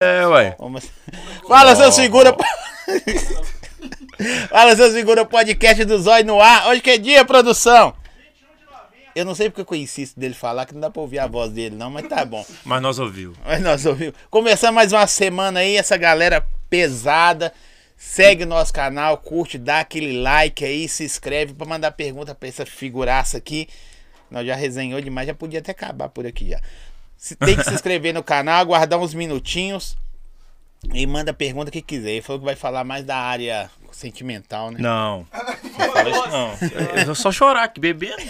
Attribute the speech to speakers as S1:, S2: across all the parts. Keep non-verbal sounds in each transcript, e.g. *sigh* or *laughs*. S1: É, ué.
S2: Vamos- Fala, seus figura. *laughs* Fala, seus figura podcast do Zói no ar. Hoje que é dia, produção? Eu não sei porque que eu insisto dele falar, que não dá pra ouvir a voz dele, não, mas tá bom.
S1: Mas nós ouviu.
S2: Mas nós ouvimos. Começando mais uma semana aí, essa galera pesada. Segue o nosso canal, curte, dá aquele like aí, se inscreve pra mandar pergunta pra essa figuraça aqui. Nós já resenhou demais, já podia até acabar por aqui já. Se tem que se inscrever no canal, aguardar uns minutinhos e manda a pergunta que quiser. Ele falou que vai falar mais da área sentimental, né?
S1: Não. Não fala isso, não. Eu vou só chorar aqui, bebendo.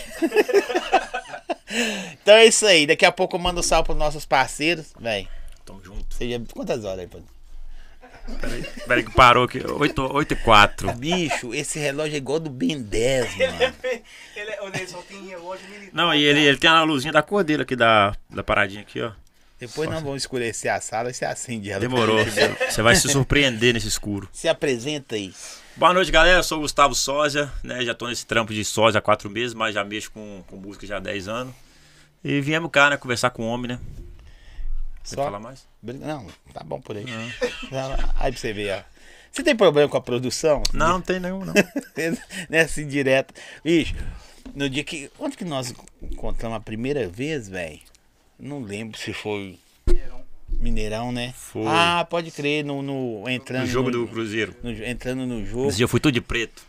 S2: Então é isso aí. Daqui a pouco eu mando um salve pros nossos parceiros. Véi,
S1: Tamo junto.
S2: seja quantas horas aí, pô?
S1: Peraí que parou aqui. 8, 8 e 4.
S2: Bicho, esse relógio é igual do Ben 10, mano.
S3: Ele, é- olha, ele só tem relógio militar.
S1: Não, e ele, ele tem a luzinha da cor dele aqui, da, da paradinha aqui, ó.
S2: Depois nós vamos escurecer a sala e você acende ela.
S1: Demorou. Você você vai se surpreender nesse escuro.
S2: Se apresenta aí.
S1: Boa noite, galera. Eu sou o Gustavo Sósia, né? Já tô nesse trampo de sósia há quatro meses, mas já mexo com, com música já há 10 anos. E viemos cá, né? Conversar com o homem, né? Você
S2: Só-
S1: fala mais?
S2: Brin- Não, tá bom por aí. Vai lá. Aí pra você ver, ó. Você tem problema com a produção?
S1: Não, não tem nenhum, não.
S2: *laughs* Nessa indireta. Bicho, no dia que. Onde que nós encontramos a primeira vez, velho? Não lembro se foi. Mineirão, né?
S1: Foi.
S2: Ah, pode crer, no, no- entrando.
S1: O jogo
S2: no,
S1: do Cruzeiro.
S2: no- entrando no jogo.
S1: Esse dia eu fui todo de preto.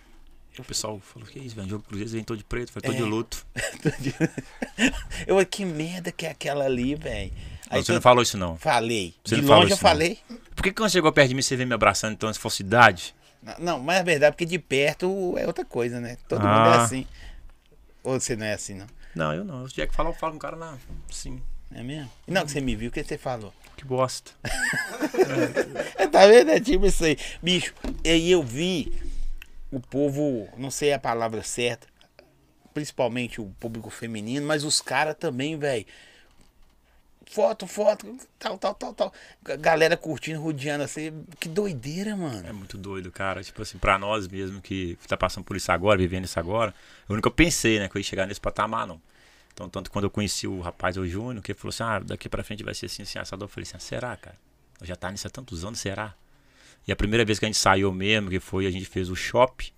S1: O pessoal falou, que isso, velho? Jogo do Cruzeiro, vem todo de preto, foi todo
S2: É.
S1: de luto.
S2: *laughs* Eu falei, que merda que é aquela ali, velho.
S1: Não, você
S2: tu-
S1: não falou isso, não.
S2: Falei.
S1: Você
S2: de
S1: não falou
S2: longe eu
S1: isso, não.
S2: falei.
S1: Por que que quando chegou perto de mim, você veio me abraçando, então, se fosse idade?
S2: Não, mas é verdade, porque de perto é outra coisa, né? Todo
S1: Ah.
S2: mundo é assim. Ou você não é assim, não?
S1: Não, eu não. Se tiver que falar, eu falo com o cara na... Sim,
S2: É mesmo? Não, que você me viu, o que você falou? *laughs*
S1: que bosta.
S2: É, tá vendo? É tipo isso aí. Bicho, e aí eu vi o povo, não sei a palavra certa, principalmente o público feminino, mas os caras também, velho. Foto, foto, tal, tal, tal, tal. G- Galera curtindo, rodeando assim. Que doideira,
S1: É
S2: mano.
S1: muito doido, cara. Tipo assim, pra nós mesmo que tá passando por isso agora, vivendo isso agora, eu nunca pensei, né, que eu ia chegar nesse patamar, não. Então, tanto quando eu conheci o rapaz, o Júnior, que ele falou assim, ah, daqui pra frente vai ser assim, assim, assado. Eu falei assim, ah, será, cara? Eu já tá nisso há tantos anos, será? E a primeira vez que a gente saiu mesmo, que foi, a gente fez o shopping,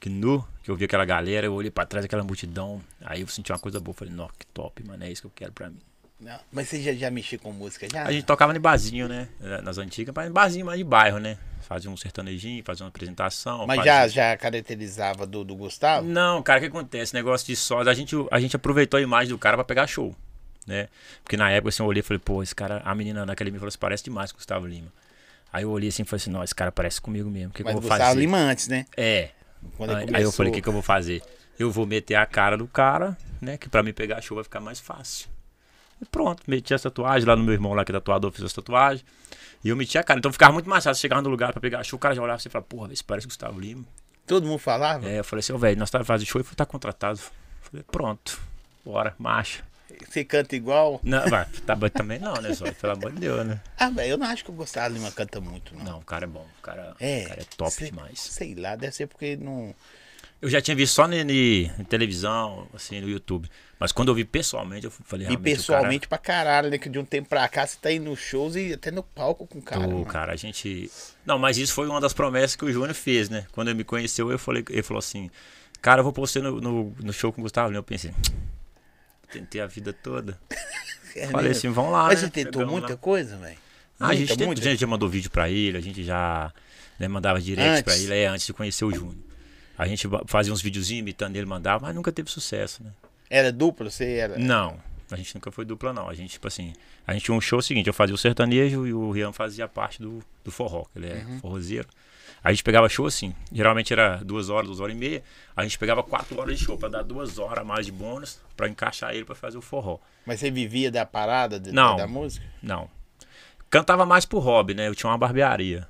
S1: que nu, que eu vi aquela galera, eu olhei pra trás, aquela multidão, aí eu senti uma coisa boa, falei, nossa, que top, mano, é isso que eu quero pra mim.
S2: Não, mas você já, já mexeu com música? Já?
S1: A gente tocava em barzinho, né? Eh, Nas antigas, mas em barzinho mais de bairro, né? Fazia um sertanejinho, fazia uma apresentação.
S2: Mas
S1: fazia-
S2: já, já caracterizava do, do Gustavo?
S1: Não, cara, o que acontece? Negócio de sósia, a gente, a gente aproveitou a imagem do cara pra pegar show, né? Porque na época, assim, eu olhei e falei, pô, esse cara, a menina naquela me falou assim, parece demais com o Gustavo Lima. Aí eu olhei assim e falei assim, não, esse cara parece comigo mesmo, o que, que eu
S2: Mas
S1: vou
S2: Gustavo
S1: fazer?
S2: Lima antes, né?
S1: É,
S2: Quando
S1: aí,
S2: ele
S1: aí eu falei, o que,
S2: começou.
S1: que eu vou fazer? Eu vou meter a cara do cara, né? Que pra mim pegar show vai ficar mais fácil. E pronto, meti as tatuagens lá no meu irmão lá que é tatuador, fiz as tatuagens. E eu meti a cara. Então ficava muito mais fácil. Chegava no lugar pra pegar show, o cara já olhava assim e falava, porra, esse parece Gustavo Lima.
S2: Todo mundo falava?
S1: É, eu falei assim, ô velho, nós tá fazendo show e foi tá contratado. Falei, pronto, bora, marcha.
S2: Você canta igual?
S1: Não, vai, tá bom também não, né, só? Pelo amor de Deus, né?
S2: Ah, velho, eu não acho que o Gustavo Lima canta muito, não.
S1: Não, o cara é bom, o cara
S2: É.
S1: é, cara é top
S2: sei,
S1: demais.
S2: Sei lá, deve ser porque não.
S1: Eu já tinha visto só na televisão, assim, no YouTube. Mas quando eu vi pessoalmente, eu falei,
S2: E
S1: realmente,
S2: pessoalmente pra caralho, né? Que de um tempo pra cá você tá indo nos shows e até no palco com o
S1: é o
S2: cara.
S1: cara, Pô,
S2: mano.
S1: cara, a gente... Não, mas isso foi uma das promessas que o Júnior fez, né? Quando ele me conheceu, eu falei, ele falou assim, cara, eu vou postar no, no, no show com o Gustavo Lima. Eu pensei, tentei a vida toda.
S2: É
S1: Falei
S2: mesmo?
S1: assim, vamos lá,
S2: Mas
S1: né?
S2: você tentou
S1: Pegamos
S2: muita
S1: lá.
S2: coisa, velho?
S1: Ah, a, gente
S2: Muita,
S1: tentou,
S2: muita?
S1: a gente já mandou vídeo pra ele, a gente já né, mandava
S2: Antes.
S1: direct pra ele é, antes de conhecer o Júnior. A gente ba- fazia uns videozinhos imitando ele, mandava, mas nunca teve sucesso, né?
S2: Era duplo? Você era.
S1: Não, a gente nunca foi dupla, não. A gente, tipo assim, a gente tinha um show seguinte, eu fazia o sertanejo e o Rian fazia parte do, do forró, que ele é forrozeiro. A gente pegava show assim, geralmente era duas horas, duas horas e meia. A gente pegava quatro horas de show pra dar duas horas a mais de bônus pra encaixar ele pra fazer o forró.
S2: Mas você vivia da parada de-
S1: Não.
S2: da música?
S1: Não. Cantava mais pro hobby, né? Eu tinha uma barbearia.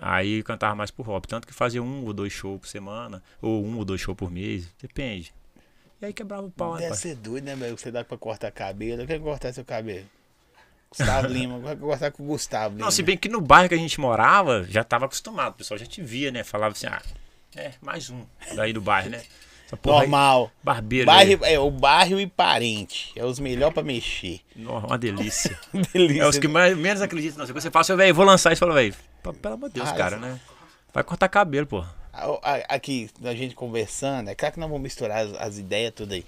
S1: Aí cantava mais pro hobby. Tanto que fazia um ou dois shows por semana, ou um ou dois shows por mês, depende. E aí quebrava o pau, né,
S2: Deve
S1: pai?
S2: ser doido, né, velho? Você dá pra cortar cabelo. Eu quero cortar seu cabelo. Gustavo Lima, eu quero cortar com o Gustavo Lima.
S1: Não, se bem que no bairro que a gente morava, já tava acostumado. O pessoal já te via, né? Falava assim, ah, é, mais um daí do bairro, né? Essa porra aí,
S2: Normal.
S1: Barbeiro. aí,
S2: Bairro, é, o bairro e parente. É os melhores pra mexer.
S1: nó- uma *laughs*
S2: *laughs*
S1: delícia.
S2: Delícia.
S1: É os que mais, menos acreditam. Não. Se você fala assim, velho, vou lançar isso, fala, velho, p- pelo amor de Deus,
S2: Ah,
S1: cara, né? Vai cortar cabelo, porra.
S2: A- a- Aqui, a gente conversando, é claro que nós vamos misturar as, as ideias tudo aí.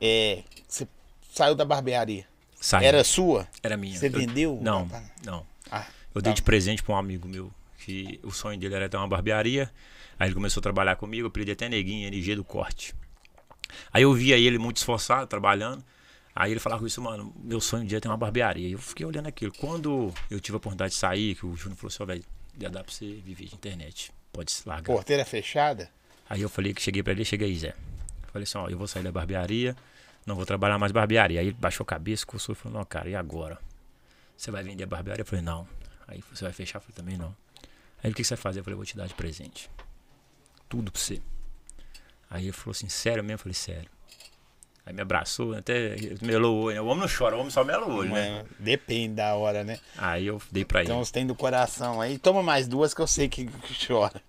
S2: É, você saiu da barbearia.
S1: Sai.
S2: Era sua?
S1: Era minha.
S2: Você
S1: Eu-
S2: vendeu?
S1: Não,
S2: Ah, tá.
S1: não.
S2: Ah,
S1: Eu dei de presente pra um amigo meu, que o sonho dele era ter uma barbearia. Aí ele começou a trabalhar comigo, eu aprendi até neguinho, NG do corte. Aí eu via ele muito esforçado, trabalhando. Aí ele falava com isso, mano, meu sonho um dia é ter uma barbearia. E eu fiquei olhando aquilo. Quando eu tive a oportunidade de sair, que o Júnior falou assim, ó, velho, já dá pra você viver de internet. Pode se largar.
S2: Porteira fechada?
S1: Aí eu falei que cheguei pra ele, chega aí, Zé. Falei assim, ó, eu vou sair da barbearia, não vou trabalhar mais barbearia. Aí ele baixou a cabeça, coçou e falou, não, cara, e agora? Você vai vender a barbearia? Eu falei, não. Aí você vai fechar? Eu falei, também não. Aí ele, o que que você vai fazer? Eu falei, vou te dar de presente. Tudo pra você. Aí ele falou assim, sério mesmo? Eu falei, sério. Aí me abraçou, até melou o olho. né? O homem não chora, o homem só mela o olho, né?
S2: Mano, É, depende da hora, né?
S1: Aí eu dei pra ele.
S2: Então você tem do coração aí. Toma mais duas que eu sei que chora.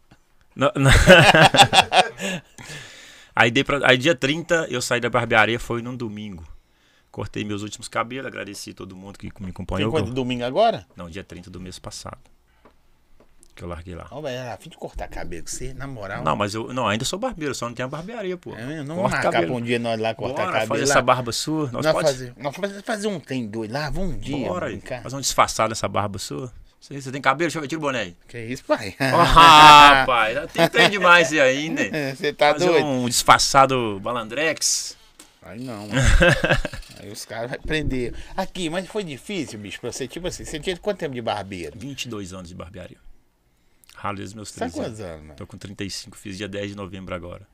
S1: Não- não. *laughs* aí, dei pra- aí dia 30 eu saí da barbearia, foi num domingo. Cortei meus últimos cabelos, agradeci todo mundo que me
S2: Tem
S1: acompanhou. que eu-
S2: quanto domingo agora?
S1: Não, dia 30 do mês passado. Que eu larguei lá.
S2: Ó, velho, é a fim de cortar cabelo com você, na moral.
S1: Não, mas eu não, ainda sou barbeiro, só não tenho a barbearia, pô.
S2: É, não
S1: Corta
S2: marcar pra
S1: cabelo.
S2: um dia nós lá cortar
S1: Bora fazer
S2: cabelo.
S1: essa
S2: lá.
S1: barba sua. Nós,
S2: Nós,
S1: pode
S2: fazer, nós fazer, fazer um trem doido lá, vamos um dia.
S1: Bora aí.
S2: mano, cara.
S1: Fazer um disfarçado nessa barba sua. Você, você tem cabelo? Deixa eu ver, tira o boné
S2: *laughs*
S1: aí.
S2: Que
S1: *laughs*
S2: isso, pai?
S1: Ó, Ah,
S2: *laughs*
S1: rapaz, tem trem demais aí ainda.
S2: Você tá
S1: Fazer
S2: doido?
S1: um disfarçado balandrex.
S2: Aí não,
S1: *laughs*
S2: mano. Aí os caras vão prender. Aqui, mas foi difícil, bicho, pra você, tipo assim, você tinha quanto tempo de barbeiro?
S1: 22 anos de barbearia. Ralo desde meus
S2: Sabe
S1: 13
S2: é quantos
S1: anos.
S2: anos, mano?
S1: Tô com 35, fiz dia 10 de novembro agora.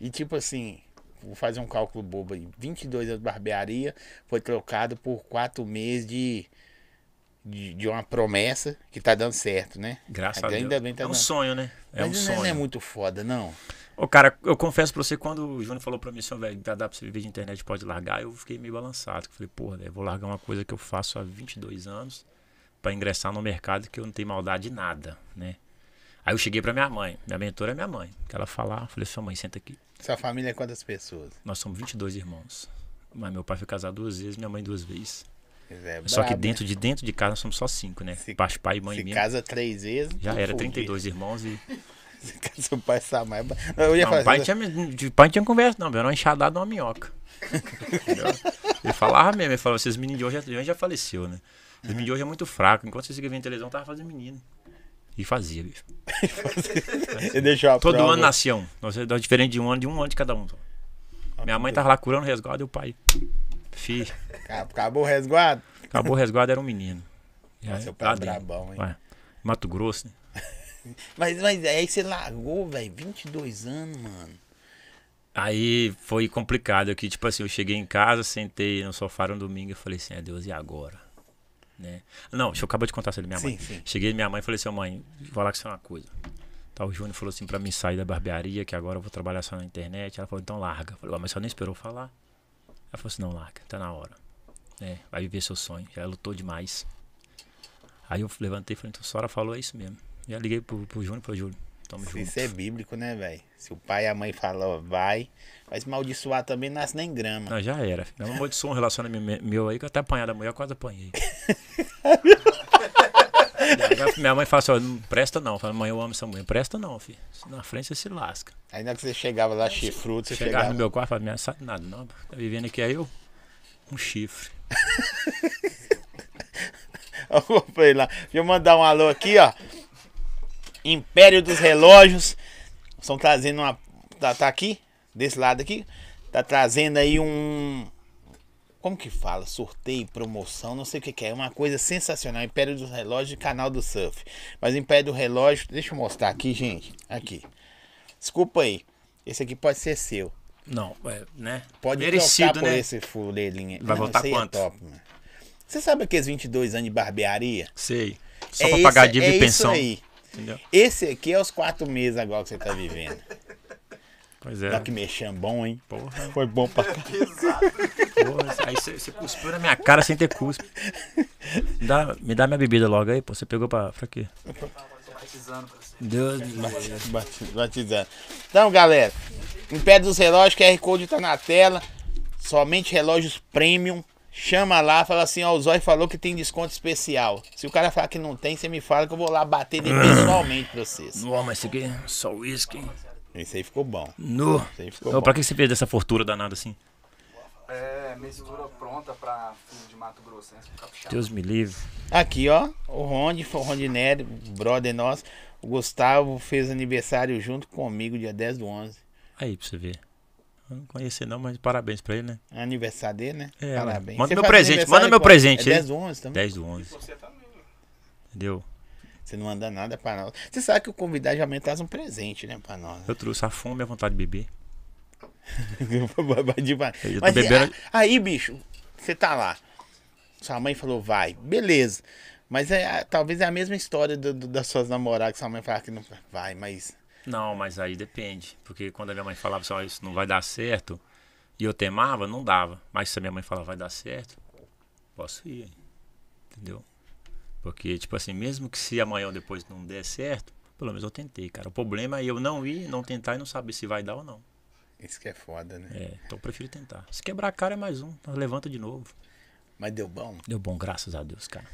S2: E tipo assim, vou fazer um cálculo bobo aí. 22 anos de barbearia foi trocado por 4 meses de, de, de uma promessa que tá dando certo, né?
S1: Graças a
S2: Ainda
S1: Deus.
S2: bem tá
S1: é um
S2: dando.
S1: sonho, né? É um
S2: Mas não, é,
S1: sonho.
S2: não é muito foda, não.
S1: Ô, cara, eu confesso pra você, quando o Júnior falou pra mim, assim, "Ô, velho, dá dá pra você viver de internet, pode largar, eu fiquei meio balançado. Eu Falei, porra, velho, vou largar uma coisa que eu faço há 22 anos pra ingressar no mercado que eu não tenho maldade de nada, né? Aí eu cheguei pra minha mãe, minha mentora é minha mãe, que ela falar, eu falei, sua mãe, senta aqui.
S2: Sua família é quantas pessoas?
S1: Nós somos 22 irmãos. Mas meu pai foi casado duas vezes, minha mãe duas vezes.
S2: Pois é,
S1: Só que
S2: brabo, né?
S1: dentro de dentro de casa nós somos só cinco, né?
S2: Se-
S1: Baixo pai, mãe
S2: Se
S1: e minha.
S2: casa três vezes.
S1: Já
S2: tu
S1: era,
S2: fudido.
S1: 32 irmãos e.
S2: *laughs* Se casa seu pai essa mãe. Eu ia
S1: Não,
S2: falar,
S1: pai tinha, de pai não tinha conversa, não, meu. Era uma enxadada uma minhoca. Entendeu? ele falava mesmo, ele falava, esses meninos de hoje, já- de hoje já faleceu, né? Os meninos de hoje é muito fraco. Enquanto vocês vendo televisão, tava fazendo menino. E fazia, bicho.
S2: eu deixo a
S1: Todo
S2: prova.
S1: ano nascia um. Nós é diferente de um ano, de um ano de cada um.
S2: Ah,
S1: Minha mãe tava lá curando o resguardo e o pai. Fih,
S2: Acabou o resguardo?
S1: acabou o resguardo, era um menino. E aí,
S2: Seu pai
S1: lá
S2: é
S1: dentro.
S2: brabão, hein?
S1: Ué, Mato Grosso, né?
S2: Mas, mas aí você largou, velho, 22 anos, mano.
S1: Aí foi complicado aqui, tipo assim, eu cheguei em casa, sentei no sofá no domingo e falei assim, é Deus, e agora? Né? Não, deixa eu acabar de contar isso da minha mãe.
S2: Sim, sim.
S1: Cheguei na minha mãe e falei assim, "Ô, mãe, vou falar com você uma coisa. Tá, o Júnior falou assim pra mim sair da barbearia, que agora eu vou trabalhar só na internet. Ela falou, então larga. Eu falei, "Ué, mas você nem esperou falar. Ela falou assim, não, larga, tá na hora. É, vai viver seu sonho, já lutou demais. Aí eu levantei e falei, então a senhora falou, é isso mesmo. Já liguei pro, pro Júnior e falei, Júnior, tamo junto.
S2: Isso é bíblico, né, velho? Se o pai e a mãe falam, ó, vai, mas maldiçoar também nasce nem grama.
S1: Não, já era. filho. Ela amaldiçoou um relacionamento meu aí que eu até apanhei da mulher, eu quase
S2: *laughs*
S1: apanhei. Minha- Minha mãe fala assim, ó, não presta não. Fala, mãe, eu amo essa mulher. Presta não, filho. Se Na frente você se lasca.
S2: Aí na hora que você chegava lá chifrudo, você
S1: Chegava,
S2: chegava.
S1: no meu quarto e falava, minha, sabe nada não. Tá vivendo aqui aí eu? Um chifre.
S2: *laughs* Eu falei lá. Deixa eu mandar um alô aqui, ó. Império dos Relógios. Estão trazendo uma. Tá, tá aqui, desse lado aqui. Tá trazendo aí um. Como que fala? Sorteio, promoção, não sei o que, que é. Uma coisa sensacional. Império dos Relógios e canal do surf. Mas Império do Relógio. Deixa eu mostrar aqui, gente. Aqui. Desculpa aí. Esse aqui pode ser seu.
S1: Não, é, né?
S2: Pode
S1: Merecido,
S2: trocar por
S1: né?
S2: esse fuleirinho.
S1: Vai
S2: Não,
S1: voltar
S2: isso aí
S1: quanto?
S2: É top, mano. Você sabe aqueles 22 anos de barbearia?
S1: Sei. Só
S2: É
S1: pra pagar
S2: isso-
S1: dívida
S2: é
S1: e pensão.
S2: Isso aí.
S1: Entendeu?
S2: Esse aqui é os quatro meses agora que você tá vivendo.
S1: Pois é.
S2: Olha que mexão bom, hein?
S1: Porra,
S2: Foi bom pra cá.
S1: porra. Aí você você cuspiu na minha cara sem ter cuspe. Me dá, me dá minha bebida logo aí, pô. Você pegou pra, pra quê?
S3: Batizando pra você.
S1: Deus
S2: Bati- Batizando. Então, galera, em pé dos relógios, QR Code tá na tela. Somente relógios premium. Chama lá, fala assim, ó, o Zói falou que tem desconto especial. Se o cara falar que não tem, você me fala que eu vou lá bater
S1: *clears throat*
S2: ele pessoalmente pra vocês.
S1: Não, mas isso aqui é só uísque.
S2: Esse aí ficou bom.
S1: No.
S2: Isso aí ficou
S1: Ô,
S2: bom.
S1: pra que você fez dessa fortuna danada assim?
S3: É, mistura pronta pra filho de Mato né? Grossense pro capixaba.
S1: Deus me livre.
S2: Aqui, ó, o Rondi, *laughs* o Rondi Nery, brother nosso. O Gustavo fez aniversário junto comigo, dia 10 do 11.
S1: Aí, pra você ver. Eu não conheci não, mas parabéns pra ele, né?
S2: Aniversário dele, né?
S1: É,
S2: Parabéns.
S1: manda
S2: Você
S1: meu
S2: faz
S1: presente,
S2: aniversário
S1: manda meu
S2: quando?
S1: presente
S2: É
S1: aí.
S2: 10 do 11 também?
S1: 10 do 11,
S3: Você também. né?
S1: entendeu?
S2: Você não manda nada pra nós. Você sabe que o convidado geralmente traz um presente, né, pra nós. *laughs*
S1: Eu trouxe a fome e a vontade de beber. Eu tô
S2: Mas
S1: bebendo-
S2: a- aí, bicho, você tá lá. Sua mãe falou, vai. Beleza. Mas é, a- talvez é a mesma história do- do- das suas namoradas que sua mãe fala que não vai, mas...
S1: Não, mas aí depende. Porque quando a minha mãe falava só isso não vai dar certo, e eu temava, não dava. Mas se a minha mãe falava vai dar certo, posso ir. Entendeu? Porque, tipo assim, mesmo que se amanhã ou depois não der certo, pelo menos eu tentei, cara. O problema é eu não ir, não tentar e não saber se vai dar ou não.
S2: Isso que é foda, né?
S1: É, então eu prefiro tentar. Se quebrar a cara é mais um, então levanta de novo.
S2: Mas deu bom.
S1: Deu bom, graças a Deus, cara.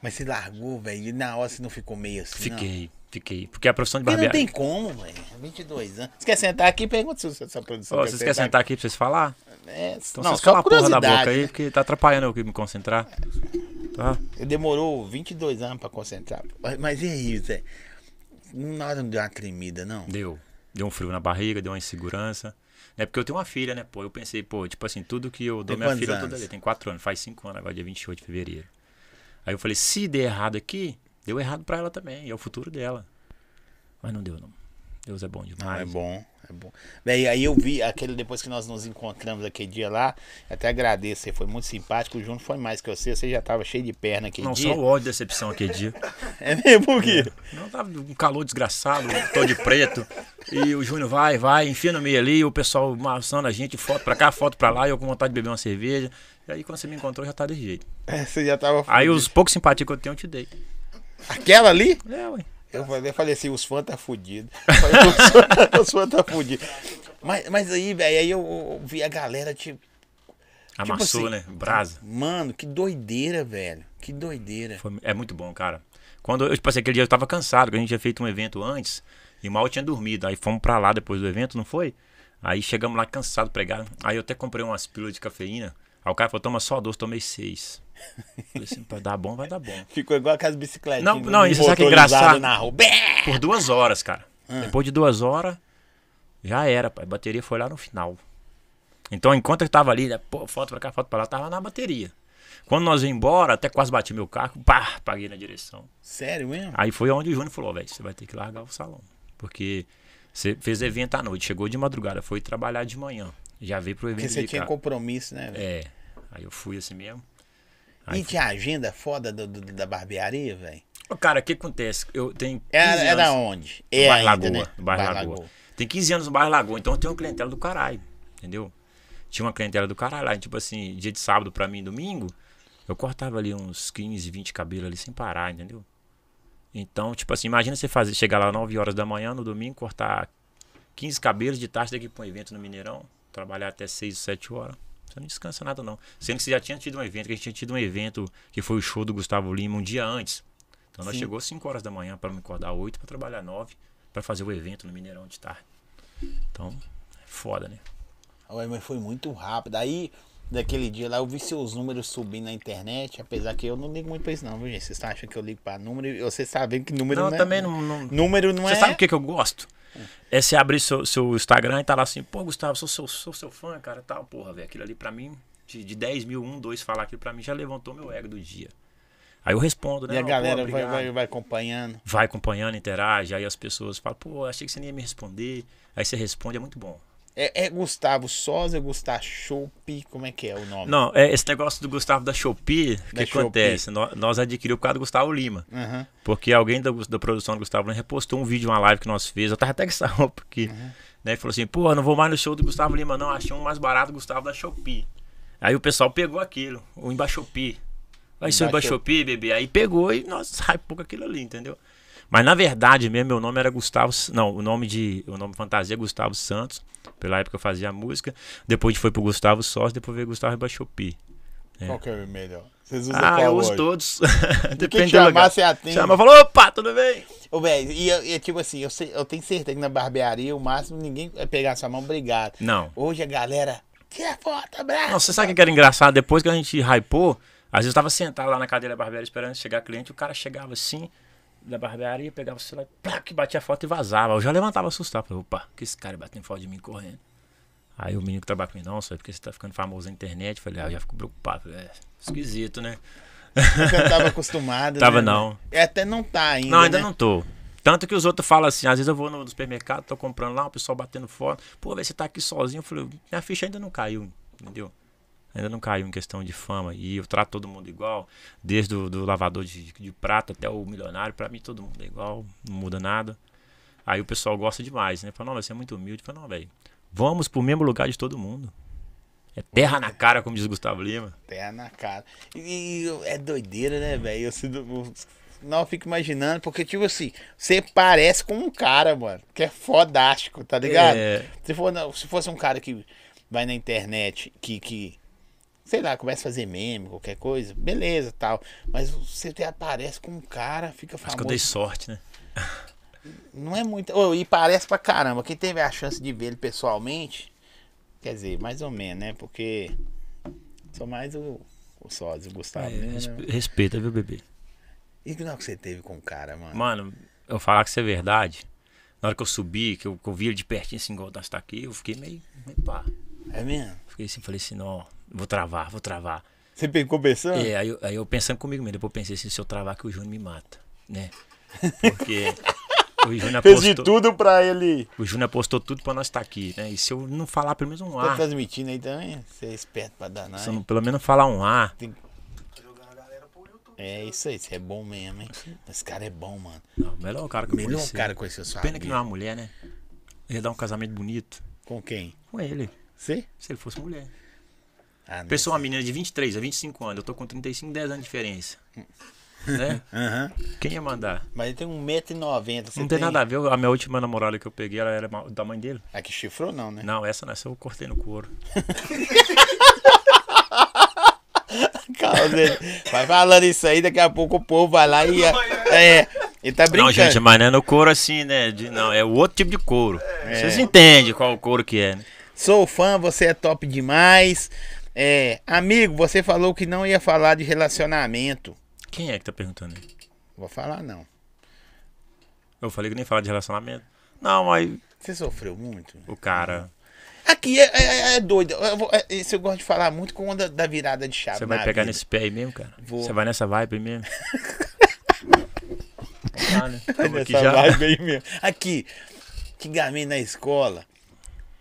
S2: Mas você largou, velho. E na hora você não ficou meio assim, não?
S1: Fiquei, fiquei. Porque a profissão de
S2: Porque não
S1: barbearia.
S2: tem como, velho. 22 anos. Você quer sentar aqui? Pergunta se essa produção
S1: Ô, vocês querem sentar aqui pra vocês falar?
S2: É,
S1: Então
S2: não,
S1: vocês
S2: só
S1: calam a porra da
S2: curiosidade.
S1: boca aí,
S2: né?
S1: porque tá atrapalhando eu que me concentrar. Tá?
S2: Ele demorou 22 anos pra concentrar. Mas, mas e aí, Zé? Na hora não deu uma tremida, não?
S1: Deu. Deu um frio na barriga, deu uma insegurança. Né? Porque eu tenho uma filha, né? Pô, eu pensei, pô, tipo assim, tudo que eu dou
S2: Tem
S1: minha
S2: quantos
S1: filha, eu tô
S2: anos?
S1: dando. Tem quatro anos, faz cinco anos, agora é dia 28 de fevereiro. Aí eu falei, se der errado aqui, deu errado pra ela também, é o futuro dela. Mas não deu, não. Deus é bom
S2: Não,
S1: demais.
S2: é bom, é bom. Véi, aí eu vi aquele depois que nós nos encontramos aquele dia lá, até agradeço, você foi muito simpático, o Júnior foi mais que você, você já tava cheio de perna aquele
S1: Não,
S2: dia.
S1: só o ódio e decepção aquele dia.
S2: *laughs* É mesmo, por quê?
S1: Não, tava um calor desgraçado, todo de preto. E o Júnior vai, vai, enfia no meio ali, o pessoal maçando a gente, foto pra cá, foto pra lá, e eu com vontade de beber uma cerveja. E aí quando você me encontrou, já tá desse jeito.
S2: É, Você já tava...
S1: Aí
S2: fudido.
S1: os poucos simpatia que eu tenho, eu te dei.
S2: Aquela ali?
S1: É, ué.
S2: Eu falei, eu falei assim, os fãs tá fudido. *laughs* Eu falei, os fãs tá- Os fãs tá fudido. Mas, mas aí, velho, aí eu, eu vi a galera, tipo,
S1: Amassou,
S2: assim,
S1: né? Brasa.
S2: mano, que doideira, velho, que doideira.
S1: Foi- é muito bom, cara. Quando eu, tipo assim, aquele dia eu tava cansado, porque a gente tinha feito um evento antes e mal eu tinha dormido. Aí fomos pra lá depois do evento, não foi? Aí chegamos lá cansado, pregado. Aí eu até comprei umas pílulas de cafeína. Aí o cara falou, toma só doce, tomei seis. *laughs* Falei assim, vai dar bom, vai dar bom.
S2: Ficou igual aquelas bicicletinhas
S1: Não, não, isso sabe que é
S2: motorizadas
S1: engraçado?
S2: na rua. Bé!
S1: Por duas horas, cara.
S2: Ah.
S1: Depois de duas horas, já era, pai. A bateria foi lá no final. Então, enquanto eu tava ali, né, pô, foto pra cá, foto pra lá, tava na bateria. Quando nós ia embora, até quase bati meu carro, pá, paguei na direção.
S2: Sério mesmo?
S1: Aí foi onde o Júnior falou, velho, você vai ter que largar o salão. Porque você fez evento à noite, chegou de madrugada, foi trabalhar de manhã. Já veio pro evento
S2: Porque você
S1: de
S2: tinha
S1: carro.
S2: compromisso, né? velho?
S1: É. Aí eu fui assim mesmo.
S2: e tinha agenda foda do- do- da barbearia, velho?
S1: Ô, Cara, o que acontece? Eu tenho 15
S2: Era,
S1: anos
S2: era onde?
S1: no
S2: É
S1: bairro
S2: ainda,
S1: Lagoa.
S2: né?
S1: no bairro
S2: Bairro
S1: Lagoa. Tem 15 anos no bairro Lagoa, então eu tenho uma clientela do caralho, entendeu? Tinha uma clientela do caralho lá, tipo assim, dia de sábado pra mim, domingo, eu cortava ali uns 15, 20 cabelos ali sem parar, entendeu? Então, tipo assim, imagina você fazer, chegar lá 9 horas da manhã no domingo, cortar 15 cabelos de tarde daqui pra um evento no Mineirão, trabalhar até 6, 7 horas. Você não descansa nada, não. Sendo que você já tinha tido um evento, que a gente tinha tido um evento que foi o show do Gustavo Lima um dia antes. Então nós
S2: Sim.
S1: chegou 5 horas da manhã pra me acordar 8 pra trabalhar 9 pra fazer o evento no Mineirão de tarde. Então, é foda, né?
S2: Ué, mas foi muito rápido. Aí, daquele dia lá, eu vi seus números subindo na internet, apesar que eu não ligo muito pra isso, não, viu, gente? Vocês estão achando que eu ligo pra número e vocês sabem que número
S1: Não,
S2: não é.
S1: também não. não-
S2: Número não
S1: Você
S2: é. Hum.
S1: sabe o que, que eu gosto? É você abrir seu, seu Instagram e tá lá assim, pô, Gustavo, sou seu, sou seu fã, cara, tal, porra, velho. Aquilo ali pra mim, de, de 10 mil, um, dois falar aquilo pra mim, já levantou meu ego do dia. Aí eu respondo, né?
S2: E a
S1: "Não, pô,
S2: galera vai,
S1: obrigado."
S2: vai, vai acompanhando.
S1: vai acompanhando, interage, aí as pessoas falam, pô, achei que você nem ia me responder. Aí você responde, é muito bom.
S2: É, é Gustavo Sosa, Gustavo Chope, como é que é o nome?
S1: Não, é esse negócio do Gustavo da Shopee, o
S2: Da
S1: que acontece? Nó- Nós, adquirimos por causa do Gustavo Lima.
S2: Aham.
S1: Porque alguém da, da produção do Gustavo Lima repostou um vídeo, uma live que nós fez. Eu tava até com essa roupa aqui. Né? E falou assim, pô, eu não vou mais no show do Gustavo Lima, não. Achei um mais barato Gustavo da Shopee. Aí o pessoal pegou aquilo, o Embaixopi. Vai ser o
S2: Embaixopi.
S1: Embaixopi, bebê. Aí pegou e nós hypou com aquilo ali, entendeu? Mas na verdade mesmo, meu nome era Gustavo. S- Não, o nome de. O nome fantasia é Gustavo Santos. Pela época eu fazia música. Depois foi pro Gustavo Sócio, depois veio Gustavo Ribachopi.
S2: Qual que é o melhor? Vocês usam
S1: Ah,
S2: qual
S1: eu uso
S2: hoje?
S1: todos. *laughs*
S2: Quem
S1: Depende do
S2: chamar,
S1: lugar.
S2: você atende.
S1: Chama, falou, opa, tudo bem?
S2: Ô, velho, e, eu- e é tipo assim, eu, sei- eu tenho certeza que na barbearia o máximo ninguém vai pegar sua mão, obrigado.
S1: Não.
S2: Hoje a galera, é tira foto, abraço.
S1: Não, você sabe o que era engraçado? Depois que a gente hypou, às vezes eu tava sentado lá na cadeira da barbearia esperando chegar cliente, o cara chegava assim, da barbearia, pegava o celular, plac, batia a foto e vazava. Eu já levantava assustado. Falei, opa, que esse cara batendo foto de mim correndo. Aí o menino que trabalha comigo, nossa, é porque você tá ficando famoso na internet. Eu Falei, ah, eu já fico preocupado. Falei, é, esquisito, né?
S2: Você não tava acostumado.
S1: Tava
S2: né,
S1: não.
S2: velho? É, Até não tá ainda.
S1: Não, ainda
S2: né?
S1: não tô. Tanto que os outros falam assim, às vezes eu vou no supermercado, tô comprando lá, o pessoal batendo foto. Pô, velho, você tá aqui sozinho. Eu falei, minha ficha ainda não caiu, entendeu? Ainda não caiu em questão de fama. E eu trato todo mundo igual, desde o do lavador de, de prata até o milionário. Pra mim todo mundo é igual, não muda nada. Aí o pessoal gosta demais, né? Fala, não, você é muito humilde. Fala, não, velho, vamos pro mesmo lugar de todo mundo. É terra na cara, como diz Gustavo Lima.
S2: Terra na cara. E, e é doideira, né, velho? Eu, se- eu- não, eu fico imaginando, porque, tipo assim, você parece com um cara, mano, que é fodástico, tá ligado?
S1: É.
S2: Se, for, não, se fosse um cara que vai na internet, que, que, sei lá, começa a fazer meme, qualquer coisa, beleza tal. Mas você te aparece com um cara, fica
S1: Acho que eu dei
S2: famoso.
S1: sorte, né?
S2: Não é muito. Ô, e parece pra caramba. Quem teve a chance de ver ele pessoalmente, quer dizer, mais ou menos, né? Porque sou mais o, o sócio, o Gustavo.
S1: É,
S2: né?
S1: respe- respeita, viu, bebê?
S2: E que não que você teve com o cara, mano?
S1: Mano, eu falar que isso é verdade. Na hora que eu subi, que eu, que eu vi ele de pertinho assim, igual nós tá aqui, eu fiquei meio, meio pá.
S2: É mesmo?
S1: Fiquei assim, falei assim, não, vou travar, vou travar.
S2: Você ficou pensando?
S1: É, aí, eu- aí eu pensando comigo mesmo, depois eu pensei assim, se eu travar que o Júnior me mata, né? Porque o Júnior
S2: *laughs* Fez de
S1: apostou,
S2: tudo pra ele.
S1: o Júnior apostou tudo pra nós estar aqui, né? E se eu não falar pelo menos um
S2: Tá
S1: ar,
S2: transmitindo aí também? Você é esperto pra danar.
S1: se eu
S2: hein?
S1: não, pelo menos falar um ar,
S3: Tá jogando a galera pro YouTube.
S2: É isso aí, você é bom mesmo, hein? Esse cara é bom, mano.
S1: não, melhor o cara que eu
S2: Melhor
S1: conheci.
S2: o cara conhecer sua
S1: Pena que não é
S2: vida.
S1: uma mulher, né? Ia dar um casamento bonito
S2: Com quem?
S1: com ele,
S2: Você?
S1: se ele fosse mulher.
S2: Ah, não.
S1: Pessoa, uma menina de 23 a 25 anos, eu tô com 35, 10 anos de diferença. *laughs* Né?
S2: Aham.
S1: Quem ia mandar?
S2: Mas ele tem 1,90m.
S1: Não tem, nada a ver, a minha última namorada que eu peguei, ela era ma- da mãe dele.
S2: Aqui chifrou, não, né?
S1: Não, essa não, essa eu cortei no couro.
S2: Calma, Zé. Vai falando isso aí, daqui a pouco o povo vai lá e. É, ele tá brincando.
S1: Não, gente, mas não é no couro assim, né? De- não, é o outro tipo de couro. Vocês entendem qual o couro que é, né?
S2: Sou fã, você é top demais. É, amigo, você falou que não ia falar de relacionamento.
S1: Quem é que tá perguntando aí?
S2: Vou falar, não.
S1: Eu falei que nem falar de relacionamento. Não, aí
S2: Você sofreu muito?
S1: o cara.
S2: Aqui é, é- é doido. Eu vou- é- isso eu gosto de falar muito com onda da virada de chave.
S1: Você vai
S2: na
S1: pegar
S2: vida.
S1: nesse pé aí mesmo, cara?
S2: Vou.
S1: Você vai nessa vibe aí *laughs* mesmo? ah, né? Tamo aqui
S2: Nessa
S1: já.
S2: vibe aí mesmo. Aqui, antigamente na escola,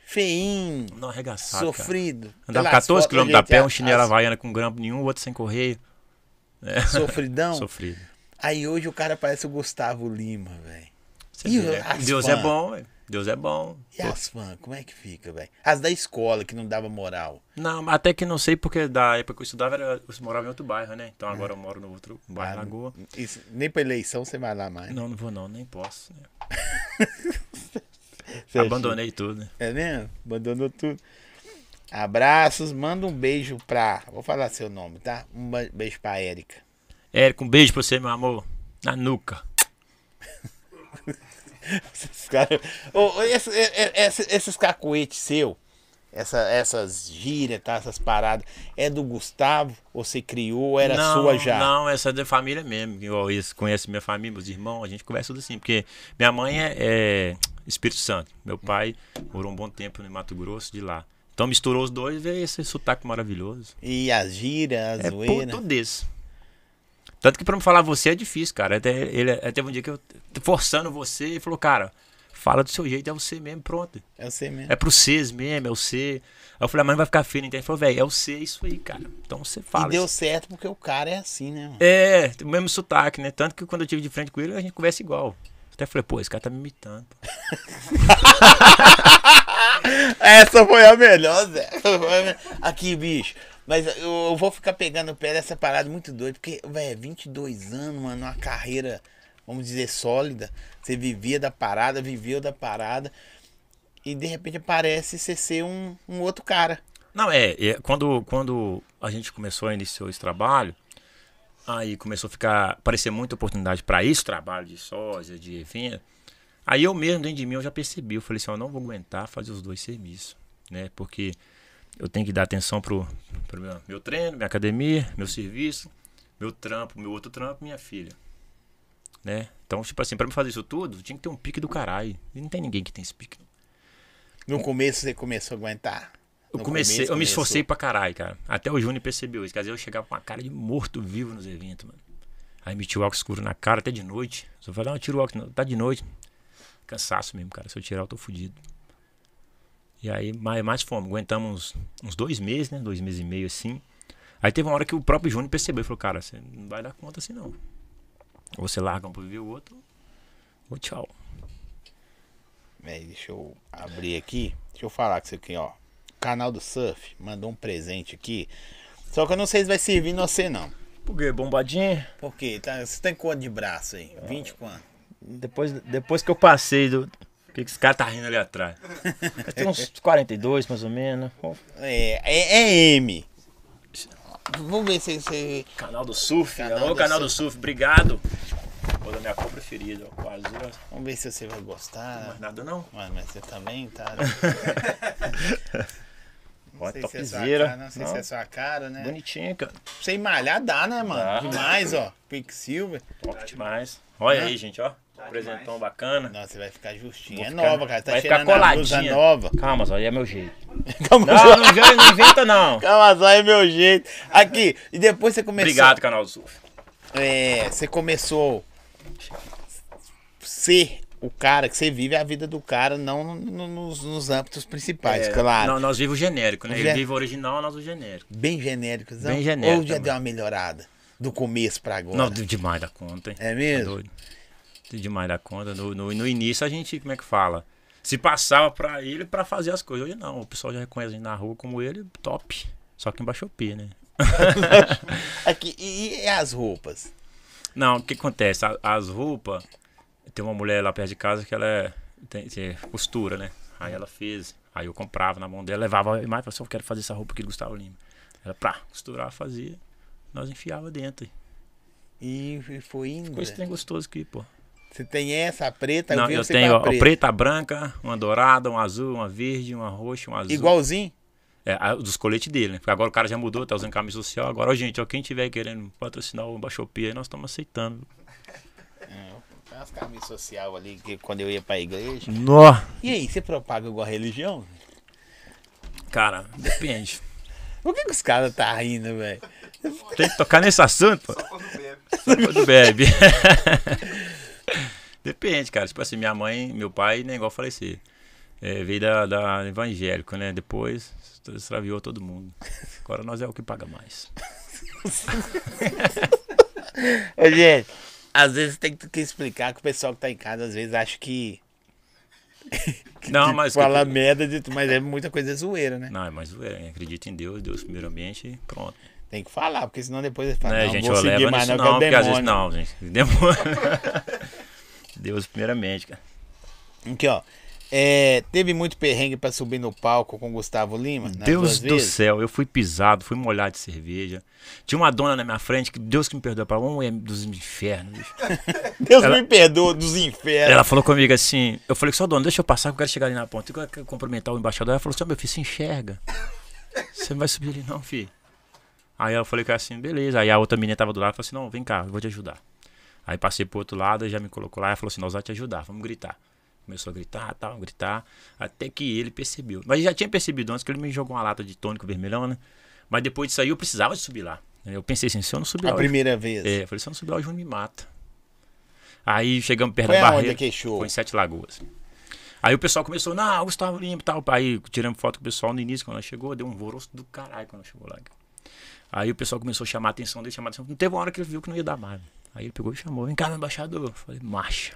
S2: feinho,
S1: Não arregaçado. cara.
S2: sofrido.
S1: Andava
S2: Pelas
S1: 14
S2: fotos,
S1: km a
S2: gente,
S1: pé, um
S2: as-
S1: chinelo
S2: as-
S1: havaiana com grampo nenhum, outro sem correio. É. *laughs*
S2: Sofridão.
S1: Sofrido.
S2: Aí hoje o cara parece o Gustavo Lima, velho.
S1: Você
S2: E
S1: vê, né?
S2: as
S1: Deus
S2: fã?
S1: é bom, velho. Deus é bom.
S2: E as fãs, como é que fica, velho? As da escola que não dava moral.
S1: Não, mas até que não sei, porque da época que eu estudava, era- eu morava em outro bairro, né? Então agora eu moro no outro bairro,
S2: Ah,
S1: Lagoa.
S2: Isso, nem pra eleição você vai lá mais.
S1: Não, não vou não, nem posso. né?
S2: Você acha-
S1: Abandonei tudo. né?
S2: É mesmo? Abandonou tudo. Abraços, manda um beijo pra. Vou falar seu nome, tá? Um ba- beijo pra Érica. *laughs*
S1: Érico, um beijo pra você, meu amor. Na nuca.
S2: Esses caras. Ô, ô, esse- é- é- esse- esses cacuetes seu, essa, essas gírias, tá? Essas paradas, é do Gustavo? Ou você criou? Ou era
S1: não,
S2: sua já?
S1: Não, essa é da família mesmo. Eu isso, conheço minha família, meus irmãos, a gente conversa tudo assim. Porque minha mãe é, é Espírito Santo. Meu pai morou um bom tempo no Mato Grosso, de lá. Então misturou os dois e veio esse sotaque maravilhoso.
S2: E as gírias, a
S1: É
S2: zoeira.
S1: ponto desse. Tanto que pra me falar você é difícil, cara. Até, ele, até teve um dia que eu forçando você ele falou, cara, fala do seu jeito, é você mesmo, pronto.
S2: É você mesmo.
S1: É pro Cs mesmo, é o C. Aí eu falei, "Ah, mas vai ficar feio na internet. Ele falou, velho, é o C, é isso aí, cara. Então você fala.
S2: e deu
S1: isso.
S2: certo porque o cara é assim, né, mano?
S1: É, o mesmo sotaque, né? Tanto que quando eu tive de frente com ele, a gente conversa igual. Até falei, pô, esse cara tá me imitando.
S2: Essa foi a melhor, Zé. *laughs* Aqui, bicho. Mas eu, eu vou ficar pegando o pé dessa parada muito doida, porque, velho, 22 anos, mano, uma carreira vamos dizer, sólida. Você vivia da parada, viveu da parada. E de repente aparece você ser um, um outro cara.
S1: Não, é, é, quando, quando a gente começou, iniciou esse trabalho, aí começou a ficar, aparecer muita oportunidade para esse trabalho de sósia, de evento. Aí eu mesmo, dentro de mim, eu já percebi, eu falei assim, eu não vou aguentar fazer os dois serviços, né? Porque eu tenho que dar atenção pro, pro meu, meu treino, minha academia, meu serviço, meu trampo, meu outro trampo, minha filha, né? Então, tipo assim, para me fazer isso tudo, tinha que ter um pique do caralho. E não tem ninguém que tem esse pique.
S2: No começo você começou a aguentar.
S1: Eu comecei,
S2: No começo
S1: eu me
S2: começou.
S1: esforcei pra caralho, cara. Até o Júnior percebeu isso. Quer dizer, eu chegava com uma cara de morto-vivo nos eventos, mano. Aí metia o óculos escuro na cara até de noite. Só falei, não, tira o óculos, não. tá de noite. Cansaço mesmo, cara. Se eu tirar, eu tô fudido. E aí, mais, mais fomos. Aguentamos uns, uns dois meses, né? Dois meses e meio assim. Aí teve uma hora que o próprio Júnior percebeu e falou, cara, você não vai dar conta assim não. Ou você larga um pra viver o outro, ou tchau.
S2: Véi, deixa eu abrir aqui. Deixa eu falar com você aqui, ó. O canal do Surf mandou um presente aqui. Só que eu não sei se vai servir em você, não.
S1: Por quê? Bombadinha?
S2: Por quê? Tá, você tem quanto de braço aí? 20 quanto?
S1: Depois, depois que eu passei do. Por que, que esse cara tá rindo ali atrás? Mas *laughs* Tem uns 42, mais ou menos. Ó,
S2: É, é, é M. Vamos ver se você.
S1: Canal do Surf.
S2: Canal
S1: Alô,
S2: do
S1: canal do Surf, obrigado. Pô, da minha cor preferida, ó, quase. ó.
S2: Vamos ver se você vai gostar.
S1: Mais nada não.
S2: Mano, mas você também tá. *laughs*
S1: Ó,
S2: Não sei se é sua
S1: topzera.
S2: cara, não sei
S1: Não.
S2: se é sua cara, né?
S1: Bonitinho, cara.
S2: Pra você ir malhar dá, né, mano?
S1: Dá.
S2: Demais, ó. Quicksilver.
S1: Top demais. Olha aí, gente, ó. Presentão bacana.
S2: Nossa, você vai ficar justinho.
S1: Vou
S2: é
S1: ficar-
S2: nova, cara. Tá
S1: vai ficar
S2: cheirando a blusa
S1: coladinha.
S2: nova.
S1: Calma, só, aí é meu jeito.
S2: Calma,
S1: Não, não, já não inventa, não.
S2: Calma, é meu jeito. Aqui, e depois você começou.
S1: Obrigado, canal do Surf.
S2: É, você começou ser o cara que você vive a vida do cara, não no- no- nos, nos âmbitos principais,
S1: É,
S2: claro.
S1: nó- Nós vivemos o genérico, né?
S2: O
S1: Ele
S2: gen-
S1: vive o original, nós o genérico.
S2: Bem genérico, não?
S1: Bem genérico
S2: Ou já
S1: também.
S2: deu uma melhorada do começo pra agora?
S1: Não, deu demais da conta, hein?
S2: É mesmo?
S1: Tá doido. Deu demais da conta. No, no, no início a gente, como é que fala? Se passava pra ele pra fazer as coisas. Hoje não, o pessoal já reconhece a gente na rua como ele, top. Só que embaixo P, né?
S2: Aqui, e, e as roupas?
S1: Não, o que acontece? A- As roupas. Tem uma mulher lá perto de casa que ela é, tem- tem costura, né? Aí ela fez. Aí eu comprava na mão dela, levava a imagem, falava assim, eu quero fazer essa roupa aqui do Gustavo Lima. Ela, pra, costurava, fazia. Nós enfiava dentro.
S2: E e foi indo.
S1: Ficou esse
S2: né?
S1: trem gostoso aqui, pô.
S2: Você tem essa, a preta?
S1: Não,
S2: vi
S1: eu
S2: você
S1: tenho
S2: com
S1: ó,
S2: a tá preta.
S1: preta, a branca, uma dourada, uma azul, uma verde, uma roxa, uma azul.
S2: Igualzinho?
S1: É, a- dos coletes dele, né? Porque agora o cara já mudou, tá usando camisa social. Agora, ó, gente, ó, quem tiver querendo patrocinar o Baixopia aí, nós estamos aceitando.
S2: Tem umas camisas social ali, que quando eu ia pra igreja.
S1: Nó!
S2: E aí, você propaga igual a religião?
S1: Cara, depende.
S2: Por que, que os caras tá rindo, velho?
S1: Tem que tocar nesse assunto, pô.
S3: Só quando bebe.
S1: Só quando bebe. *laughs* depende, cara. Tipo assim, minha mãe, meu pai, nem igual falecer. É, veio da, da evangélico, né? Depois extraviou todo mundo. Agora nós é o que paga mais.
S2: Ô, gente, às vezes tem que explicar que o pessoal que tá em casa, às vezes, acha que,
S1: Não,
S2: que tipo
S1: mas.
S2: fala merda, de, tu- mas é muita coisa zoeira, né?
S1: Não, mas é, acredita em Deus, Deus primeiramente e pronto.
S2: Tem que falar, porque senão depois ele fala,
S1: né,
S2: não,
S1: gente,
S2: vou
S1: eu
S2: seguir
S1: levo
S2: mais
S1: nisso
S2: não, que é o
S1: não, porque às vezes
S2: demônio.
S1: não, gente. *laughs* Demônio. Deus primeiramente, cara.
S2: Aqui, ó. É, teve muito perrengue pra subir no palco com o Gustavo Lima? nas duas
S1: Deus do
S2: vezes?
S1: céu, eu fui pisado, fui molhado de cerveja. Tinha uma dona na minha frente, que Deus que me perdoa, para mulher dos infernos. bicho.
S2: Deus
S1: Ela-
S2: me perdoa dos infernos.
S1: Ela falou comigo assim, eu falei, só dona, deixa eu passar que eu quero chegar ali na ponta. Eu quero cumprimentar o embaixador, ela falou assim, "Ó, meu filho, se enxerga. Você não vai subir ali não, filho. Aí eu falei que assim, beleza. Aí a outra menina tava do lado, falou assim, não, vem cá, eu vou te ajudar. Aí passei pro outro lado, e já me colocou lá, ela falou assim, nós vamos te ajudar, vamos gritar. Começou a gritar, tal, gritar, até que ele percebeu. Mas já tinha percebido antes que ele me jogou uma lata de tônico vermelhão, né? Mas depois disso aí eu precisava de subir lá. Eu pensei assim, se eu não subir
S2: A
S1: lá, hoje-
S2: primeira vez.
S1: é, eu falei, se eu não subir lá, o Júnior me mata. Aí chegamos perto
S2: Foi
S1: da
S2: aonde
S1: barreira.
S2: aquele show?
S1: Foi em Sete Lagoas. Aí o pessoal começou, não, Gustavo Lima e tal. Aí tiramos foto com o pessoal no início, quando ela chegou, deu um voroço do caralho quando ela chegou lá. Aí o pessoal começou a chamar a atenção dele, chamar a atenção. Não teve uma hora que ele viu que não ia dar mais. Aí ele pegou e chamou, vem cá, meu embaixador. Eu falei, marcha.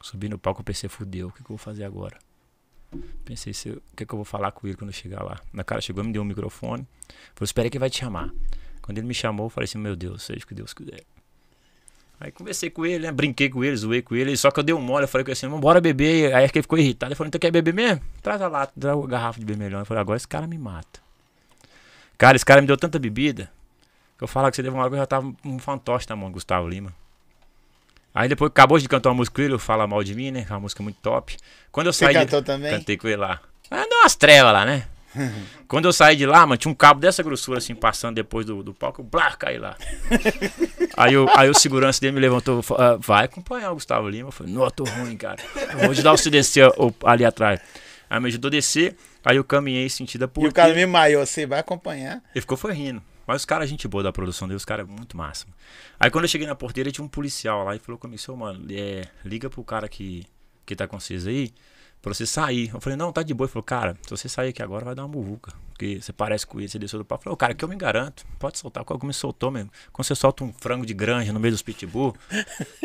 S1: Subi no palco, eu pensei, fudeu, o que, que eu vou fazer agora? Pensei, se eu- o que, que eu vou falar com ele quando eu chegar lá? Na cara chegou, me deu um microfone. Falei, espera que ele vai te chamar. Quando ele me chamou, eu falei assim, meu Deus, seja o que Deus quiser. Aí conversei com ele, né? Brinquei com ele, zoei com ele. Só que eu dei um mole, eu falei com ele assim, vambora beber. Aí ele ficou irritado. Ele falou, então quer beber mesmo? Traz a lata, traz a garrafa de vermelhão. Eu falei, agora esse cara me mata. Cara, esse cara me deu tanta bebida que eu falo que você deu uma hora que eu já tava um fantoche na mão do Gustavo Lima. Aí depois acabou de cantar uma música com ele, Fala Mal de Mim, né? Que é uma música muito top. Quando eu
S2: Você
S1: saí de-
S2: cantou também?
S1: Cantei com ele lá. Ah, deu umas trevas lá,
S2: *laughs*
S1: né? Quando eu saí de lá, mano, tinha um cabo dessa grossura assim, passando depois do, do palco, eu blá, caí lá. aí, o, aí o segurança dele me levantou, fa- ah, vai acompanhar o Gustavo Lima. Eu falei, não, eu tô ruim, cara. Eu vou te dar o descer o- ali atrás. Aí me ajudou a descer, aí eu caminhei sentido a
S2: E o
S1: porquê.
S2: cara me maior, você vai acompanhar.
S1: Ele ficou foi rindo. Mas os caras, gente boa da produção dele, os caras é muito massa. mano. Aí quando eu cheguei na porteira, tinha um policial lá e falou comigo, seu mano, é, liga pro cara que, que tá com vocês aí, pra você sair. Eu falei, não, tá de boa. Ele falou, cara, se você sair aqui agora, vai dar uma burruca. Porque você parece com ele, você desceu do pau. Eu falei, ô, cara, que eu me garanto. Pode soltar. Qual que me soltou mesmo? Quando você solta um frango de granja no meio dos pitbull,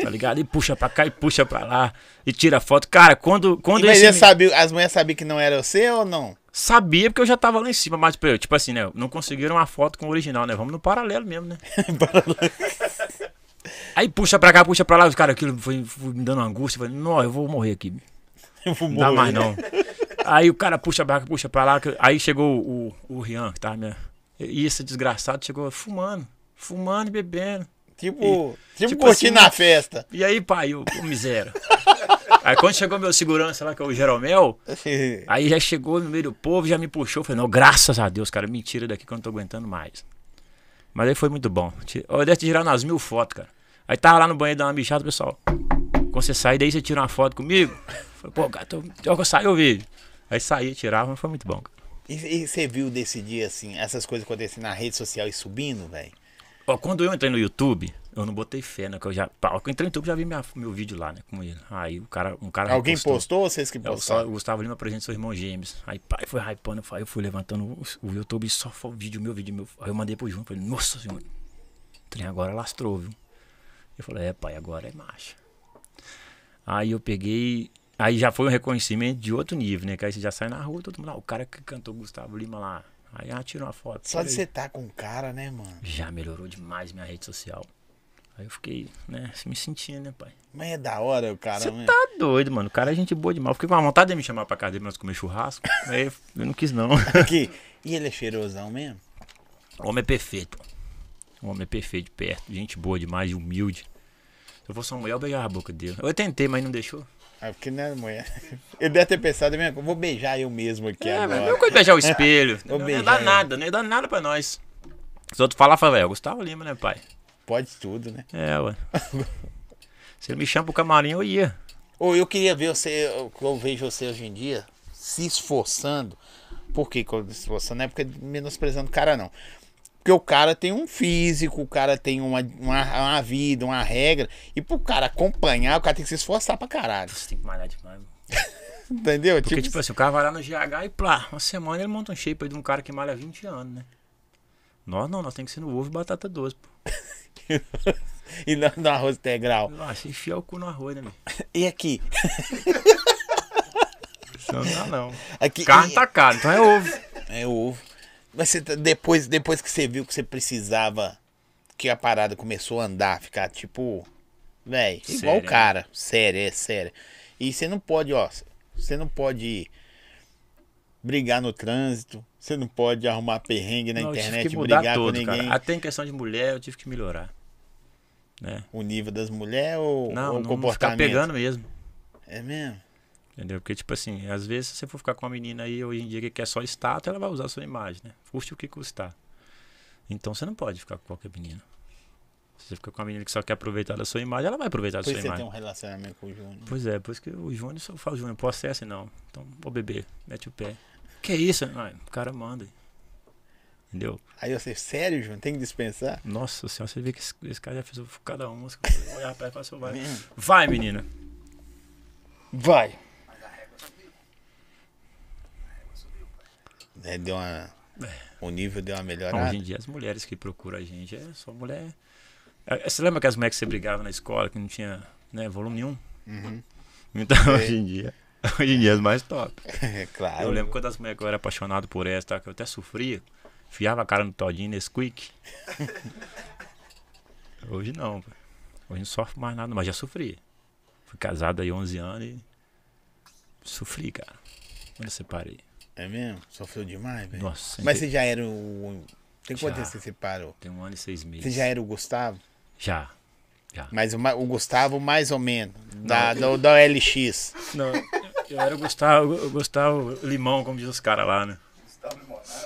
S1: tá ligado? E puxa pra cá e puxa pra lá. E tira foto. Cara, quando, quando
S2: Mas ele
S1: me-
S2: sabia, as mulheres sabiam que não era você ou não? *laughs*
S1: Sabia porque eu já tava lá em cima, mas tipo, eu- tipo assim, né? Não conseguiram uma foto com o original, né? Vamos no paralelo mesmo, né? Aí puxa pra cá, puxa pra lá, os caras, aquilo foi, foi me dando angústia. Falei, não, eu vou morrer aqui.
S2: Eu vou
S1: Não dá
S2: morrer.
S1: mais não. Aí o cara puxa pra cá, puxa pra lá. que- Aí chegou o, o Rian, que tava minha. E esse desgraçado chegou fumando, fumando e bebendo.
S2: Tipo, tipo,
S1: tipo
S2: curtindo
S1: assim,
S2: na festa. *laughs*
S1: E aí, pai, o, o miséria. Aí quando chegou meu segurança lá, que é o Jeromel, Aí já chegou no meio do povo, já me puxou. Falei, não, graças a Deus, cara, me tira daqui que eu não tô aguentando mais. Mas aí foi muito bom. Ti- Eu deve tirar umas mil fotos, cara. Aí tava lá no banheiro dando uma bichada, o pessoal. Quando você sair daí, você tira uma foto comigo. Falei, pô, cara, tô... olha que eu saio o vídeo. Aí saía, tirava, mas foi muito bom. cara.
S2: E, e você viu desse dia, assim, essas coisas acontecendo na rede social e subindo, velho?
S1: Ó, quando eu entrei no YouTube, eu não botei fé, né? Que eu já. Pau, que eu entrei no YouTube já vi minha- meu vídeo lá, né? Com ele. Aí o cara. Um cara
S2: Alguém
S1: repostou.
S2: postou ou vocês que
S1: É, o, Sa-
S2: postaram?
S1: o Gustavo Lima apresenta seu irmão gêmeos. Aí pai foi hypando, eu falei- eu fui levantando o, o YouTube e só foi vídeo meu, vídeo meu. Aí eu mandei pro Júnior, falei, nossa senhora, o trem agora lastrou, viu? Eu falei, é pai, agora é marcha. Aí eu peguei, aí já foi um reconhecimento de outro nível, né? Que aí você já sai na rua, todo mundo, ah, o cara que cantou Gustavo Lima lá. Aí ah, tirou uma foto.
S2: Só de
S1: falei,
S2: você tá com o cara, né, mano?
S1: Já melhorou demais minha rede social. Aí eu fiquei, né, me sentindo, né, pai?
S2: Mas é da hora o cara,
S1: Você
S2: mano.
S1: tá doido, mano. O cara é gente boa demais. Eu Fiquei com uma vontade de me chamar pra casa dele pra nós comer churrasco. Aí eu não quis, não.
S2: Aqui. E ele é cheirosão mesmo?
S1: O homem é perfeito. O homem é perfeito de perto. Gente boa demais, humilde. Se eu fosse uma mulher, eu beijava a boca dele. Eu tentei, mas não deixou.
S2: Ah, porque não é mulher. *laughs* Ele deve ter pensado mesmo, vou beijar eu mesmo aqui
S1: É, mas
S2: agora.
S1: não coisa de beijar o espelho.
S2: Vou
S1: não ia
S2: beijar
S1: dar
S2: ele.
S1: nada, não ia dar nada pra nós. Os outros falavam, falavam, é, o Gustavo Lima, né, pai?
S2: Pode tudo, né?
S1: É, ué. Se ele me chama pro camarim, eu ia.
S2: Ou eu queria ver você, eu, eu vejo você hoje em dia se esforçando. Por que que eu- se esforçando? Não é porque menosprezando o cara, não. Porque o cara tem um físico, o cara tem uma, uma, uma vida, uma regra. E pro cara acompanhar, o cara tem que se esforçar pra caralho.
S1: Você tem que malhar demais, mano.
S2: Entendeu?
S1: Porque,
S2: Tipo,
S1: tipo assim, o cara vai lá no GH e plá, uma semana ele monta um shape aí de um cara que malha 20 anos, né? Nós não, nós tem que ser no ovo e batata doce, pô.
S2: assim, *laughs* e não no arroz integral.
S1: Ah, se enfia o cu no arroz, né, meu?
S2: E aqui?
S1: Isso Não dá, não. *laughs*
S2: aqui
S1: Carne
S2: e-
S1: tá caro, então é ovo.
S2: É ovo. Mas você tá- depois, depois que você viu que você precisava, que a parada começou a andar, ficar tipo. Véi, igual o
S1: Sério, né?
S2: cara. Sério, é sério. E você não pode, ó. Você não pode brigar no trânsito. Você não pode arrumar perrengue *laughs* na
S1: Não, eu tive
S2: internet
S1: que
S2: e
S1: mudar
S2: brigar
S1: todo,
S2: com ninguém.
S1: cara. Até em questão de mulher, eu tive que melhorar. Né?
S2: O nível das mulheres ou,
S1: Não, não,
S2: ou
S1: não ficar
S2: comportamento.
S1: pegando mesmo.
S2: É mesmo?
S1: Entendeu? Porque, tipo assim, às vezes se você for ficar com uma menina aí hoje em dia que quer só status, ela vai usar a sua imagem, né? Custe o que custar. Então você não pode ficar com qualquer menina. Se você ficar com uma menina que só quer aproveitar da sua imagem, ela vai aproveitar da
S2: Por
S1: sua
S2: isso você
S1: imagem.
S2: tem um relacionamento com o Júnior.
S1: Pois é, por isso que o Júnior só fala, Júnior, processa não. Então, vou beber, mete o pé. Que isso? Ah, o cara manda. Entendeu?
S2: Aí você, sério, Júnior? Tem que dispensar?
S1: Nossa senhora, você vê que esse, esse cara já fez cada uma. Você olhar pra ele e falar assim, vai. Vai, menina.
S2: Vai. É, deu uma. O nível deu uma
S1: Não,
S2: melhorada.
S1: hoje em dia as mulheres que procuram a gente é só mulher. É, Você lembra que as mulheres que você brigava na escola, que não tinha né, volume nenhum? Então, hoje em dia. Hoje em dia é mais top.
S2: *laughs* É claro.
S1: Eu lembro quando as mulheres que eu era apaixonado por elas, tá? Que eu até sofria.
S2: *laughs*
S1: Fiava a cara no todinho, nesse quick. Hoje não, pô. Hoje não sofro mais nada, mas já sofri. Fui casado aí 11 anos e sofri, cara. Quando eu separei.
S2: É mesmo? Sofreu demais, velho.
S1: Nossa,
S2: Mas você
S1: tem-
S2: já era o. Tem quanto
S1: Já.
S2: tempo você separou?
S1: tem um ano e seis meses.
S2: Você já é- era o Gustavo?
S1: Já.
S2: Mas o, ma- o Gustavo, mais ou menos. Da, da, da OLX.
S1: Não, eu era o Gustavo, o Gustavo Limão, como diz os caras lá, né?
S3: Gustavo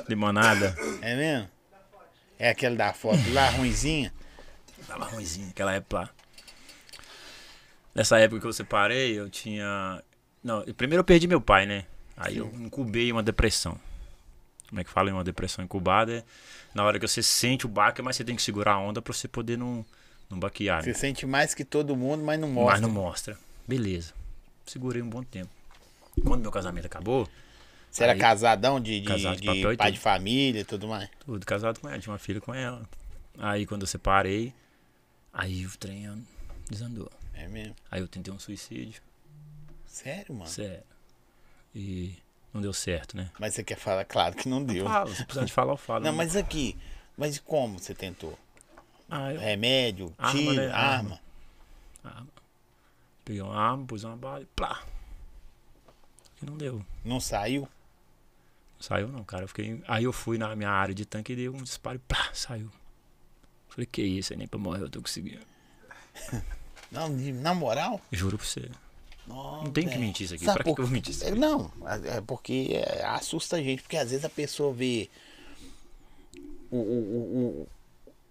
S3: Limonada.
S1: Limonada.
S2: É mesmo? É aquele da foto lá, ruinzinha.
S1: Tava ruimzinho naquela época lá. Nessa época que eu separei, eu tinha. Não, eu- primeiro eu perdi meu pai, né? Aí eu incubei uma depressão. Como é que fala em uma depressão incubada? É na hora que você sente o baque, mas você tem que segurar a onda pra você poder não, não baquear.
S2: Você
S1: Né?
S2: sente mais que todo mundo, mas não
S1: Mas
S2: mostra.
S1: não mostra. Beleza. Segurei um bom tempo. Quando meu casamento acabou,
S2: Você era
S1: Aí-
S2: casadão de, de,
S1: Casado de
S2: de
S1: papel e
S2: pai
S1: tudo.
S2: de família e tudo mais.
S1: tudo casado com ela, tinha uma filha com ela. Aí quando eu separei, aí o trem desandou.
S2: É mesmo?
S1: Aí eu tentei um suicídio.
S2: Sério, mano?
S1: Sério. é. E não deu certo, né?
S2: Mas você quer falar? Claro que não deu.
S1: Fala, se precisar de falar, eu falo.
S2: Não,
S1: né?
S2: mas aqui. Mas como você tentou?
S1: Ah, eu
S2: Remédio,
S1: Arma,
S2: tiro,
S1: né?
S2: arma.
S1: peguei uma arma, pus uma bala e plá. E não deu.
S2: Não saiu?
S1: Não saiu não, cara. Eu fiquei... Aí eu fui na minha área de tanque e dei um disparo e plá, saiu. Falei, que isso, aí nem pra morrer eu tô conseguindo.
S2: Não, de- na moral?
S1: Juro pra você.
S2: Não,
S1: Não tem que
S2: velho.
S1: mentir isso aqui.
S2: É. Sabe
S1: pra que
S2: por-
S1: que eu vou mentir isso
S2: É,
S1: aqui?
S2: Não, é é porque é, assusta a gente, porque às vezes a pessoa vê o, o- o- o-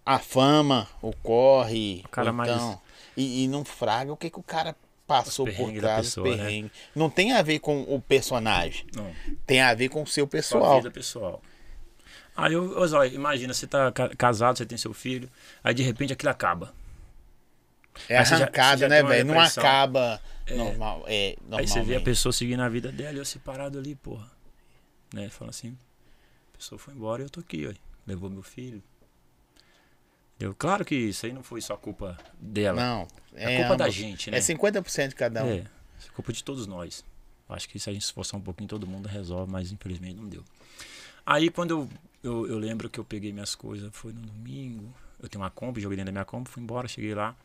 S2: a fama, o corre,
S1: O cara
S2: ou
S1: mais-
S2: então, e, e não fraga o que, que o cara passou
S1: Os
S2: por
S1: perrengues da
S2: trás dos
S1: pessoa, né?
S2: perrengues. Não tem a ver com o personagem,
S1: Não.
S2: tem a ver com o seu
S1: sua
S2: pessoal.
S1: vida pessoal. Aí, eu, ô, Zóia, imagina, você tá ca- casado, você tem seu filho, aí de repente aquilo acaba.
S2: É
S1: Aí você já- você
S2: arrancada,
S1: já
S2: né,
S1: tem uma
S2: velho? Não
S1: depressão.
S2: acaba normal. É,
S1: Aí você vê a
S2: normalmente.
S1: pessoa seguindo a vida dela e eu separado ali, porra. Né? Fala assim, a pessoa foi embora e eu tô aqui, ó. Levou meu filho. Eu, claro que isso aí não foi só culpa dela.
S2: Não,
S1: é culpa da
S2: ambos.
S1: gente, né?
S2: É 50% de cada um.
S1: É, isso é culpa de todos nós. Eu Acho que se a gente se esforçar um pouquinho, todo mundo resolve, mas infelizmente não deu. Aí quando eu, eu, eu lembro que eu peguei minhas coisas, foi no domingo. Eu tenho uma Kombi, joguei dentro da minha Kombi, fui embora, cheguei lá.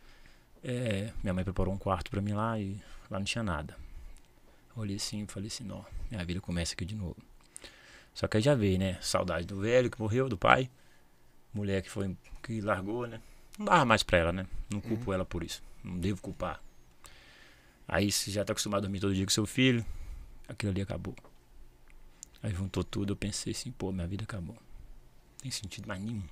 S1: É, minha mãe preparou um quarto pra mim lá e lá não tinha nada. Eu Olhei assim e falei assim, não, minha vida começa aqui de novo. Só que aí já veio, né? Saudade do velho que morreu, do pai. Mulher que foi, que largou, né? Não dava mais pra ela, né? Não
S2: Uhum.
S1: culpo ela por isso. Não devo culpar. Aí você já tá acostumado a dormir todo dia com seu filho. Aquilo ali acabou. Aí juntou tudo, eu pensei assim, pô, minha vida acabou. Não tem sentido mais nenhum.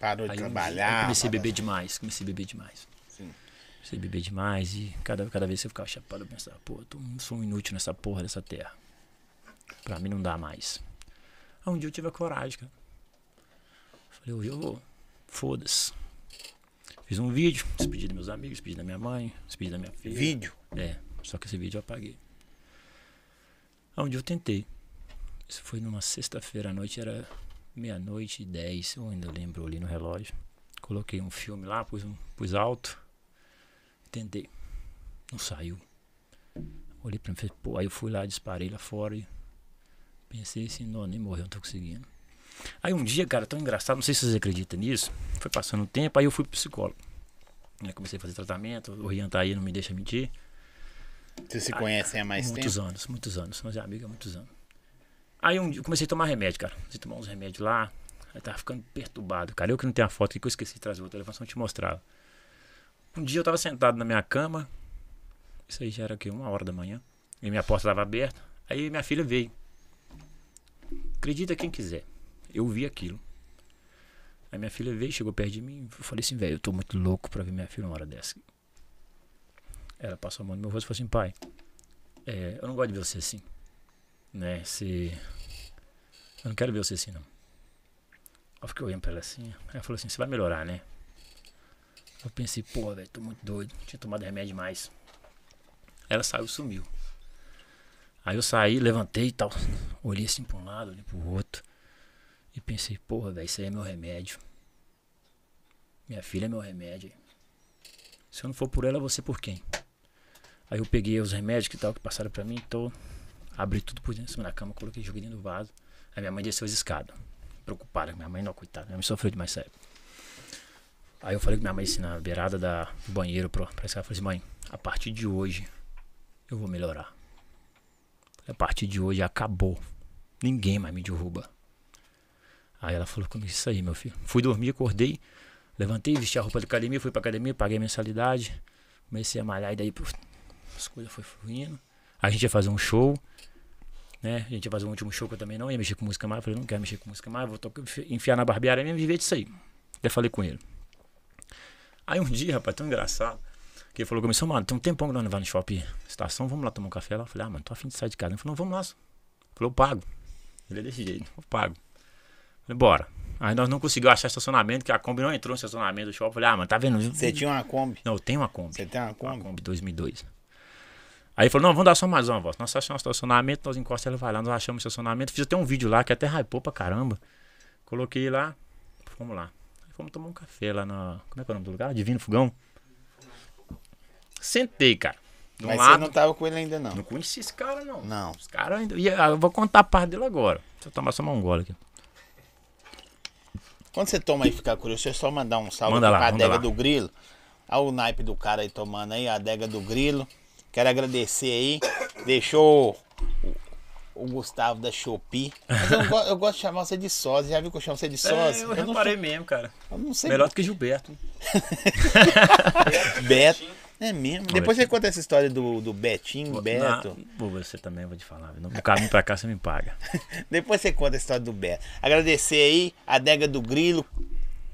S2: Parou de
S1: Aí um dia eu
S2: trabalhar.
S1: comecei a
S2: parou-
S1: beber demais, comecei a beber demais.
S2: Sim.
S1: Comecei a beber demais e cada, cada vez que eu ficava chapado, eu pensava, pô, eu tô, um- sou um inútil nessa porra dessa terra. Pra mim não dá mais. Aí um dia eu tive a coragem, cara. Falei, hoje eu vou. Foda-se. Fiz um vídeo, despedi dos meus amigos, despedi da minha mãe, despedi da minha filha.
S2: Vídeo.
S1: É, só que esse vídeo eu apaguei. Onde eu tentei. Isso foi numa sexta-feira à noite, era meia-noite e dez, eu ainda lembro ali no relógio. Coloquei um filme lá, pus, um, pus alto. Tentei. Não saiu. Olhei pra mim e falei, pô, aí eu fui lá, disparei lá fora e pensei assim, não, nem morreu, não tô conseguindo. Aí um dia, cara, tão engraçado, não sei se vocês acreditam nisso, foi passando o tempo, aí eu fui pro psicólogo. Aí Comecei a fazer tratamento, orientar aí, não me deixa mentir.
S2: Vocês se conhecem há mais tempo?
S1: Muitos anos, muitos anos. Nós é amiga há muitos anos. Aí um dia eu comecei a tomar remédio, cara. Comecei a tomar uns remédios lá. Aí tava ficando perturbado, cara. Eu que não tenho a foto aqui, que eu esqueci de trazer outra telefone, senão eu te mostrava. Um dia eu tava sentado na minha cama. Isso aí já era o quê? Uma hora da manhã. E minha porta tava aberta. Aí minha filha veio. Acredita quem quiser. Eu vi aquilo. Aí minha filha veio, chegou perto de mim. Eu falei assim, velho, eu tô muito louco pra ver minha filha uma hora dessa. Ela passou a mão no meu rosto e falou assim, pai, é, eu não gosto de ver você assim. Né? Você. Eu não quero ver você assim, não. Eu fiquei olhando pra ela assim. Ela falou assim: você vai melhorar, né? Eu pensei: pô, velho, tô muito doido. Tinha tomado remédio demais. Ela saiu e sumiu. Aí eu saí, levantei e tal. Olhei assim pra um lado, olhei pro outro. E pensei: porra, velho, isso aí é meu remédio. Minha filha é meu remédio. Se eu não for por ela, eu vou ser por quem? Aí eu peguei os remédios que tal, que passaram pra mim, tô. Abri tudo por dentro, em cima da cama, coloquei, joguei dentro do vaso. Aí minha mãe desceu as escadas. Preocupada, minha mãe não, coitada. Minha mãe sofreu demais essa época. Aí eu falei com minha mãe assim, na beirada da, do banheiro, pro, pra essa, eu falei assim, mãe, a partir de hoje eu vou melhorar. A partir de hoje acabou. Ninguém mais me derruba. Aí ela falou comigo, isso aí, meu filho. Fui dormir, acordei, levantei, vesti a roupa da academia, fui pra academia, paguei a mensalidade, comecei a malhar e daí puf, as coisas foram fluindo. Aí a gente ia fazer um show, né? A gente ia fazer um último show que eu também não ia mexer com música mais. Eu falei, não quero mexer com música mais, vou to- enfiar na barbearia mesmo, viver disso aí. Até falei com ele. Aí um dia, rapaz, tão engraçado, que ele falou comigo, "Seu mano, tem um tempão que nós não vamos no shopping estação, vamos lá tomar um café lá. Eu falei, ah, mano, tô afim de sair de casa. Ele falou, não, vamos lá. senhor." Eu falei, eu pago. Ele é desse jeito, eu pago. Eu falei, bora. Aí nós não conseguimos achar estacionamento, que a Kombi não entrou no estacionamento do shopping. Eu falei, ah, mano, tá vendo?
S2: Você tinha uma Kombi.
S1: Não, eu tenho uma Kombi.
S2: Você tem uma
S1: Uma
S2: Kombi?
S1: Kombi 2002. Aí ele falou, não, vamos dar só mais uma volta. Nós achamos um estacionamento, nós encostamos, ela vai lá, nós achamos um estacionamento. Fiz até um vídeo lá, que até hypou pra caramba. Coloquei lá, fomos lá. Aí fomos tomar um café lá na... Como é que é o nome do lugar? Divino Fogão? Sentei, cara. Do
S2: Mas você
S1: lado,
S2: não tava com ele ainda, não.
S1: não conhecia esse cara, não.
S2: Não.
S1: Os caras ainda... E ah, eu vou contar a parte dele agora. Deixa eu tomar só mais um gole aqui.
S2: Quando você toma e fica curioso, é só mandar um salve
S1: Manda
S2: aqui
S1: lá,
S2: pra
S1: manda
S2: adega
S1: lá.
S2: do Grilo. Olha o naipe do cara aí tomando aí, a adega do Grilo. Quero agradecer aí. Deixou o, o Gustavo da Shopee. Mas eu, go- eu gosto de chamar você de sósia. Já viu que eu chamo você de sósia?
S1: É, eu
S2: não,
S1: reparei mesmo, cara.
S2: eu assim. não sei.
S1: Melhor do que Gilberto.
S2: Beto. É mesmo. Depois você conta essa história do, do Betinho, Beto.
S1: Na- Pô, você também, eu vou te falar. viu? No caminho pra cá, você me paga.
S2: Depois você conta a história do Beto. Agradecer aí, a adega do Grilo,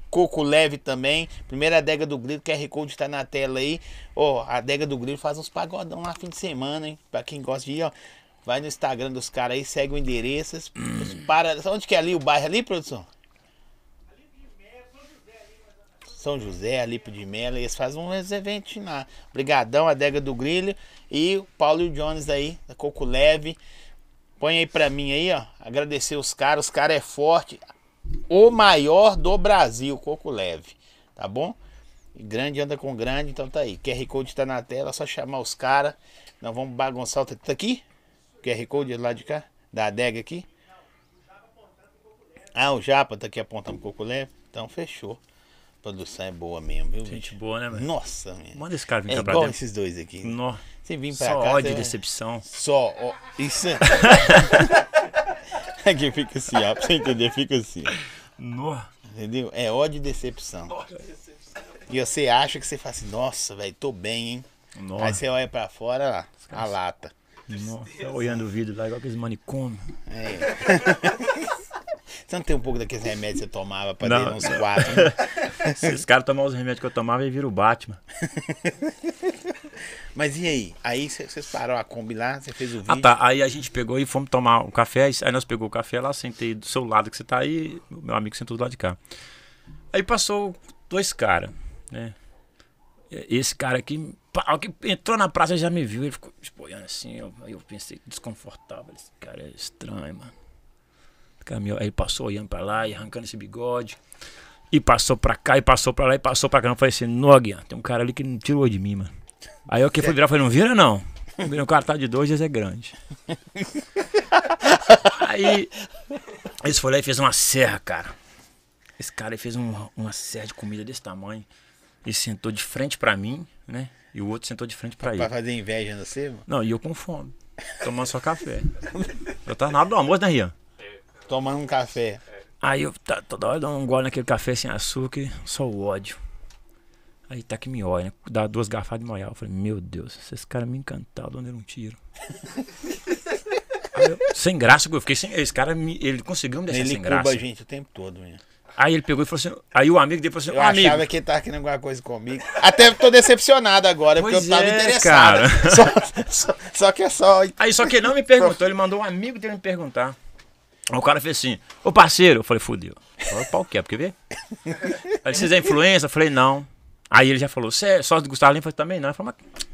S2: Coco Leve também. Primeira adega do Grilo, QR Code tá na tela aí. Ó, a adega do Grilo faz uns pagodão lá fim de semana, hein? Pra quem gosta de ir, ó. Vai no Instagram dos caras aí, segue o endereço. as- os Para... Onde que é ali o bairro ali, produção? São José, Alipo de Mello, eles fazem uns eventos lá. Obrigadão, Adega do Grilo. E o Paulo e o Jones aí, da Coco Leve. Põe aí pra mim aí, ó. Agradecer os caras. Os caras é forte. O maior do Brasil, Coco Leve. Tá bom? E grande anda com grande, então tá aí. QR Code tá na tela, é só chamar os caras. Nós vamos bagunçar o. Tá tá aqui? QR Code lá de cá? Da adega aqui? Ah, o Japa tá aqui apontando pro Coco Leve. Então fechou. A produção é boa mesmo, viu?
S1: Gente
S2: bicho?
S1: boa, né, mano?
S2: Nossa, minha.
S1: Manda esse cara vir
S2: É
S1: cá pra
S2: igual
S1: dentro.
S2: esses dois aqui.
S1: Nó.
S2: Você vir pra
S1: Só
S2: cá.
S1: ódio
S2: você-
S1: e decepção.
S2: só, ó. Isso.
S1: é.
S2: *laughs* Aqui fica assim, ó. Pra você entender, fica assim. ó.
S1: Nó.
S2: Entendeu? É ódio e decepção. E você acha que você fala assim, nossa, velho, tô bem, hein?
S1: Nó.
S2: Aí você olha pra fora, lá, a lata.
S1: Nó. Tá olhando o vidro lá, igual aqueles manicômios.
S2: Você não tem um pouco daqueles remédios que você tomava pra
S1: Não.
S2: ter uns quatro, né?
S1: Se Esses caras tomar os remédios que eu tomava e vira o Batman.
S2: Mas e aí? Aí cê- vocês pararam a Kombi lá, você fez o vídeo.
S1: Ah tá, aí a gente pegou e fomos tomar um café. Aí nós pegou o café lá, sentei do seu lado que você tá aí, o meu amigo sentou do lado de cá. Aí passou dois caras, né? E- Esse cara aqui, pá, que entrou na praça já me viu, ele ficou espoiando assim, eu- aí eu pensei, desconfortável, esse cara é estranho, mano. Caminhou, aí passou olhando pra lá e arrancando esse bigode. E passou pra cá, e passou pra lá, e passou pra cá. Eu falei assim, Noguinha, tem um cara ali que não tirou de mim, mano. Aí eu que fui virar, falei, não vira não. Vira um cara tá de dois, esse é grande. aí, esse foi lá e fez uma serra, cara. Esse cara aí fez um- uma serra de comida desse tamanho. E sentou de frente pra mim, né? E o outro sentou de frente pra ele.
S2: Pra fazer inveja no você, mano?
S1: Não, e eu com fome. Tomando só café. Eu tava na hora do almoço, né, Rian?
S2: Tomando um café.
S1: Aí eu tá, toda hora dando um gole naquele café sem açúcar, e só o ódio. Aí tá que me olha, né? Dá duas garfadas de moial. Eu falei, meu Deus, se esse cara me encantar, eu dou nele um
S2: *laughs*
S1: tiro. Aí eu, sem graça, eu fiquei sem. Esse cara, me- ele conseguiu me deixar
S2: Ele
S1: é sem
S2: cuba
S1: graça.
S2: a gente o tempo todo, menino.
S1: Aí ele pegou e falou assim. Aí o amigo dele falou assim: "Ô,
S2: Eu
S1: amigo,
S2: achava que ele tava querendo alguma coisa comigo. Até tô decepcionado agora,
S1: Pois
S2: porque eu tava
S1: é,
S2: interessado.
S1: cara.
S2: *laughs* Só, só- só que é só.
S1: Aí só que ele não
S2: *laughs*
S1: me perguntou, ele mandou um amigo dele me perguntar. Aí o cara fez assim, ô parceiro, eu falei, fudeu. Agora o pau quer, porque vê? Aí ele, vocês é influencer? Eu falei, não. Aí ele já falou, você é sócio do Gustavo Lima? Eu falei, também não. Ele falou, mas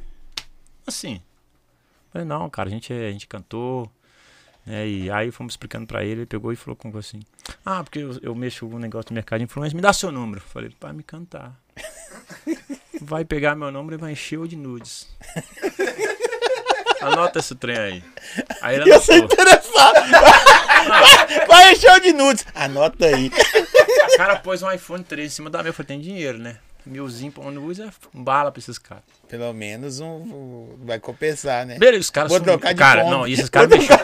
S1: assim? Eu falei, não, cara, a gente, é- a gente cantou. Né? E aí fomos explicando pra ele, ele pegou e falou comigo assim, ah, porque eu, eu mexo com um negócio do mercado de influência, me dá seu número. Eu falei, pra me cantar. Vai pegar meu número e vai encher o de nudes. Anota esse trem aí. Aí ele
S2: Eu sou
S1: anotou.
S2: interessado. *laughs* é Vai- Vai encher o de nudes. Anota aí.
S1: O cara pôs um iPhone 13 em cima da minha. Eu falei, tem dinheiro, né? milzinho pra luz é bala pra esses caras.
S2: Pelo menos um, um- vai compensar, né?
S1: Primeiro, os caras
S2: Vou
S1: são-
S2: trocar de
S1: Cara,
S2: ponto.
S1: não, e esses caras
S2: *laughs*
S1: mexeu,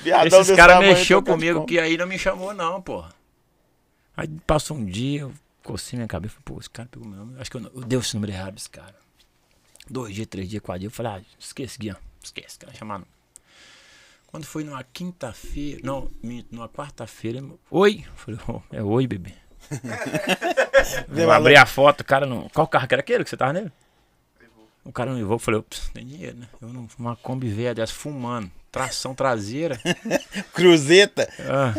S2: Viadão
S1: esses
S2: desse
S1: cara
S2: tamanho,
S1: mexeu
S2: trocando
S1: comigo
S2: ponto.
S1: que aí não me chamou, não, porra. Aí passou um dia, eu cocei minha cabeça, falei, pô, esse cara pegou meu nome. Acho que eu, não- eu dei esse número errado pra esse cara. Dois dias, três dias, quatro dias, eu falei, ah, esquece, Guian, esquece, cara, chamar não. Quando foi numa quinta-feira, não, minto, numa quarta-feira, eu- oi, eu falei, "Ô, é oi, bebê. eu
S2: valor.
S1: abri a foto, o cara não, qual carro que era aquele que você tava nele? O cara não levou, eu falei, "Pss, tem dinheiro, né? Eu não, uma Kombi velha dessa, fumando, tração traseira.
S2: Cruzeta.
S1: Ah.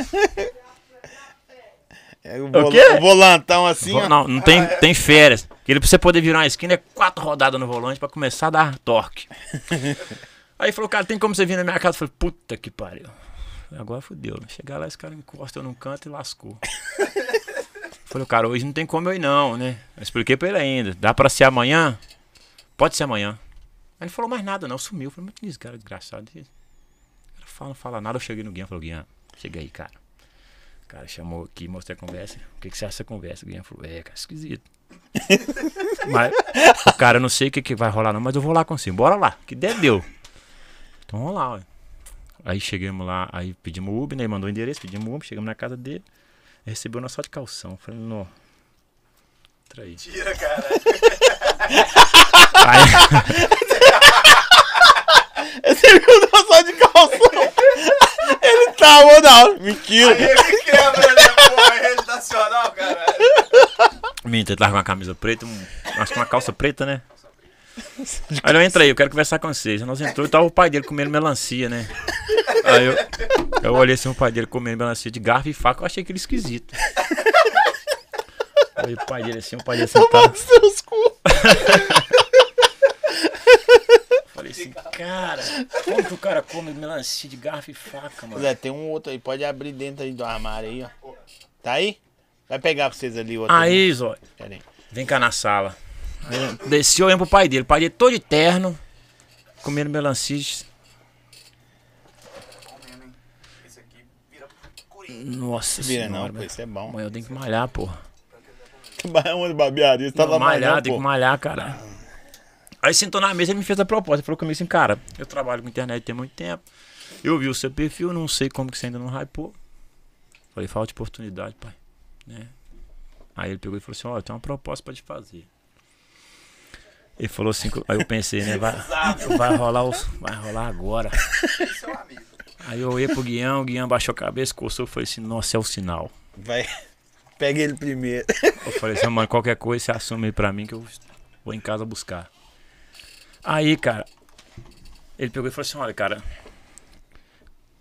S2: É, o,
S1: quê?
S2: vol- o volantão assim,
S1: Vo-
S2: *laughs* ó.
S1: Não, não tem, tem férias. Aquele pra você poder virar uma esquina é quatro rodadas no volante pra começar a dar
S2: *laughs*
S1: torque. Aí falou, cara, tem como você vir na minha casa? Eu falei, puta que pariu. Agora fudeu. né? Chegar lá, esse cara encosta eu num canto e
S2: *laughs*
S1: lascou. falei, cara, hoje não tem como eu ir não, né? Eu expliquei pra ele ainda. Dá pra ser amanhã? Pode ser amanhã. Aí não falou mais nada, não. Sumiu. Eu falei, mas esse cara é desgraçado. Esse cara fala, não fala nada. Eu cheguei no Guian, falou, Guian, chega aí, cara. O cara chamou aqui, mostrei a conversa. O que, que você acha dessa conversa? O Guilherme falou, é, cara, esquisito. mas, o cara, eu não sei o que, que vai rolar não, mas eu vou lá com você. Bora lá, que der, deu. Então vamos lá, ué. Aí chegamos lá, aí pedimos Uber, né? Ele mandou o endereço, pedimos Uber, chegamos na casa dele. Ele Recebeu nós só de calção. Eu Falei, não. Traí.
S3: Tira, cara.
S1: Aí,
S2: Você viu o é só de calção? *laughs* Ele tá, ou não. Mentira.
S3: Ele quebra, né? Pô, é nacional, caralho.
S1: Minta, ele tava com uma camisa preta, um, acho que uma calça preta, né? Aí eu entra aí, eu quero conversar com vocês. Aí Nós entrou e tava o pai dele comendo melancia, né? Aí eu, eu olhei assim o pai dele comendo melancia de garfo e faca, eu achei aquele esquisito. Aí o pai dele assim, o pai dele sentado.
S2: Seus cu.
S1: Falei assim, cara, como que o cara come melancia de garfo e faca, mano?
S2: Zé, tem um outro aí. Pode abrir dentro aí do armário aí, ó. Tá aí? Vai pegar pra vocês ali o outro. ali.
S1: Aí, Zóio,
S2: Pera aí.
S1: Vem cá na sala. Aí eu- Desci, eu lembro pro pai dele. O pai dele todo de terno, comendo melancia.
S3: Comendo, hein? Esse aqui vira curinho.
S1: Nossa
S2: Vira
S1: senhora.
S2: não, pô. Isso é bom. *laughs*
S1: Amanhã eu tenho que malhar, porra.
S2: Vai onde barbearia? Você tá
S1: Não,
S2: lá
S1: malhar,
S2: malhando,
S1: tem que
S2: pô.
S1: malhar, cara. Aí sentou na mesa, ele me fez a proposta. Ele falou comigo assim, cara, eu trabalho com internet tem muito tempo. Eu vi o seu perfil, não sei como que você ainda não hypou. Falei, falta oportunidade, pai. Né? Aí ele pegou e falou assim, ó, eu tenho uma proposta pra te fazer. Ele falou assim, que- aí eu pensei, né, vai, vai rolar, os, vai rolar agora.
S3: Seu amigo.
S1: Aí eu olhei pro Guião, o Guião baixou a cabeça, coçou, eu falei assim, nossa, é o sinal.
S2: Vai. *laughs* Pega ele primeiro.
S1: Eu falei assim, mano, qualquer coisa você assume aí pra mim que eu vou em casa buscar. Aí, cara, ele pegou e falou assim, olha, cara,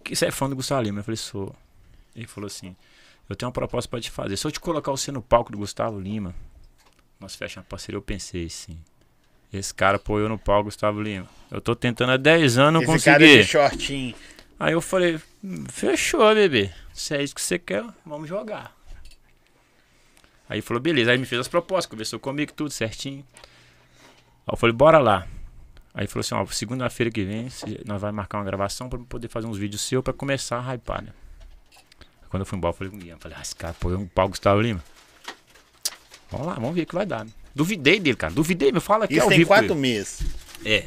S1: que você é fã do Gustavo Lima? Eu falei, sou. Ele falou assim, eu tenho uma proposta pra te fazer. Se eu te colocar você no palco do Gustavo Lima, nós fechamos a parceria, eu pensei, sim. Esse cara pô eu no palco, Gustavo Lima. Eu tô tentando há 10 anos, não
S2: Esse
S1: consegui.
S2: cara é de shortinho.
S1: Aí eu falei, "Hum, fechou, bebê. Se é isso que você quer, vamos jogar. Aí ele falou, beleza. Aí ele me fez as propostas, conversou comigo, tudo certinho. Aí eu falei, bora lá. Aí ele falou assim, ó, segunda-feira que vem se- nós vai marcar uma gravação pra eu poder fazer uns vídeos seus pra começar a hypar, né? Aí Quando eu fui embora, eu falei com o Guilherme, falei, ah, esse cara pô, é um pau Gustavo Lima. Vamos lá, vamos ver o que vai dar. né? Duvidei dele, cara. Duvidei, me fala aqui
S2: Isso
S1: ao
S2: tem
S1: vivo com
S2: quatro
S1: ele.
S2: meses.
S1: É.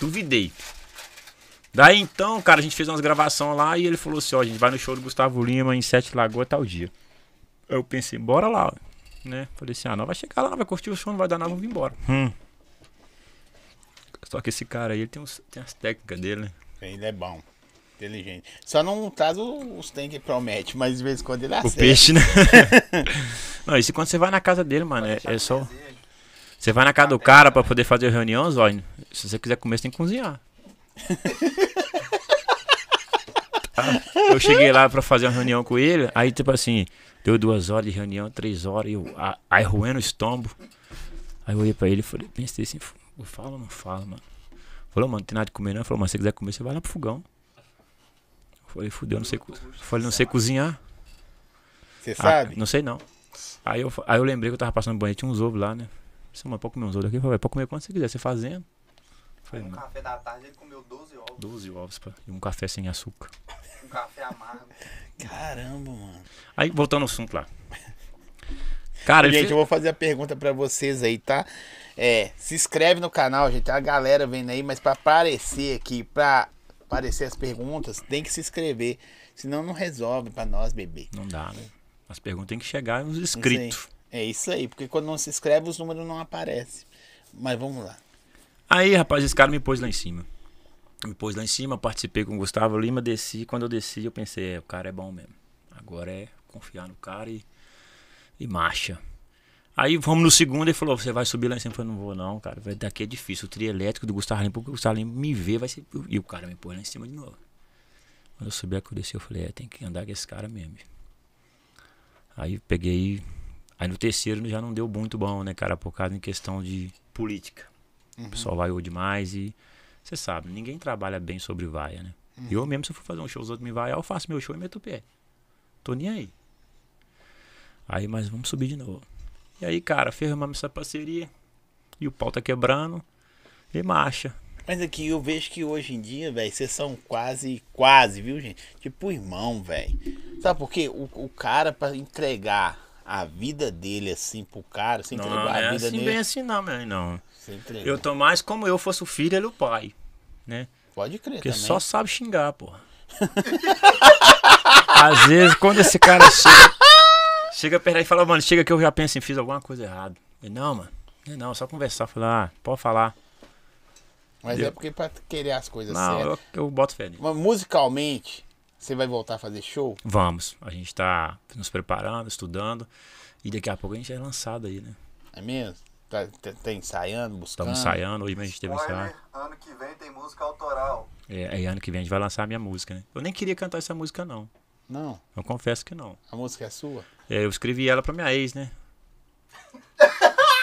S1: Duvidei. Daí então, cara, a gente fez umas gravações lá e ele falou assim: ó, a gente vai no show do Gustavo Lima em Sete Lagoas tal dia. Eu pensei, bora lá, né? Falei assim: ah, não vai chegar lá, não vai curtir o show, não vai dar nada, vamos embora. Hum. Só que esse cara aí, ele tem, uns, tem as técnicas dele, né?
S2: Ele é bom. Inteligente. Só não traz o- os tem que promete, mas de vez em quando ele
S1: O
S2: acerta.
S1: peixe, né? não, isso quando você vai na casa dele, mano, é, é só.
S3: Desejo.
S1: Você vai na casa do cara pra poder fazer a reunião, Zóio. Se você quiser comer, você tem que *laughs* cozinhar. Tá? Eu cheguei lá pra fazer uma reunião com ele, aí tipo assim, deu duas horas de reunião, três horas, e eu a- aí roendo o estômago. Aí eu olhei pra ele e falei, pensei assim, fu- eu falo ou não falo, mano? Falou, mano, não tem nada de comer não. Ele Falou, mano, se você quiser comer, você vai lá pro fogão. Eu falei, fudeu, eu não sei, co- eu falei, não sei cozinhar.
S2: Você
S1: Ah,
S2: sabe?
S1: não sei não. Aí eu, fa- aí eu lembrei que eu tava passando no banheiro, tinha uns ovos lá, né? Você, mano, pode comer uns ovos aqui? Eu Falei, pode comer quanto você quiser, você fazendo. Eu Falei,
S3: Um
S1: mano,
S3: café da tarde ele comeu 12 ovos.
S1: 12 ovos pá, e um café sem açúcar.
S3: Um café amargo.
S2: Caramba, mano.
S1: Aí, voltando ao assunto lá. Cara,
S2: gente,
S1: ele
S2: eu
S1: fez...
S2: vou fazer a pergunta pra vocês aí, tá? É, se inscreve no canal, gente. A galera vendo aí, mas pra aparecer aqui, pra aparecer as perguntas, tem que se inscrever. Senão não resolve pra nós, bebê. É
S1: não dá, né? As perguntas têm que chegar nos
S2: Não sei.
S1: inscritos.
S2: É isso aí, porque quando não se inscreve, os números não aparecem. Mas vamos lá.
S1: Aí, rapaz, esse cara me pôs lá em cima. Me pôs lá em cima, participei com o Gustavo Lima, desci. Quando eu desci, eu pensei, é, o cara é bom mesmo. Agora é confiar no cara e, e marcha. Aí vamos no segundo, ele falou, você vai subir lá em cima? Eu falei, não vou não, cara, vai- daqui é difícil. O trio elétrico do Gustavo Lima, porque o Gustavo Lima me vê, vai ser... E o cara me pôs lá em cima de novo. Quando eu subi, a que eu desci, eu falei, é, tem que andar com esse cara mesmo. Aí peguei... Aí no terceiro já não deu muito bom, né, cara, por causa em questão de política. O pessoal vaiou demais e você sabe, ninguém trabalha bem sobre vaia, né?
S2: Uhum.
S1: Eu mesmo, se eu for fazer um show, os outros me vaiar, eu faço meu show e meto o pé. Tô nem aí. Aí, mas vamos subir de novo. E aí, cara, firmamos essa parceria e o pau tá quebrando e marcha.
S2: Mas aqui eu vejo que hoje em dia, velho, vocês são quase, quase, viu, gente? Tipo irmão, velho. Sabe por quê? O, o cara, pra entregar a vida dele assim pro cara, você entregou a vida dele.
S1: assim não, meu não.
S2: Você entregou.
S1: Eu tô mais como eu fosse o filho, ele o pai, né?
S2: Pode crer,
S1: Porque
S2: também.
S1: só sabe xingar, porra. *laughs* Às vezes, quando esse cara chega, chega perto aí e fala, mano, chega que eu já penso em fiz alguma coisa errada. Eu, não, mano, não, é não, só conversar. Falar, ah, pode falar.
S2: Mas
S1: Deu.
S2: é porque pra querer as coisas
S1: não,
S2: certas.
S1: eu, eu boto fé nisso.
S2: Mas musicalmente, você vai voltar a fazer show?
S1: Vamos, a gente tá nos preparando, estudando. E daqui a pouco a gente é lançado aí, né?
S2: É mesmo? Tá, tá, tá ensaiando, buscando?
S1: Estamos ensaiando, hoje mesmo a gente teve um ensaio.
S3: Spoiler, ano que vem tem música autoral.
S1: É, aí ano que vem a gente vai lançar a minha música, né? Eu nem queria cantar essa música, não.
S2: Não,
S1: Eu confesso que não.
S2: a música é sua?
S1: É, eu escrevi ela pra minha ex, né?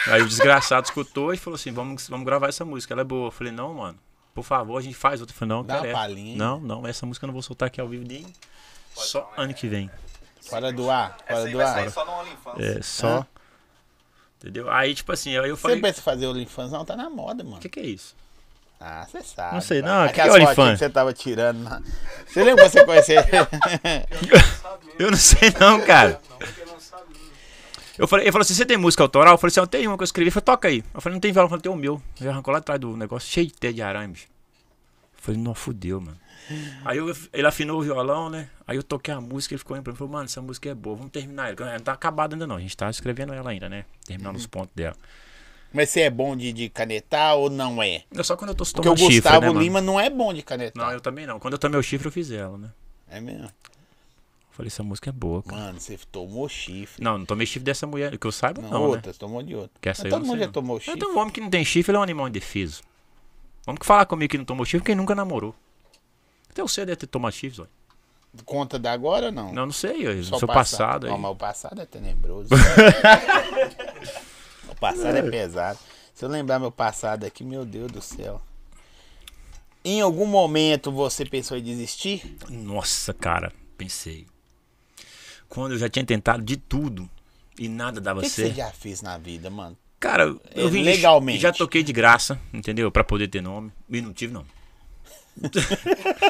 S1: Aí o desgraçado escutou e falou assim: vamos, vamos gravar essa música, ela é boa. Eu falei: não, mano, por favor, a gente faz outra. Eu falei: não,
S2: Dá
S1: cara,
S2: uma
S1: é.
S2: palhinha.
S1: Não, não, essa música eu não vou soltar aqui ao vivo nem só ano que vem.
S2: Fora do ar,
S3: Essa
S2: fora
S3: aí
S2: do
S3: É vai
S2: ar.
S3: sair só no OnlyFans.
S1: É só.
S2: Hã?
S1: Entendeu? Aí, tipo assim, aí eu
S2: Você
S1: falei: o
S2: pensa em fazer OnlyFans? Não, tá na moda, mano.
S1: que, que é isso? *laughs*
S2: Ah, você sabe.
S1: Não sei,
S2: pai.
S1: não, que
S2: Aquelas
S1: que é
S2: fotinhas
S1: OnlyFans?
S2: que você tava tirando. na- Você lembra que você conhecia? *laughs*
S1: Eu não sei, não, cara.
S3: Não, porque não sabe.
S1: Eu falei, ele falou assim: você tem música autoral? Eu falei assim: eu tenho uma que eu escrevi. Ele falou: toca aí. Eu falei: não tem violão, eu falei: tem o meu. Ele arrancou lá atrás do negócio, cheio de teia de arame. bicho. Eu falei: não, fudeu, mano. Aí eu- ele afinou o violão, né? Aí eu toquei a música, ele ficou olhando pra mim e falou: mano, essa música é boa, vamos terminar ela. Não tá acabada ainda não, a gente tá escrevendo ela ainda, né? Terminando os pontos dela.
S2: Mas você é bom de, de canetar ou não é?
S1: É só quando eu tô
S2: Porque o
S1: tomando chifre,
S2: Gustavo
S1: né, mano?
S2: Lima não é bom de canetar.
S1: Não, eu também não. Quando eu tomei o chifre, eu fiz ela, né?
S2: É mesmo?
S1: Eu falei: essa música é boa, cara.
S2: Mano, você tomou chifre.
S1: Não, não tomei chifre dessa mulher, que eu saiba,
S2: Não,
S1: não, né?
S2: outra, você tomou de outra.
S1: Quer
S2: Mas
S1: sair? eu
S2: todo
S1: não
S2: mundo
S1: sei,
S2: já
S1: não.
S2: tomou chifre.
S1: Então, o homem que não tem chifre, ele é um animal indefeso. Vamos que falar comigo que não tomou chifre, quem nunca namorou. Até você deve ter tomado chifre, ué.
S2: Conta da agora ou não?
S1: Não, não sei, ué.
S2: Só
S1: seu passado,
S2: Não,
S1: aí.
S2: mas o passado
S1: *laughs*
S2: é tenebroso. o passado é pesado. Se eu lembrar meu passado aqui, meu Deus do céu. Em algum momento você pensou em desistir?
S1: Nossa, cara, pensei. Quando eu já tinha tentado de tudo e nada dava
S2: O que, que
S1: certo.
S2: você já fez na vida, mano?
S1: Cara, eu
S2: É,
S1: vim de-
S2: legalmente.
S1: já toquei de graça, entendeu? Pra poder ter nome. E não *laughs* tive nome.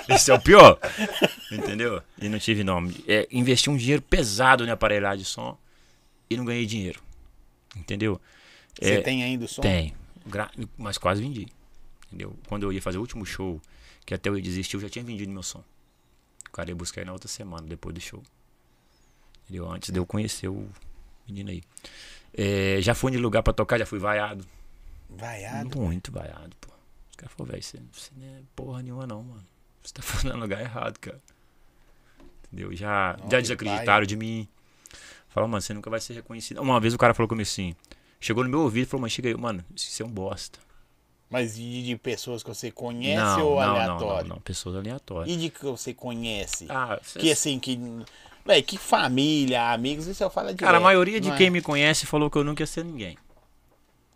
S1: Esse é o pior. Entendeu? E não tive nome. É, investi um dinheiro pesado em aparelhagem de som e não ganhei dinheiro. Entendeu?
S2: Você
S1: É,
S2: tem ainda o som?
S1: Tem. Gra- Mas quase vendi. Entendeu? Quando eu ia fazer o último show, que até eu ia desistir, eu já tinha vendido meu som. O cara ia buscar aí na outra semana, depois do show. Entendeu? Antes de eu conhecer o menino aí. É, já fui de lugar pra tocar, já fui vaiado.
S2: Vaiado.
S1: Muito vaiado, pô. Os caras falaram, velho, você, você não é porra nenhuma não, mano. Você tá *laughs* falando no lugar errado, cara. Entendeu? Já,
S2: Não, que
S1: já desacreditaram de mim. Falaram, mano, você nunca vai ser reconhecido. Uma vez o cara falou comigo assim, chegou no meu ouvido e falou, mano, chega aí, mano, você é um bosta.
S2: Mas de, de pessoas que você conhece
S1: Não,
S2: ou
S1: não, não,
S2: é aleatório?
S1: Não, não, pessoas aleatórias.
S2: E de que você conhece?
S1: Ah, cê-
S2: Que assim, que. Véi, que família, amigos, isso eu falo direto.
S1: cara, a maioria de
S2: não é?
S1: quem me conhece falou que eu nunca ia ser ninguém.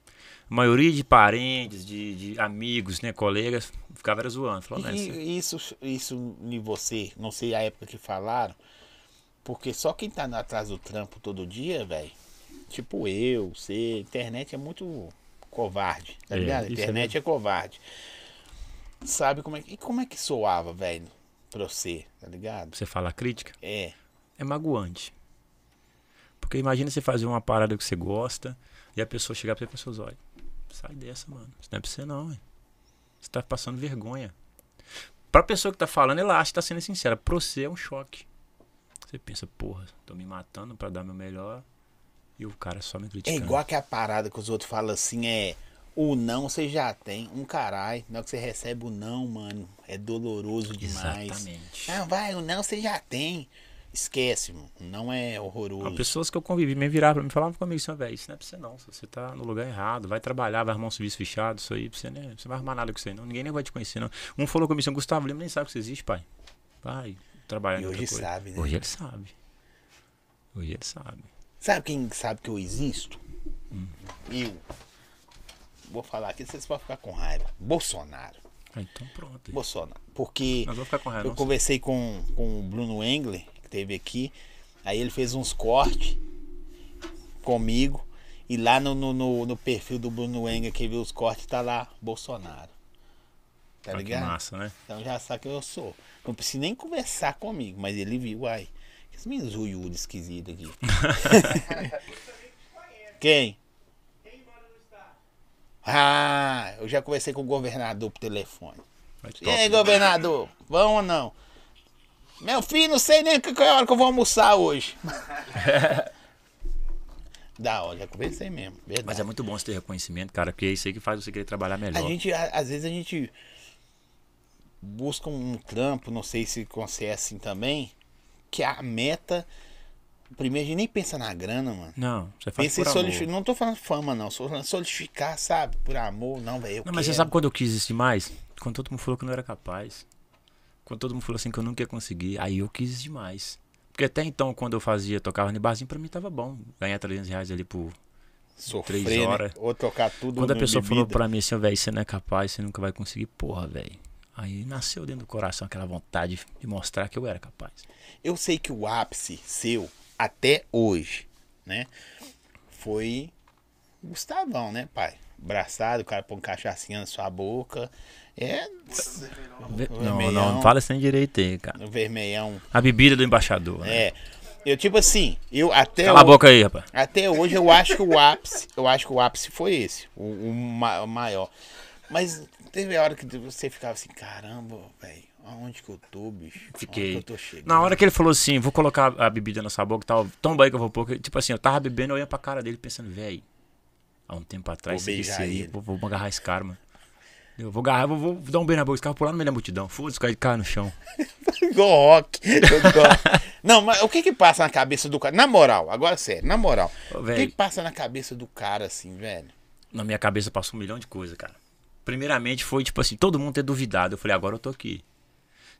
S1: A maioria de parentes, de, de amigos, né, colegas, ficava era zoando. Falou,
S2: E
S1: né,
S2: isso, isso em você, não sei a época que falaram, porque só quem tá atrás do trampo todo dia, velho, tipo eu, você, a internet é muito covarde, tá
S1: É,
S2: ligado? A
S1: isso é
S2: internet é, covarde. Sabe como é que. E como é que soava, velho, pra você, tá ligado?
S1: você fala crítica,
S2: É.
S1: é magoante. Porque imagina você fazer uma parada que você gosta e a pessoa chegar pra você e falar, seus olhos, sai dessa, mano. Isso não é pra você não, hein? Você tá passando vergonha. Pra pessoa que tá falando, ela acha que tá sendo sincera. Pra você é um choque. Você pensa, porra, tô me matando pra dar meu melhor e o cara só me
S2: É
S1: criticando.
S2: igual que a parada que os outros falam assim, é. O não você já tem, um caralho. Na hora que você recebe o não, mano, é doloroso demais.
S1: Exatamente.
S2: Ah, vai, o não você já tem. Esquece, mano. o Não é horroroso.
S1: As pessoas que eu convivi me viraram pra mim e falavam comigo assim, "Ó, velho, isso não é pra você não, você tá no lugar errado, vai trabalhar, vai arrumar um serviço fechado, isso aí, pra você, né, você não vai arrumar nada com isso aí não, ninguém nem vai te conhecer não. Um falou comigo assim, Gustavo Lima nem sabe que você existe, pai. Vai trabalhar
S2: E
S1: em outra
S2: hoje
S1: coisa."
S2: sabe, né?
S1: Hoje ele sabe. Hoje ele sabe.
S2: Sabe quem sabe que eu existo?
S1: Hum.
S2: Eu. Vou falar aqui, vocês podem ficar com raiva. Bolsonaro.
S1: Ah, então pronto.
S2: Bolsonaro. Porque
S1: Nós vamos ficar com raiva.
S2: eu
S1: não.
S2: conversei com, com o Bruno Engler, que teve aqui. Aí ele fez uns cortes comigo. E lá no, no, no, no perfil do Bruno Engler, que viu os cortes, tá lá Bolsonaro.
S1: Ah,
S2: Tá
S1: que
S2: ligado?
S1: massa, né?
S2: Então já sabe quem eu sou. Não precisa nem conversar comigo, mas ele viu, ai. Esse menino zoiudo esquisito aqui. Quem? Ah, eu já conversei com o governador por telefone.
S1: Vai
S2: E aí,
S1: top. né?
S2: governador, vão ou não? Meu filho, não sei nem que que hora que eu vou almoçar hoje. da hora, já conversei mesmo. Verdade.
S1: Mas é muito bom você ter reconhecimento, cara, porque é isso aí que faz você querer trabalhar melhor.
S2: A gente, a- às vezes a gente busca um trampo, não sei se com você é assim também, que a meta. Primeiro a gente nem pensa na grana, mano.
S1: Não, você faz
S2: Pensa em
S1: por amor.
S2: solidificar. Não tô falando fama, não. Só falando solidificar, sabe? Por amor, não, velho. eu
S1: Não, mas você
S2: quero.
S1: sabe quando eu quis existir mais? Quando todo mundo falou que eu não era capaz. Quando todo mundo falou assim que eu nunca ia conseguir. Aí eu quis existir mais. Porque até então, quando eu fazia, tocava no barzinho, pra mim tava bom. Ganhar 300 reais ali por.
S2: Sofrer,
S1: três
S2: né?
S1: horas.
S2: Ou tocar tudo
S1: Quando a
S2: no
S1: pessoa falou
S2: bebida.
S1: pra mim assim, ó, velho, você não é capaz, você nunca vai conseguir. Porra, velho. Aí nasceu dentro do coração aquela vontade de mostrar que eu era capaz.
S2: Eu sei que o ápice seu, até hoje, né? Foi Gustavão, né, pai? Abraçado, o cara põe um cachaçinha na sua boca. É.
S1: Tá, Ve- Não,
S2: Vermelhão.
S1: não, não fala sem direito aí, cara.
S2: No vermelhão.
S1: A bebida do embaixador. né?
S2: É. Eu, tipo assim, eu até.
S1: Cala a
S2: ho-
S1: boca aí, rapaz.
S2: Até hoje eu acho que o ápice. Eu acho que o ápice foi esse. O, o ma- o maior. Mas teve a hora que você ficava assim, caramba, velho, aonde que eu tô, bicho? Aonde que
S1: Fiquei.
S2: eu tô chegando?
S1: Na hora que ele falou assim, vou colocar a bebida na sua boca e tal, tão bem que eu vou pôr. que- Tipo assim, eu tava bebendo, eu olhando pra cara dele pensando, velho, há um tempo atrás,
S2: Vou
S1: vou, esse
S2: beijar
S1: aí,
S2: ele.
S1: vou, vou agarrar esse cara, mano. Eu vou agarrar, vou, vou dar um beijo na boca, esse cara pular no meio da multidão. Foda-se, o cara de cara no chão.
S2: *laughs* Igual rock. Eu tô- Não, mas o que que passa na cabeça do cara? Na moral, agora é sério, na moral.
S1: Ô,
S2: o que
S1: velho.
S2: que passa na cabeça do cara assim, velho?
S1: Na minha cabeça passou um milhão de coisas, cara. Primeiramente foi, tipo assim, todo mundo ter duvidado. Eu falei, agora eu tô aqui.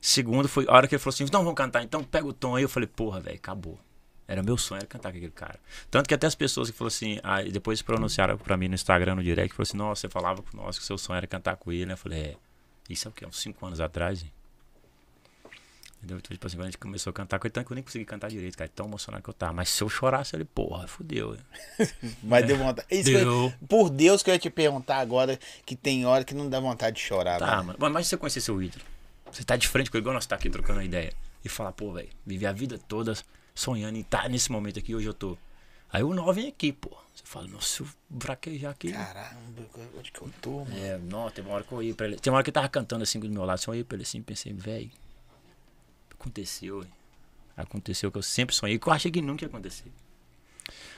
S1: Segundo foi a hora que ele falou assim, então vamos cantar, então pega o tom aí. Eu falei, porra, velho, acabou. Era meu sonho, era cantar com aquele cara. Tanto que até as pessoas que falaram assim, ah, e depois pronunciaram pra mim no Instagram, no direct, falaram assim, nossa, você falava com nós que seu sonho era cantar com ele, né? Eu falei, é, isso é o quê? Uns cinco anos atrás, hein? Entendeu? Então, tipo assim, quando a gente começou a cantar com ele, tanto que eu nem consegui cantar direito, cara, tão emocionado que eu tava. Mas se eu chorasse, ele, porra, fudeu. hein?
S2: Mas deu vontade. Isso que eu-
S1: Deu.
S2: Por Deus que eu ia te perguntar agora que tem hora que não dá vontade de chorar,
S1: Tá,
S2: velho.
S1: mano. Mas, mas se você conhecer seu ídolo, você tá de frente com ele, igual nós tá aqui trocando uma ideia, e falar, pô, velho, vivi a vida toda sonhando em estar nesse momento aqui, hoje eu tô. Aí o nó vem aqui, pô. Você fala, nossa, eu fraquejar aqui.
S2: Caramba, onde que eu tô, mano?
S1: É, não, tem uma hora que eu olhei pra ele. Tem uma hora que ele tava cantando assim do meu lado, assim, eu olhei pra ele assim e pensei, velho, aconteceu, hein? Aconteceu o que eu sempre sonhei, que eu achei que nunca ia acontecer.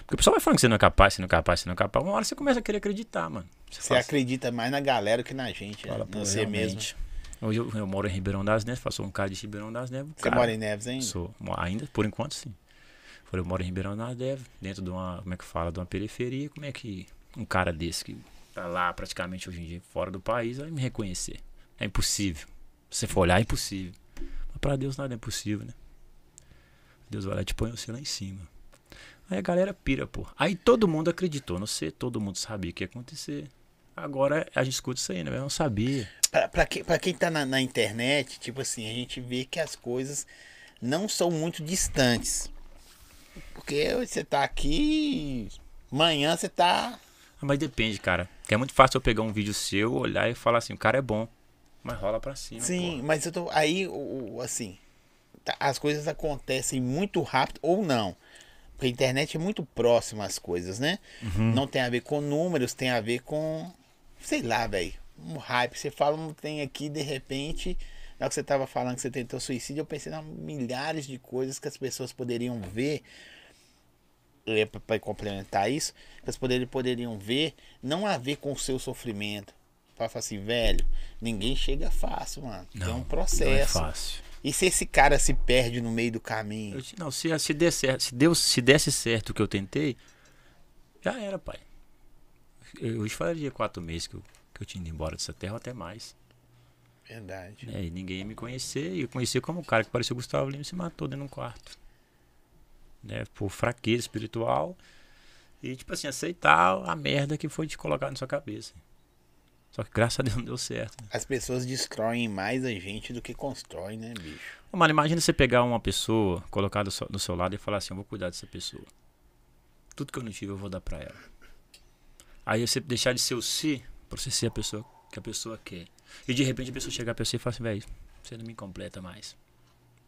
S1: Porque o pessoal vai falando que você não é capaz, você não é capaz, você não é capaz. Uma hora você começa a querer acreditar, mano.
S2: Você
S1: fala assim,
S2: acredita mais na galera que na gente, né?
S1: Fala, pô,
S2: Você mesmo.
S1: realmente. assim, Hoje eu, eu moro em Ribeirão das Neves, faço um cara de Ribeirão das Neves.
S2: Você
S1: cara,
S2: mora em Neves ainda?
S1: Sou, mo- ainda, por enquanto, sim. Falei, eu moro em Ribeirão das Neves, dentro de uma, como é que fala, de uma periferia. Como é que um cara desse que tá lá praticamente hoje em dia, fora do país, vai me reconhecer? É impossível. Se você for olhar, é impossível. Mas pra Deus nada é impossível, né? Deus vai lá e te põe você lá em cima. Aí a galera pira, pô. Aí todo mundo acreditou, não sei, todo mundo sabia o que ia acontecer. Agora a gente escuta isso aí, né? Eu não sabia.
S2: Pra, pra, que- pra quem tá na, na internet, tipo assim, a gente vê que as coisas não são muito distantes. Porque hoje você tá aqui, amanhã você tá.
S1: Ah, Mas depende, cara. Porque é muito fácil eu pegar um vídeo seu, olhar e falar assim, o cara é bom. Mas rola pra cima.
S2: Sim, mas eu tô. Aí, o- o- assim, tá- as coisas acontecem muito rápido ou não. Porque a internet é muito próxima às coisas, né? Não tem a ver com números, tem a ver com. Sei lá, velho. Um hype. Você fala um tem aqui, de repente. Na hora que você tava falando que você tentou suicídio, eu pensei em milhares de coisas que as pessoas poderiam ver. Para complementar isso, que as poderiam, poderiam ver, não a ver com o seu sofrimento. Pra falar assim, velho, ninguém chega fácil, mano. é um
S1: Não é
S2: processo.
S1: fácil.
S2: e se esse cara se perde no meio do caminho?
S1: Eu disse, não, se, se, der certo, se, deu, se desse certo o que eu tentei, já era, pai. Eu, hoje faria quatro meses que eu, que eu tinha ido embora dessa terra, ou até mais.
S2: Verdade.
S1: né? E ninguém ia me conhecer, e eu conhecia como o cara que parecia o Gustavo Lima e se matou dentro de um quarto. Né? Por fraqueza espiritual e, tipo assim, aceitar a merda que foi te colocar na sua cabeça. Só que graças a Deus não deu certo. né?
S2: As pessoas destroem mais a gente do que constroem, né, bicho?
S1: Ô, Mano, imagina você pegar uma pessoa, colocar do seu, do seu lado e falar assim: eu vou cuidar dessa pessoa. Tudo que eu não tive eu vou dar pra ela. Aí você deixar de ser o si pra você ser a pessoa que a pessoa quer. E de repente a pessoa chegar pra você e falar assim: velho, você não me completa mais.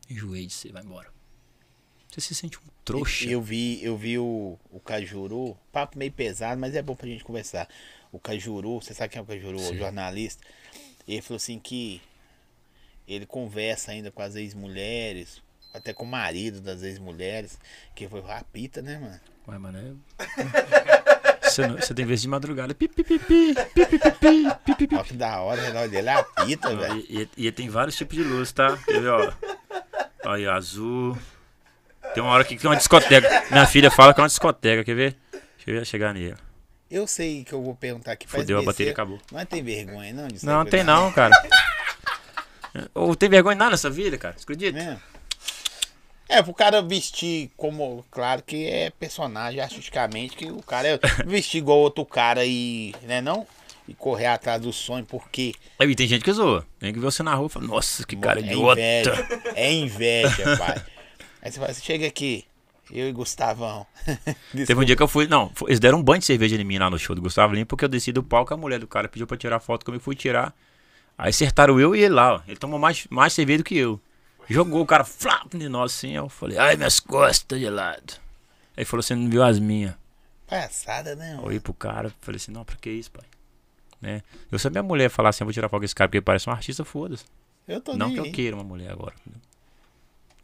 S1: Enjoei de você, vai embora. Você se sente um trouxa.
S2: Eu vi, eu vi o, o Cajuru, papo meio pesado, mas é bom pra gente conversar. O Cajuru, você sabe quem é o Cajuru? O
S1: Sim.
S2: jornalista. Ele falou assim que ele conversa ainda com as ex-mulheres, até com o marido das ex-mulheres, que foi rapita, né, mano?
S1: Ué, mano, é... você, não- você tem vez de madrugada. Pi, pi, pi, pi, pi, pi, pi, pi, pi, pi, pi.
S2: Ó que da hora, o relógio
S1: *laughs*
S2: dele apita,
S1: Ó,
S2: velho.
S1: E, e- e tem vários tipos de luz, tá? Quer ver, ó? Olha, azul. Tem uma hora aqui que tem uma discoteca. Minha filha fala que é uma discoteca, quer ver? Deixa eu chegar nele.
S2: Eu sei que eu vou perguntar aqui faz
S1: Fudeu, a bateria
S2: besteira.
S1: acabou.
S2: Mas tem vergonha, não? disso
S1: Não,
S2: aí,
S1: tem não, cara. Ou tem vergonha de nada nessa vida, cara? Você acredita?
S2: né? É, pro cara vestir como. Claro que é personagem artisticamente, que o cara é vestir igual outro cara e. né não? E correr atrás do sonho, porque.
S1: Aí tem gente que zoa. Tem que ver você na rua e fala, nossa, que cara
S2: é
S1: idiota.
S2: inveja. É inveja, *laughs* pai. Aí você, fala, você chega aqui, eu e Gustavão. *laughs*
S1: Teve um dia que eu fui. Não, foi- eles deram um banho de cerveja em mim lá no show do Gustavo Lima, porque eu desci do palco, a mulher do cara pediu pra tirar foto comigo, fui tirar. Aí acertaram eu e ele lá, ó. Ele tomou mais, mais cerveja do que eu. Jogou o cara flap de nós assim, ó. eu falei, ai, minhas costas de lado. Aí falou, você não viu as minhas.
S2: Passada, né? mano?
S1: Olhei pro cara, falei assim, não, pra que isso, pai? Né? Eu se a minha mulher falar assim, eu vou tirar foto com esse cara porque ele parece um artista, foda-se.
S2: Eu tô
S1: Não
S2: nem
S1: que eu
S2: aí.
S1: queira uma mulher agora. entendeu?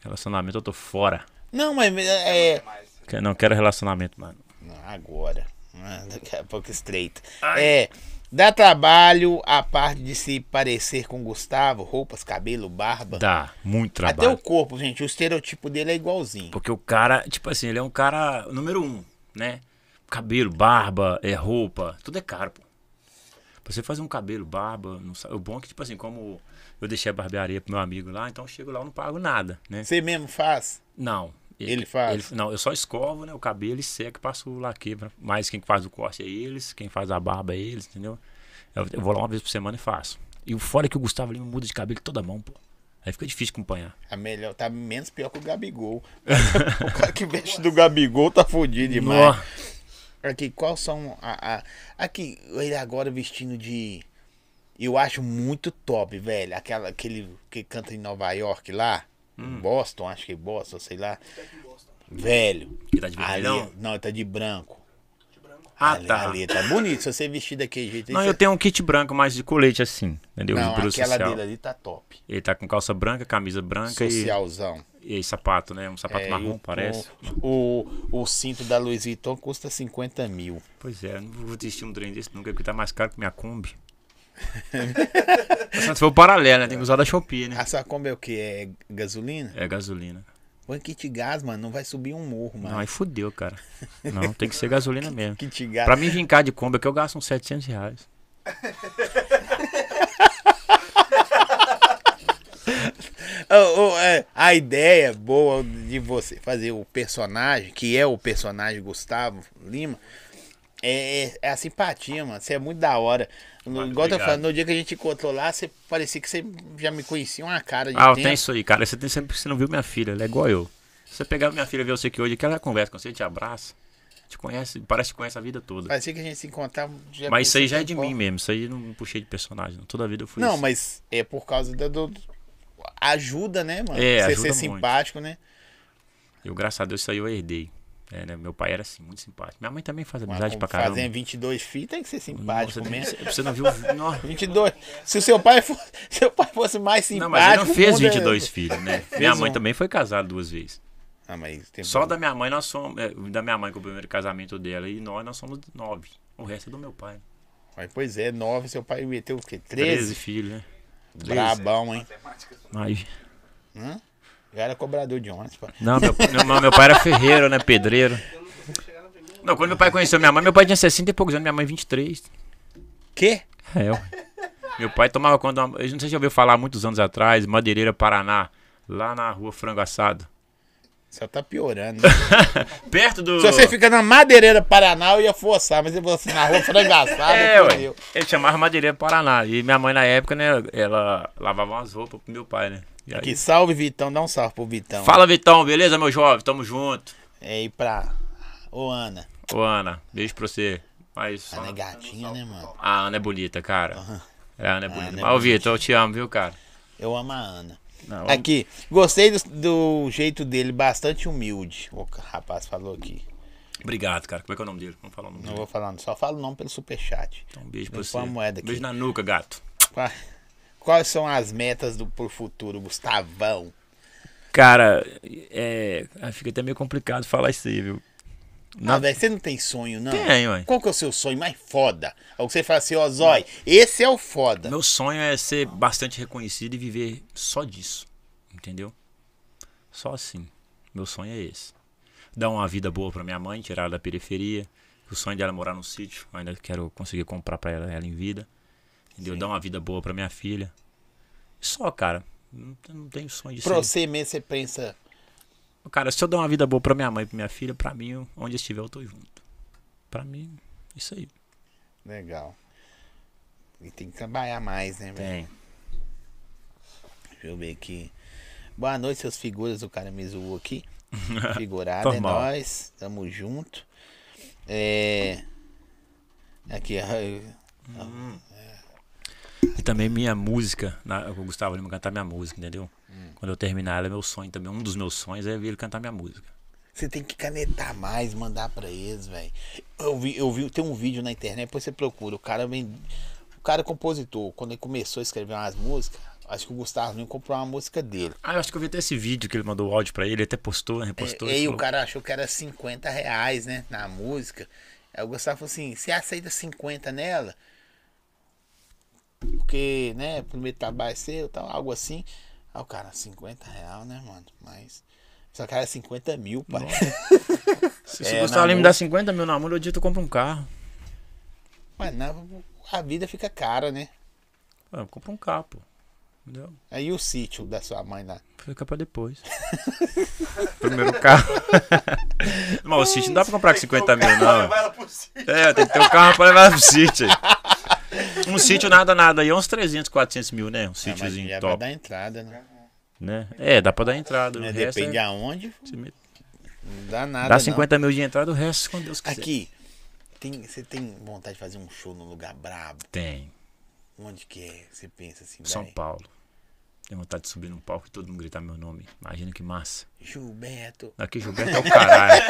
S1: Relacionamento eu tô fora.
S2: Não, mas é.
S3: Mas
S1: Que- Não quero relacionamento, mano.
S2: Não, Agora. Ah, Daqui a pouco estreito. É. Dá trabalho a parte de se parecer com Gustavo, roupas, cabelo, barba.
S1: Dá, muito
S2: Até
S1: trabalho.
S2: o corpo, gente, o estereotipo dele é igualzinho.
S1: Porque o cara, tipo assim, ele é um cara número um, né? Cabelo, barba, é roupa, tudo é caro, pô. Pra você fazer um cabelo, barba, não sabe. O bom é que, tipo assim, como eu deixei a barbearia pro meu amigo lá, então eu chego lá eu não pago nada, né?
S2: Você mesmo faz?
S1: Não.
S2: Ele faz?
S1: não, eu só escovo, né? O cabelo e seca, passo o laque. pra- Mas quem faz o corte é eles, quem faz a barba é eles, entendeu? Eu, eu vou lá uma vez por semana e faço. E o fora é que o Gustavo Lima muda de cabelo toda mão, pô. Aí fica difícil acompanhar.
S2: A melhor, tá menos pior que o
S1: *laughs*
S2: Gabigol. o cara que veste do Gabigol tá fudido demais.
S1: Nó.
S2: Aqui, qual são a, a- Aqui, ele agora vestindo de. Eu acho muito top, velho. Aquela, aquele que canta em Nova York lá.
S1: Hum.
S2: Boston, acho que é Boston, sei lá. Velho.
S1: Ele tá de
S2: ali-
S1: vermelhão?
S2: não, ele tá de branco.
S1: Ah,
S2: ali,
S1: tá.
S2: ali, tá bonito. Se você vestir daquele jeito, aí
S1: Não,
S2: você-
S1: eu tenho um kit branco, mas de colete assim, entendeu?
S2: não
S1: de bruxo
S2: aquela
S1: social.
S2: dele ali tá top.
S1: Ele tá com calça branca, camisa branca e,
S2: Socialzão.
S1: e aí sapato, né? Um sapato
S2: É,
S1: marrom,
S2: e o-
S1: parece.
S2: O, o cinto da Louis Vuitton custa 50 mil.
S1: Pois é, eu não vou desistir um trem desse nunca, porque tá mais caro que minha
S2: *laughs*
S1: Kombi. Mas foi o paralelo, né? Tem que usar da Shopee, né?
S2: A sua Kombi é o que? É gasolina?
S1: É gasolina.
S2: Põe kit gás, mano. Não vai subir um morro,
S1: Não, é
S2: mano.
S1: aí fudeu, cara. Não, tem que ser
S2: *laughs*
S1: gasolina mesmo.
S2: Kit gás.
S1: Pra mim vincar de Kombi é que eu gasto uns 700 reais.
S2: Ô, ô, é, a ideia boa de você fazer o personagem, que é o personagem Gustavo Lima, é, é- é a simpatia, mano. Você é muito da hora. No,
S1: Olha,
S2: igual eu tô
S1: obrigado.
S2: falando, no dia que a gente encontrou lá, você parecia que você já me conhecia uma cara de
S1: Ah, eu
S2: tempo.
S1: tenho isso aí, cara. Você tem sempre você não viu minha filha, ela é igual eu. Se você pegar minha filha e ver você aqui hoje, que ela conversa com você, te abraça, te conhece, parece que conhece a vida toda.
S2: Parecia que a gente se encontrava. já
S1: Mas isso aí
S2: conhecia
S1: já é
S2: um
S1: de
S2: pouco.
S1: mim mesmo, isso aí eu não puxei de personagem, não. toda vida eu fui
S2: Não,
S1: assim.
S2: mas é por causa da do... ajuda, né, mano?
S1: É,
S2: Você
S1: ajuda
S2: ser
S1: muito.
S2: simpático, né?
S1: Eu, graças a Deus, isso aí eu herdei. É, né? Meu pai era assim, muito simpático. Minha mãe também faz
S2: Mas
S1: amizade pra
S2: como
S1: caramba.
S2: Fazendo 22 filhos tem que ser
S1: Nossa,
S2: simpático
S1: tem-
S2: mesmo.
S1: você não viu. Não,
S2: 22. *laughs* Se o seu pai, fo- seu pai fosse mais simpático.
S1: não mas ele
S2: o
S1: não fez
S2: mundo é- um.
S1: 22 filhos, né? Minha mãe também foi casada duas vezes.
S2: Ah, mas tem-
S1: Só da minha mãe, nós somos. é, Da minha mãe, que é o primeiro casamento dela, e nós, nós somos nove. O resto é do meu pai.
S2: Mas, Pois é, 9, seu pai meteu o quê?
S1: 13
S2: 13?
S1: filhos, né?
S2: Brabão, hein?
S3: Matemática.
S1: Aí.
S2: Já era cobrador de ônibus. pá.
S1: Não, meu, meu- meu- meu pai era ferreiro, né? Pedreiro. Não, quando meu pai conheceu minha mãe, meu pai tinha 60 e poucos anos, minha mãe 23.
S2: Quê?
S1: É, ué. *laughs* Meu pai tomava conta. de uma- Eu não sei se já ouviu falar muitos anos atrás, Madeireira Paraná, lá na rua Frango Assado.
S2: Só
S1: *laughs*
S2: tá piorando. né?
S1: Perto do.
S2: Se você fica na Madeireira Paraná, eu ia forçar, mas eu vou assim, na rua frangaçada,
S1: *laughs* É, ué.
S2: fodeu.
S1: Ele chamava Madeireira Paraná. E minha mãe, na época, né, ela lavava umas roupas pro meu pai, né? E aí-
S2: Que salve, Vitão. Dá um salve pro Vitão.
S1: Fala, Vitão, beleza, meu jovem? Tamo junto.
S2: É aí pra. Ô, Ana.
S1: Ô, Ana, beijo pra você. Mas. só-
S2: Ana é gatinha, né, mano?
S1: A Ana é bonita, cara. A Ana é bonita.
S2: Ana é
S1: Mas, ô, Vitor, eu te amo, viu, cara?
S2: Eu amo a Ana.
S1: Não, eu-
S2: Aqui, gostei do, do jeito dele, bastante humilde. O rapaz falou aqui.
S1: Obrigado, cara. Como é que é o nome dele? Vamos falar o nome
S2: Não
S1: dele.
S2: vou falar, só falo o nome pelo superchat.
S1: Então, um beijo pra
S2: Vou
S1: você.
S2: pôr uma moeda aqui.
S1: Beijo na nuca, gato.
S2: Qua- Quais são as metas do pro futuro, Gustavão?
S1: Cara, é. ah, Fica até meio complicado falar isso aí, viu?
S2: Não,
S1: Na-
S2: velho, você não tem sonho, não?
S1: Tenho, ué.
S2: Qual que é o seu sonho mais foda? Ou que você fala assim, ó, Zói, esse é o foda.
S1: Meu sonho é ser bastante reconhecido e viver só disso. Entendeu? Só assim. Meu sonho é esse. Dar uma vida boa pra minha mãe, tirar ela da periferia. O sonho dela é morar num sítio. Ainda quero conseguir comprar pra ela, ela em vida. Entendeu? Dar uma vida boa pra minha filha. Só, cara. Não, não tenho sonho de
S2: Pra
S1: ser.
S2: você mesmo, você pensa,
S1: Cara, se eu dar uma vida boa pra minha mãe e pra minha filha, pra mim, onde eu estiver, eu tô junto. Pra mim, isso aí.
S2: legal. E tem que trabalhar mais, né, velho?
S1: Tem.
S2: Deixa eu ver aqui. Boa noite, seus figuras. O cara me zoou aqui. Figurado é
S1: Normal.
S2: nós. Tamo junto. É. Aqui, ó.
S1: E também minha música, na, o Gustavo Lima cantar minha música, entendeu?
S2: Hum.
S1: Quando eu terminar ela é meu sonho também. Um dos meus sonhos é ver ele cantar minha música.
S2: Você tem que canetar mais, mandar pra eles, velho. Eu vi, eu vi, tem um vídeo na internet, depois você procura. O cara vem. O cara é compositor, quando ele começou a escrever umas músicas, acho que o Gustavo Lima comprou uma música dele.
S1: Ah, eu acho que eu vi até esse vídeo que ele mandou o áudio pra ele, até postou, né, repostou.
S2: É, e
S1: ele
S2: aí o
S1: falou,
S2: cara achou que era 50 reais, né? Na música. Aí o Gustavo falou assim, você aceita 50 nela? Porque, né, primeiro trabalho é seu tal, algo assim. Aí o cara, 50 real, né, mano? Mas. Só que era 50 mil, pai.
S1: Se, se
S2: é,
S1: o
S2: na
S1: Gustavo Lima me
S2: música-
S1: dá 50 mil na mão, eu dito eu compro um carro.
S2: *laughs* Mas não, a vida fica cara, né?
S1: Pô, eu compro um carro, pô. Entendeu?
S2: Aí o sítio da sua mãe lá.
S1: Fica pra
S2: *laughs*
S1: depois. Primeiro carro. Mas o City não dá pra comprar com 50 mil, não.
S3: Vai lá pro sítio.
S1: É, tem que ter um carro pra levar pro sítio. Um sítio nada, nada. Aí é uns 300, 400 mil, né? Um
S2: É, Mas já
S1: sítiozinho
S2: vai
S1: top.
S2: dar entrada, né?
S1: Né? É, dá pra dar entrada. O
S2: Mas
S1: resto
S2: Né, Depende
S1: é...
S2: aonde,
S1: se me-
S2: não dá nada.
S1: Dá
S2: não.
S1: 50 mil de entrada, o resto, quando Deus quiser.
S2: Aqui, tem, você tem vontade de fazer um show num lugar brabo?
S1: Tem.
S2: Onde que é? Você pensa assim,
S1: São
S2: véi,
S1: Paulo. Tenho vontade de subir num palco e todo mundo gritar meu nome. Imagina que massa.
S2: Gilberto.
S1: Daqui Gilberto é o
S2: *laughs*
S1: caralho.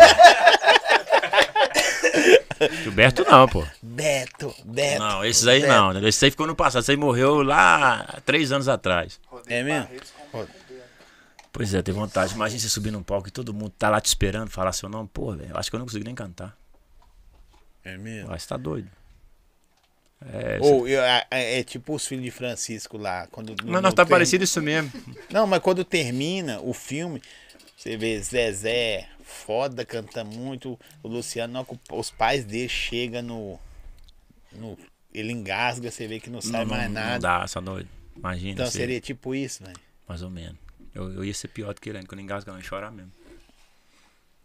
S1: pô. Gilberto não, pô.
S2: Beto, Beto.
S1: Não, esses aí
S2: Beto.
S1: não. né? Esse aí ficou no passado. Esse aí morreu lá há três anos atrás.
S2: É
S3: Rodrigo
S2: mesmo?
S3: Barretos com-
S2: Pô,
S1: Pois é, tem vontade. Imagina você subir num palco e todo mundo tá lá te esperando falar seu nome. Pô, velho, eu acho que eu não consigo nem cantar.
S2: É mesmo?
S1: Vai, você tá doido. É,
S2: Ou eu- a- a- é, tipo os filhos de Francisco lá. Quando, no-
S1: Mas
S2: no
S1: nós tá
S2: term-
S1: parecido isso mesmo.
S2: Não, mas quando termina o filme, você vê Zezé, foda, canta muito. O Luciano, na hora que os pais dele chegam no, no. Ele engasga, você vê que não sai
S1: não,
S2: mais
S1: não-
S2: nada.
S1: Não dá, só doido. Imagina.
S2: Então
S1: você-
S2: seria tipo isso, velho.
S1: Mais ou menos. Eu, eu ia ser pior do que ele, quando eu engasgo, eu não ia chorar mesmo.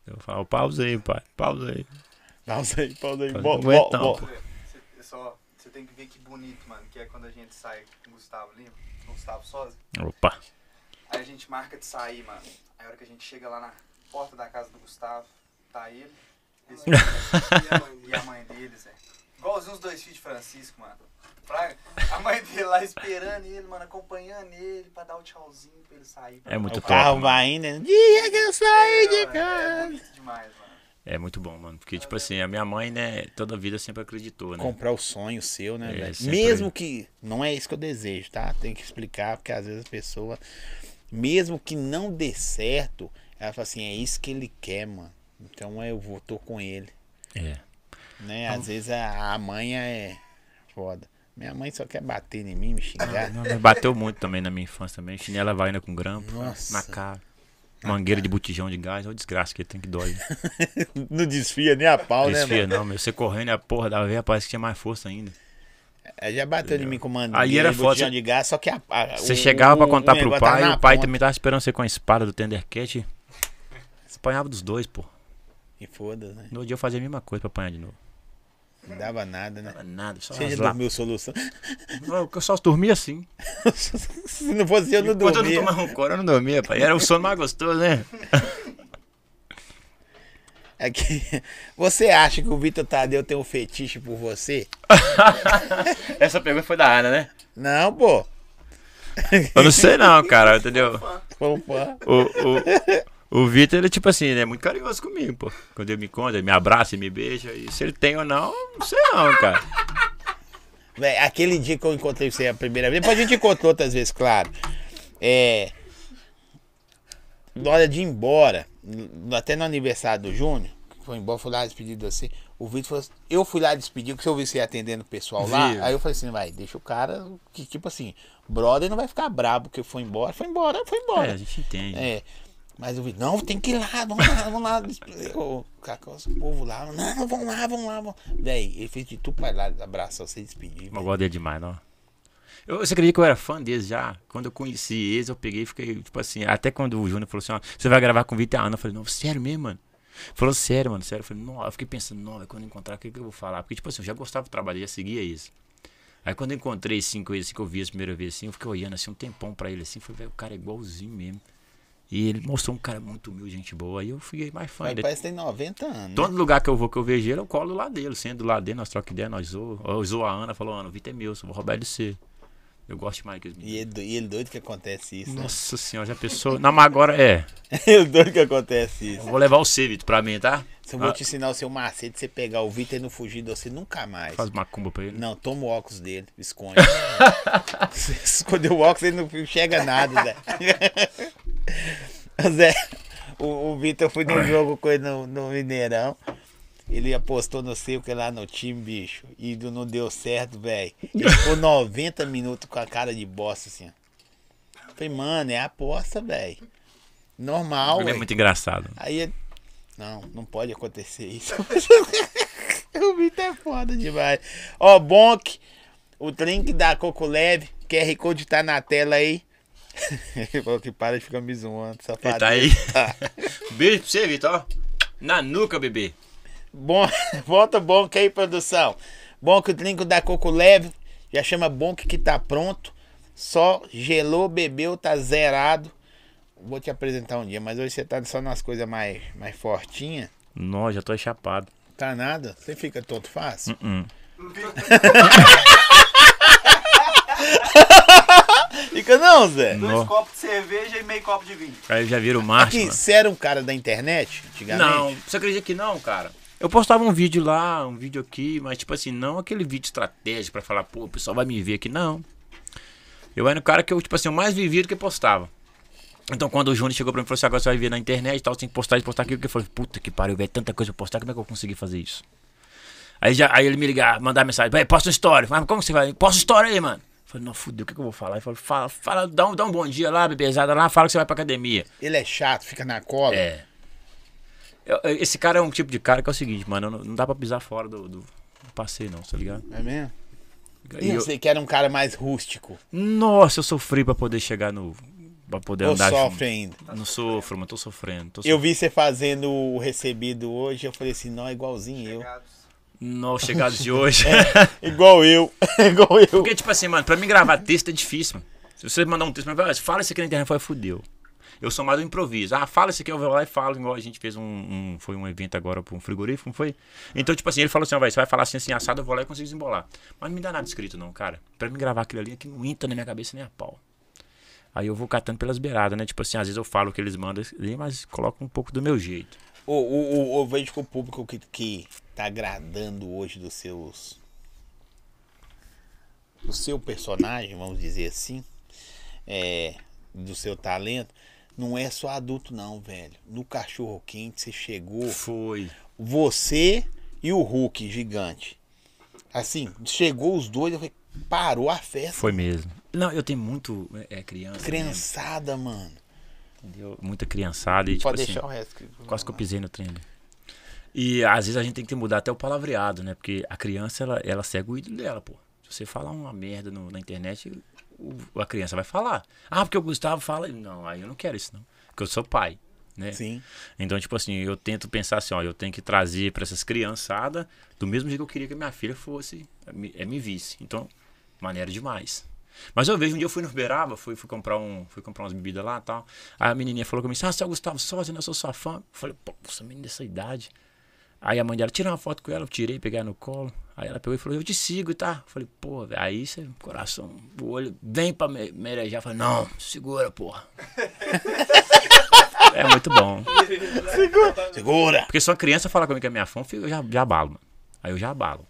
S1: Eu falava, pausa aí, pai, pausa aí.
S2: *laughs* Pausa aí, pausa aí.
S1: Pausa.
S2: Bo,
S1: Não é
S2: bo,
S1: tão,
S2: bo.
S1: pô.
S3: Você só- Você tem que ver que bonito, mano, que é quando a gente sai com o Gustavo Lima, com o Gustavo Sosa.
S1: Opa.
S3: Aí a gente marca de sair, mano. Aí a hora que a gente chega lá na porta da casa do Gustavo, tá ele, esse *laughs* e a mãe deles, Zé. Igualzinho os dois filhos de Francisco, mano. Pra- a mãe dele lá esperando ele, mano, acompanhando ele pra dar o tchauzinho pra ele sair.
S1: É muito
S2: O
S1: top.
S2: carro
S1: mano.
S2: vai ainda. Dia que eu saí
S3: É,
S2: de
S3: mano, é
S2: casa.
S3: bonito demais, mano.
S1: É muito bom, mano. Porque, tipo assim, a minha mãe, né, toda vida sempre acreditou, né?
S2: Comprar o sonho seu, né,
S1: É,
S2: velho?
S1: sempre-
S2: Mesmo que. Não é isso que eu desejo, tá? Tem que explicar, porque às vezes a pessoa. Mesmo que não dê certo, ela fala assim: é isso que ele quer, mano. Então eu vou, tô com ele.
S1: É.
S2: Né? Às vezes a, a mãe é foda. Minha mãe só quer bater em mim, me xingar.
S1: Não, mas É, bateu muito também na minha infância também. Chinela vai ainda com grampo,
S2: Nossa.
S1: na cara. Mangueira de botijão de gás, olha desgraça que tem que
S2: *laughs*
S1: dói.
S2: *laughs* Não desfia nem a pau, né,
S1: Desfia
S2: mano?
S1: não, meu. Você correndo é a porra da veia, parece que tinha mais força ainda.
S2: Ela É, já bateu em mim com mangueira,
S1: Aí era
S2: e
S1: foda,
S2: botijão
S1: você-
S2: de gás, só que a, a-
S1: Você
S2: o-
S1: chegava pra
S2: o-
S1: contar
S2: o
S1: pro
S2: Um- negócio tava
S1: pai,
S2: na
S1: o pai
S2: ponta.
S1: também tava esperando você com a espada do Thundercat. Você apanhava dos dois, pô.
S2: E foda, né?
S1: No outro dia eu fazia a mesma coisa pra apanhar de novo.
S2: Não dava nada, né?
S1: Não era Nada, só
S2: Você
S1: umas
S2: já
S1: lá.
S2: dormiu solução.
S1: Eu só dormia assim.
S2: *laughs* Se não fosse eu, não
S1: Quando eu não
S2: dormia.
S1: tomava um coro, eu não dormia, pai. Era o sono mais gostoso, né?
S2: É que *laughs* você acha que o Vitor Tadeu tem um fetiche por você?
S1: Essa pergunta foi da Ana, né?
S2: Não, pô.
S1: Eu não sei não, cara, entendeu?
S2: Pô, pô.
S1: O, o, o Vitor, ele, tipo assim, ele é muito carinhoso comigo, pô. Quando ele me conta, ele me abraça e me beija. E se ele tem ou não, não sei não, cara.
S2: Véi, Né, aquele dia que eu encontrei você a primeira vez, depois a gente encontrou outras vezes, claro. É. Na hora de ir embora, n- até no aniversário do Júnior, que foi embora, fui lá despedir de você. O Vitor falou assim, eu fui lá despedir, porque se eu vi você atendendo o pessoal lá,
S1: Vi.
S2: aí eu falei assim, vai, deixa o cara, que tipo assim, brother não vai ficar brabo que foi embora, foi embora, foi embora.
S1: É, a gente entende.
S2: É. Mas eu vi, não, tem que ir lá, vamos lá, vamos lá. *laughs* O Cacau, esse povo lá, não, vamos lá, vamos lá. Vamos. Daí, ele fez de tudo pra ir lá, abraçar você e despedir.
S1: Eu gosto dele demais, não. Eu, você acredita que eu era fã deles já? Quando eu conheci eles, eu peguei e fiquei, tipo assim, até quando o Júnior falou assim, ó, você vai gravar com o Vitor e a Ana, eu falei, não, sério mesmo, mano? Falou, sério, mano, sério. Eu falei, não, eu fiquei pensando, não, velho, quando eu encontrar, o que, que eu vou falar? Porque, tipo assim, eu já gostava do trabalho, eu já seguia eles. Aí quando eu encontrei assim com eles, assim, que eu vi a primeira vez assim, eu fiquei olhando assim um tempão pra ele assim, falei, velho, o cara é igualzinho mesmo. E ele mostrou um cara muito humilde, gente boa. Aí eu fiquei mais fã
S2: Mas
S1: dele.
S2: parece que tem 90 anos. né?
S1: Todo lugar que eu vou, que eu vejo ele, eu colo lá dele. Sendo lá dele, nós troca ideia, nós zoa. Eu zoo a Ana, falou, Ana, o Vitor é meu, só vou roubar ele de você. Eu gosto mais que eles
S2: E
S1: meninos.
S2: ele, do- e ele doido que acontece isso, né?
S1: Nossa senhora, já pensou? Não, mas agora é.
S2: *laughs* ele doido que acontece isso.
S1: Eu vou levar o C, Vitor, pra mim, tá?
S2: Se eu vou
S1: Ah.
S2: te ensinar o seu macete, você pegar o Vitor e não fugir de você nunca mais.
S1: Faz macumba pra ele.
S2: Não, toma o óculos dele, esconde. Você Escondeu o óculos, ele não enxerga nada, Zé. *laughs* Zé, o, o Vitor foi num jogo com ele no, no Mineirão. Ele apostou no sei o que lá no time, bicho. E do- não deu certo, velho. Ele ficou 90 minutos com a cara de bosta, assim. ó. Falei, mano, é aposta, velho. Normal,
S1: Ele é
S2: ué.
S1: muito engraçado.
S2: Aí ele. Não, não pode acontecer isso. *laughs* o Vitor é foda demais. Ó, Bonk, o drink da Coco Leve, QR Code tá na tela aí. *laughs* Ele falou que para de ficar me zoando,
S1: Ele
S2: safado.
S1: tá aí.
S2: Ah.
S1: *laughs* Beijo pra você, Vitor, ó. Na nuca, bebê.
S2: Bom, *laughs* volta o Bonk aí, produção. Bonk, o drink da Coco Leve, já chama Bonk que tá pronto. Só gelou, bebeu, tá zerado. Vou te apresentar um dia, mas hoje você tá só nas coisas mais, mais fortinhas.
S1: Nossa, já tô chapado.
S2: Tá nada? Você fica todo fácil?
S1: Hum.
S2: Fica não, Zé.
S3: Dois
S1: Nó.
S3: copos de cerveja e meio copo de vinho.
S1: Aí já vira o Márcio,
S2: Que
S1: mano.
S2: você era um cara da internet antigamente?
S1: Não, você acredita que não, cara? Eu postava um vídeo lá, um vídeo aqui, mas tipo assim, não aquele vídeo estratégico pra falar, pô, o pessoal vai me ver aqui, não. Eu era o cara que eu, tipo assim, eu mais vivia do que postava. Então quando o Júnior chegou pra mim e falou assim, agora você vai ver na internet e tal, você tem que postar e postar aquilo, que eu falei, puta que pariu, velho, tanta coisa pra postar, como é que eu consegui fazer isso? Aí, já, aí ele me ligar, mandar mensagem, velho, posta uma história. "Ah, Mas como que você vai? Posta uma história aí, mano. Eu falei, não, fudeu, o que, que eu vou falar? Ele falou, fala, fala, dá um, dá um bom dia lá, bebezada lá, fala que você vai pra academia.
S2: Ele é chato, fica na cola.
S1: É. Eu- eu- Esse cara é um tipo de cara que é o seguinte, mano, não, não dá pra pisar fora do, do- do passeio, não, tá ligado?
S2: É mesmo?
S1: E
S2: E
S1: eu-
S2: você que era um cara mais rústico.
S1: nossa, eu sofri pra poder chegar no. pra poder
S2: Ou
S1: andar
S2: sofre
S1: junto.
S2: ainda.
S1: Não sofro, mas tô sofrendo. Tô
S2: Eu vi você fazendo o recebido hoje, eu falei assim, não, é igualzinho eu.
S3: Pegados.
S1: sofrendo. Não, chegados
S2: *laughs*
S1: de hoje.
S2: É. Igual eu, *laughs* igual eu.
S1: Porque, tipo assim, mano, pra mim gravar texto é difícil, mano. Se você mandar um texto, mas fala, fala isso aqui na internet, foi fudeu. Eu sou mais do improviso. Ah, fala isso aqui, eu vou lá e falo, igual a gente fez um. um- foi um evento agora pra um frigorífico, não foi? Então, tipo assim, ele falou assim, ó, vai, você vai falar assim, assim, assado, eu vou lá e consigo desembolar. Mas não me dá nada escrito, não, cara. Pra mim gravar aquilo ali é que não entra na minha cabeça nem a pau. Aí eu vou catando pelas beiradas, né? Tipo assim, às vezes eu falo o que eles mandam, mas coloco um pouco do meu jeito.
S2: O, o, o, eu vejo que o público que, que tá agradando hoje dos seus. Do seu personagem, vamos dizer assim. É, do seu talento. Não é só adulto, não, velho. No cachorro quente você chegou.
S1: Foi.
S2: Você e o Hulk gigante. Assim, chegou os dois, eu falei, parou a festa.
S1: Foi mesmo. Não, eu tenho muito é, criança. mesmo,
S2: Criançada, mano.
S1: entendeu? Muita criançada. E, tipo
S2: Pode
S1: assim,
S2: deixar o resto. que-
S1: Quase que eu pisei no trem né? ali. E às vezes a gente tem que mudar até o palavreado, né? Porque a criança, ela, ela segue o ídolo dela, pô. Se você falar uma merda no- na internet, o- a criança vai falar. Ah, porque o Gustavo fala. Não, aí eu não quero isso, não. Porque eu sou pai, né?
S2: Sim.
S1: Então, tipo assim, eu tento pensar assim, ó, eu tenho que trazer pra essas criançadas do mesmo jeito que eu queria que minha filha fosse, me, é, me visse. Então, maneiro demais. Mas eu vejo, um dia eu fui no Uberaba, fui, fui comprar, um, fui comprar umas bebidas lá e tal. Aí a menininha falou comigo assim, ah, você é o Gustavo Sozzi, né? Eu sou sua fã. Eu falei, pô, essa menina dessa idade. Aí a mãe dela, tira uma foto com ela, eu tirei, peguei ela no colo. Aí ela pegou e falou, eu te sigo, tá? Eu falei, pô, velho, aí você, coração, o olho, vem pra me, merejar. Eu falei, não, segura, porra. *laughs* é muito bom.
S2: Segura!
S1: Porque se uma criança falar comigo que é minha fã, eu fico- eu já, já abalo, mano. Aí eu já abalo.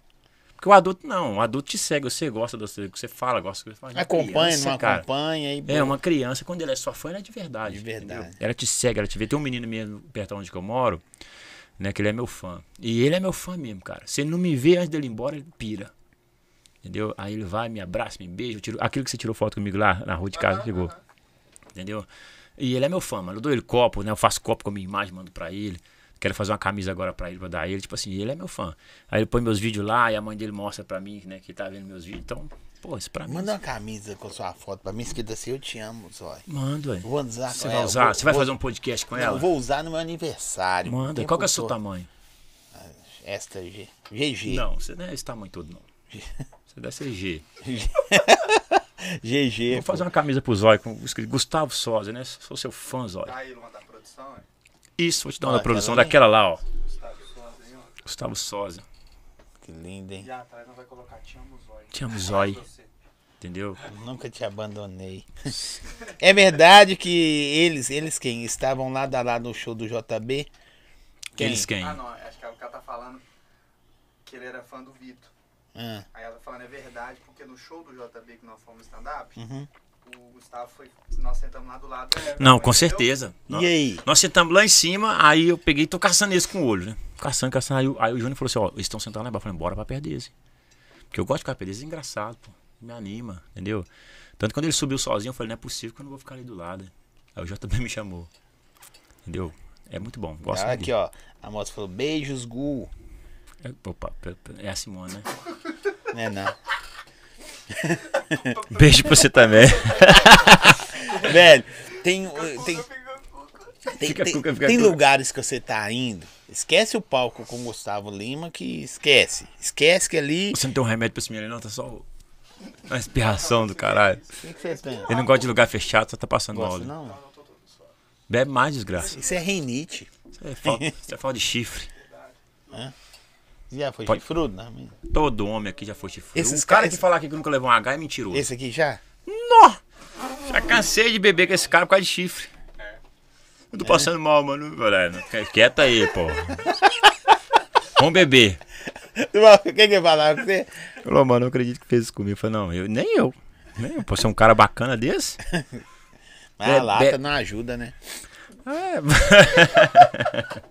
S1: Porque o adulto não, o adulto te segue, você gosta do que você fala, gosta do que você fala.
S2: Acompanha,
S1: Criança,
S2: não
S1: cara,
S2: acompanha. E...
S1: É, uma criança, quando ela é sua fã, ela é de verdade.
S2: De verdade.
S1: entendeu? Ela te segue, ela te vê. Tem um menino mesmo perto onde que eu moro, né, que ele é meu fã. E ele é meu fã mesmo, cara. Se ele não me vê antes dele ir embora, ele pira. Entendeu? Aí ele vai, me abraça, me beija. eu tiro- Aquilo que você tirou foto comigo lá na rua de casa, chegou. Entendeu? E ele é meu fã, mano. Eu dou ele copo, né? Eu faço copo com a minha imagem, mando pra ele. Quero fazer uma camisa agora pra ele, pra dar a ele. Tipo assim, ele é meu fã. Aí ele põe meus vídeos lá e a mãe dele mostra pra mim, né, que tá vendo meus vídeos. Então, pô, isso pra mim.
S2: Manda uma camisa com sua foto pra mim, escrita assim, eu te amo, Zói.
S1: Manda, ué.
S2: Vou usar
S1: Você vai usar? Você vai fazer um podcast com ela?
S2: Não, vou usar no meu aniversário.
S1: Manda.
S2: Tempo
S1: Qual que é o seu
S2: todo.
S1: tamanho?
S2: Esta G. GG.
S1: Não, você não é esse tamanho todo, não. Você deve ser G.
S2: GG.
S1: Vou fazer uma camisa pro Zóio com escrito Gustavo Sosa, né? Sou seu fã, Zóio.
S3: Tá aí uma da produção, é?
S1: Isso, vou te dar
S2: Ah,
S1: uma da
S2: aquela
S1: produção
S2: ali?
S1: daquela lá, ó.
S3: Gustavo sozinho.
S1: Gustavo Sosa.
S2: pô. Que lindo, hein?
S3: E atrás não vai colocar Te amo, Zói.
S1: Te amo, Zói.
S3: Você.
S1: Entendeu?
S2: Nunca te abandonei. *laughs* É verdade que eles, eles quem? Estavam lado a lado no show do JB. Quem?
S1: Eles quem?
S3: Ah, não, acho que o cara tá falando que ele era fã do Vitor.
S2: Ah,
S3: Aí ela falando, é verdade, porque no show do JB que nós fomos stand-up,
S2: Uhum.
S3: o Gustavo foi. Nós sentamos lá do lado. É,
S1: Não, com
S3: entendeu?
S1: certeza. Nó-
S2: E aí?
S1: Nós sentamos lá em cima, aí eu peguei e tô caçando eles com o olho, né? Caçando, caçando. Aí, o- aí o Júnior falou assim, ó, eles estão sentados lá embaixo. Eu falei, bora pra perder esse. Porque eu gosto de ficar perder, esse é engraçado, pô. Me anima, entendeu? Tanto que quando ele subiu sozinho, eu falei, não é possível que eu não vou ficar ali do lado. Aí *laughs* o JB me chamou. Entendeu? É muito bom. Gosto
S2: tá
S1: muito
S2: aqui, ó. A moça falou: beijos, Gu.
S1: dele. É, opa, pe- pe- é a Simone, né?
S2: Não é
S1: *laughs*
S2: não. *laughs*
S1: Beijo pra você também.
S2: Velho, tem, tem, tem,
S1: Fica
S2: tem-
S1: cuca, fica
S2: tem
S1: cuca.
S2: lugares que você tá indo. Esquece o palco com o Gustavo Lima, que esquece. Esquece que ali.
S1: *laughs* Você não tem um remédio pra esse menino, não? Tá só o- uma espirração do caralho.
S2: O que, que você tem?
S1: Ele não gosta de lugar fechado, só tá passando mal.
S2: Gosto,
S1: né?
S2: não.
S1: Bebe mais, *laughs* desgraça.
S2: Isso é rinite.
S1: Isso é falta, isso é falta de chifre.
S2: Já foi
S1: Pode-
S2: chifrudo, né?
S1: Todo homem aqui já foi chifrudo.
S2: Esses
S1: Esses cara
S2: caras-
S1: que falar aqui que nunca levou um H é mentiroso.
S2: Esse aqui
S1: *laughs*
S2: já?
S1: Nó! Já cansei de beber com esse cara por causa de chifre. Eu tô passando mal, mano. Olha, não- Quieta aí, pô. Vamos beber.
S2: O que que ele falava pra *laughs* você?
S1: Falou, mano, eu acredito que fez isso comigo. Eu falei, não, eu, nem eu. Nem eu. Pô, você é um cara bacana desse?
S2: Mas
S1: Be-
S2: a Ah, lata
S1: be-
S2: não ajuda, né?
S1: É.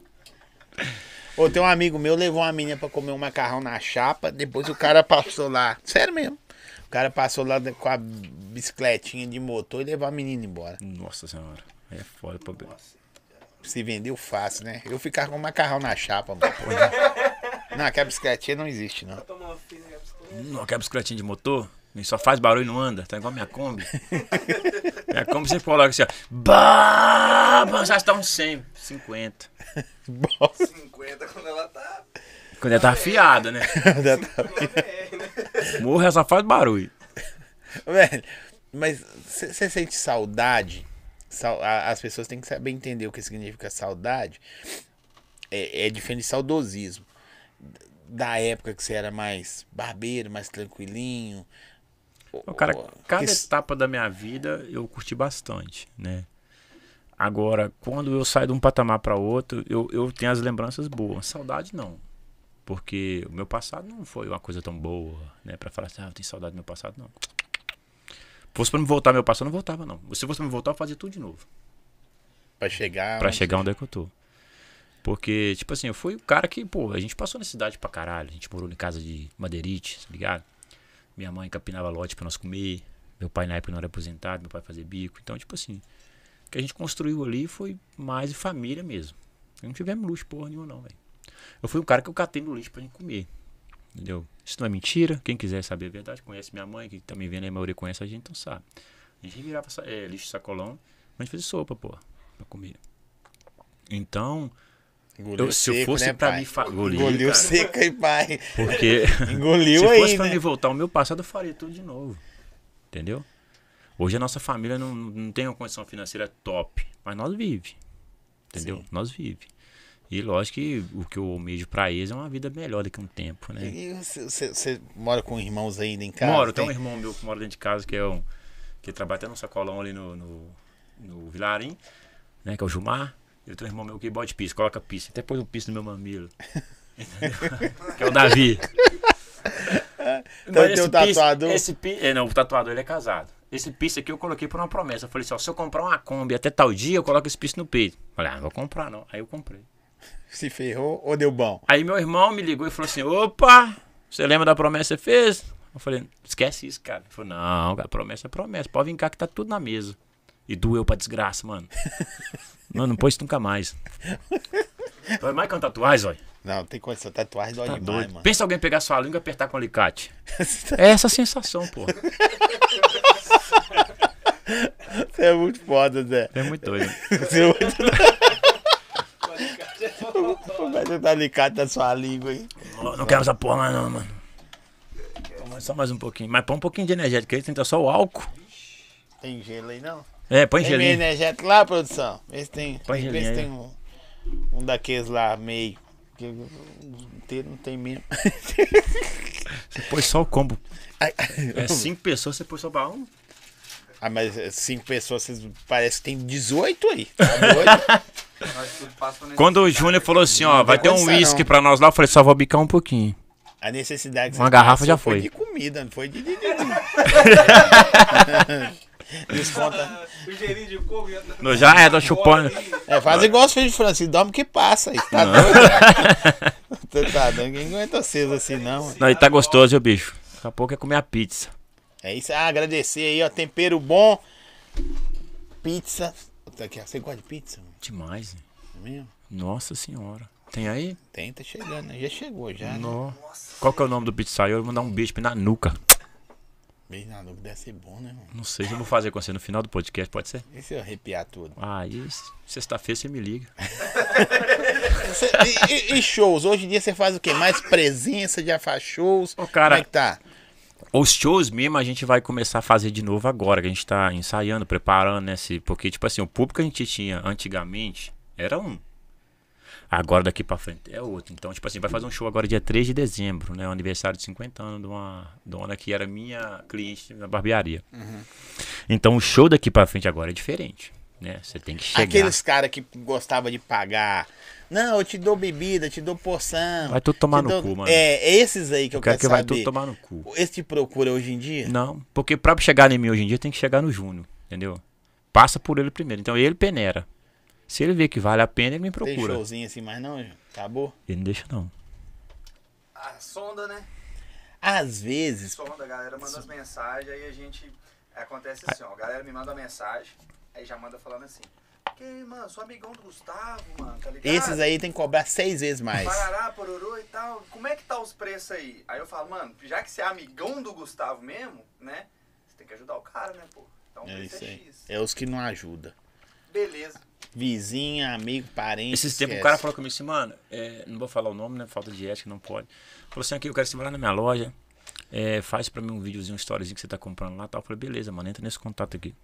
S2: Ou tem um amigo meu levou uma menina pra comer um macarrão na chapa, depois o cara passou lá. Sério mesmo. O cara passou lá da- com a bicicletinha de motor e levou a menina embora.
S1: Nossa senhora. Aí é foda pra beber.
S2: Se vendeu fácil, né? Eu ficar com macarrão na chapa, mano. Pô, né? Não, aquela bicicletinha não existe, não. *laughs*
S1: Não, aquela bicicletinha de motor, nem só faz barulho e não anda. Tá igual minha Kombi. minha Kombi você coloca assim, ó. Bah, bah, já está uns 100, 50.
S2: Bom,
S3: *laughs* 50 quando ela tá.
S1: Quando ela tá afiada, *laughs* né?
S2: já tá-
S3: né?
S1: Morra, só faz barulho.
S2: Velho, mas você sente saudade? Sau- a- As pessoas têm que saber entender o que significa saudade. É, é diferente de saudosismo. Da época que você era mais barbeiro, mais tranquilinho.
S1: O cara,
S2: Ou-
S1: cada
S2: que-
S1: etapa da minha vida eu curti bastante, né? Agora, quando eu saio de um patamar para outro, eu, eu tenho as lembranças boas. Saudade não. Porque o meu passado não foi uma coisa tão boa, né? Pra falar assim, ah, eu tenho saudade do meu passado, não. Fosse pra me voltar ao meu passado, eu não voltava, não. Se fosse pra me voltar, eu fazia tudo de novo.
S2: Pra chegar.
S1: Pra
S2: onde-
S1: chegar onde é que eu tô. Porque, tipo assim, eu fui o cara que, pô, a gente passou na cidade pra caralho. A gente morou em casa de madeirite, tá ligado? Minha mãe capinava lote pra nós comer. Meu pai na época não era aposentado, meu pai fazia bico. Então, tipo assim, o que a gente construiu ali foi mais família mesmo. Eu não tivemos luxo porra nenhuma, não, velho. Eu fui o cara que eu catei no lixo pra gente comer. Entendeu? Isso não é mentira. Quem quiser saber a verdade, conhece minha mãe, que tá me vendo aí, a maioria conhece a gente, então sabe. A gente virava sa- é, lixo sacolão, mas a gente fazia sopa, porra, pra comer. Então,
S2: Engoliu
S1: eu- se eu
S2: seco,
S1: fosse
S2: né,
S1: pra
S2: pai?
S1: mim fa- engolir,
S2: Engoliu
S1: cara.
S2: seco, hein, pai?
S1: *laughs* porque se
S2: Engoliu
S1: fosse
S2: aí,
S1: pra
S2: né?
S1: me voltar ao meu passado, eu faria tudo de novo. Entendeu? Hoje a nossa família não, não tem uma condição financeira top, mas nós vive. Entendeu? Nós vive. E lógico que o que eu almejo pra eles é uma vida melhor daqui a um tempo, né?
S2: E você- Você você mora com irmãos ainda em casa?
S1: moro, tem um
S2: tem?
S1: irmão meu que mora dentro de casa, que é um. que trabalha até num sacolão ali no, no, no Vilarim, né? Que é o Gilmar. Eu tenho um irmão meu que bota piso, coloca piso, até pôs um piso no meu mamilo. *laughs* Entendeu? *laughs* que é o Davi.
S2: Então, tem o tatuador?
S1: Piso, esse piso, é, não, o tatuador ele é casado. Esse piso aqui eu coloquei por uma promessa. Eu falei assim, ó, se eu comprar uma Kombi até tal dia, eu coloco esse piso no peito. Falei, ah, não vou comprar não. Aí eu comprei.
S2: Se ferrou ou deu bom?
S1: Aí meu irmão me ligou e falou assim: opa, você lembra da promessa que você fez? Eu falei, esquece isso, cara. Ele falou, não, cara, promessa é promessa. Pode vir cá que tá tudo na mesa. E doeu pra desgraça,
S2: *laughs*
S1: mano. mano, não pôs isso nunca mais. Vai mais com tatuagem, olha.
S2: Não, tem condição. Tatuagem dói
S1: Tá
S2: demais,
S1: doido.
S2: mano.
S1: Pensa alguém pegar sua língua e apertar com um
S2: *laughs*
S1: alicate. É essa a sensação, pô.
S2: Você é muito foda, Zé.
S1: É muito doido.
S2: Você é muito... *laughs* Vai tentar alicate tá da sua língua aí.
S1: Não, não quero essa porra mais não, mano. Toma Só mais um pouquinho. Mas põe um pouquinho de energético aí, tenta só o álcool.
S2: Tem gelo aí, não?
S1: É, põe
S2: Tem né? meio
S1: gelinho.
S2: energético lá, produção? Vê se tem,
S1: Põe
S2: vê se
S1: gelinho
S2: tem
S1: aí.
S2: um, um daqueles lá, meio. Porque o inteiro não tem mesmo. *laughs*
S1: Põe só o combo.
S2: Ai, *laughs*
S1: É cinco pessoas, você põe só pra um.
S2: Ah, mas é, cinco pessoas, vocês parece que tem 18 aí. Tá doido?
S3: Nós tudo passa nesse
S1: Quando o Júnior falou assim, ó, vai ter um
S2: condição,
S1: uísque
S2: não.
S1: pra nós lá, eu falei, só vou bicar um pouquinho.
S2: A necessidade que
S1: Uma
S2: vocês
S1: garrafa
S2: passam
S1: já foi.
S2: de comida, não foi de. de, de, Desconta.
S3: O gelinho de coco já tá...
S1: Nós já é, tô chupando.
S2: É, faz igual os filhos de Francisco, dorme que passa aí. Tá doido? Você *laughs* tá doido? Ninguém aguenta vocês assim, não.
S1: Não, e tá gostoso, viu, bicho? Daqui a pouco é comer a pizza.
S2: É isso. Ah, agradecer aí, ó. Tempero bom. Pizza. Puta, que- Você gosta de pizza? mano?
S1: Demais, né?
S2: Mesmo?
S1: Nossa senhora. Tem aí?
S2: Tem, tá chegando. né? Já chegou, já. né?
S1: Nó. Qual que é o nome do pizzaiolo? Eu vou mandar um beijo pra ele na nuca.
S2: Beijo na nuca deve ser bom, né, mano?
S1: Não sei, eu vou fazer com você no final do podcast, pode ser?
S2: E se eu arrepiar tudo?
S1: Ah, isso. Sexta-feira você me liga.
S2: Cê- e, e- e shows? Hoje em dia você faz o quê? Mais presença, já faz shows?
S1: Ô, cara.
S2: Como é que tá?
S1: Os shows mesmo a gente vai começar a fazer de novo agora, que a gente tá ensaiando, preparando, né? se- Porque, tipo assim, o público que a gente tinha antigamente era um. Agora daqui pra frente é outro. Então, tipo assim, vai fazer um show agora dia 3 de dezembro, né? O aniversário de 50 anos de uma dona que era minha cliente na barbearia.
S2: Uhum.
S1: Então, o show daqui pra frente agora é diferente, né? Você tem que chegar.
S2: Aqueles caras que gostavam de pagar. Não, eu te dou bebida, te dou porção.
S1: Vai tudo tomar
S2: te
S1: no cu, mano.
S2: É, esses aí que eu,
S1: Eu quero que vai
S2: saber.
S1: tudo tomar no cu.
S2: Esse te procura hoje em dia?
S1: Não, porque pra chegar em mim hoje em dia tem que chegar no Júnior, entendeu? Passa por ele primeiro. Então ele peneira. Se ele vê que vale a pena, ele me
S2: Tem
S1: procura.
S2: showzinho assim, mas não, acabou?
S1: Ele não deixa, não.
S3: A sonda, né?
S2: Às vezes,
S3: sonda, a galera manda as mensagens, aí a gente. Acontece assim, ó, a galera me manda uma mensagem, aí já manda falando assim. Que aí, mano, sou amigão do Gustavo, mano, tá ligado?
S2: esses aí tem que cobrar seis vezes mais.
S3: Parará, pororô e tal. Como é que tá os preços aí? Aí eu falo, mano, já que você é amigão do Gustavo mesmo, né? Você tem que ajudar o cara, né, pô? Então o
S2: É
S3: preço
S2: isso
S3: é
S2: aí.
S3: X.
S2: É os que não ajudam.
S3: Beleza.
S2: Vizinho, amigo, parente.
S1: Esses tempos o
S2: esquece.
S1: cara falou comigo assim, mano, é, não vou falar o nome, né? Falta de ética, não pode. Falou assim, aqui, eu quero que você vá lá na minha loja, é, faz pra mim um videozinho, um storyzinho que você tá comprando lá e tal. Eu falei, beleza, mano, entra nesse contato aqui.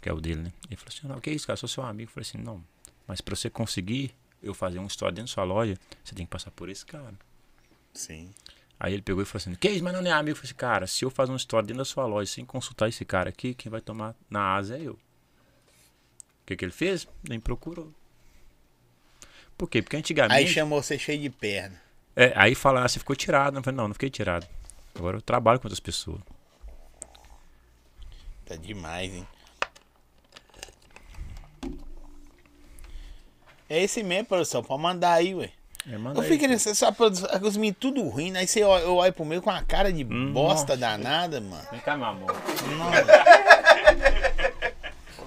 S1: Que é o dele, né? Ele falou assim, não, que isso, cara, sou seu amigo. Eu falei assim, não, mas pra você conseguir eu fazer um story dentro da sua loja, você tem que passar por esse cara.
S2: Sim.
S1: assim, Aí ele pegou e falou assim: Que isso, mas não é amigo? Eu falei assim, cara, se eu fazer uma história dentro da sua loja sem consultar esse cara aqui, quem vai tomar na asa é eu. que, que ele fez? Nem procurou. Por quê? Porque antigamente.
S2: Aí chamou você cheio de perna.
S1: É, aí falaram, ah, você ficou tirado. Eu falei, não, não fiquei tirado. Agora eu trabalho com outras pessoas.
S2: Tá demais, hein? É esse mesmo, produção. Pode mandar aí, ué.
S1: É, manda
S2: Eu
S1: aí.
S2: fico querendo saber, só produção, os meninos tudo ruim, né? aí você olha, eu olho pro meio com uma cara de
S1: Hum,
S2: bosta danada, mano.
S1: Vem cá, meu amor.
S2: Não,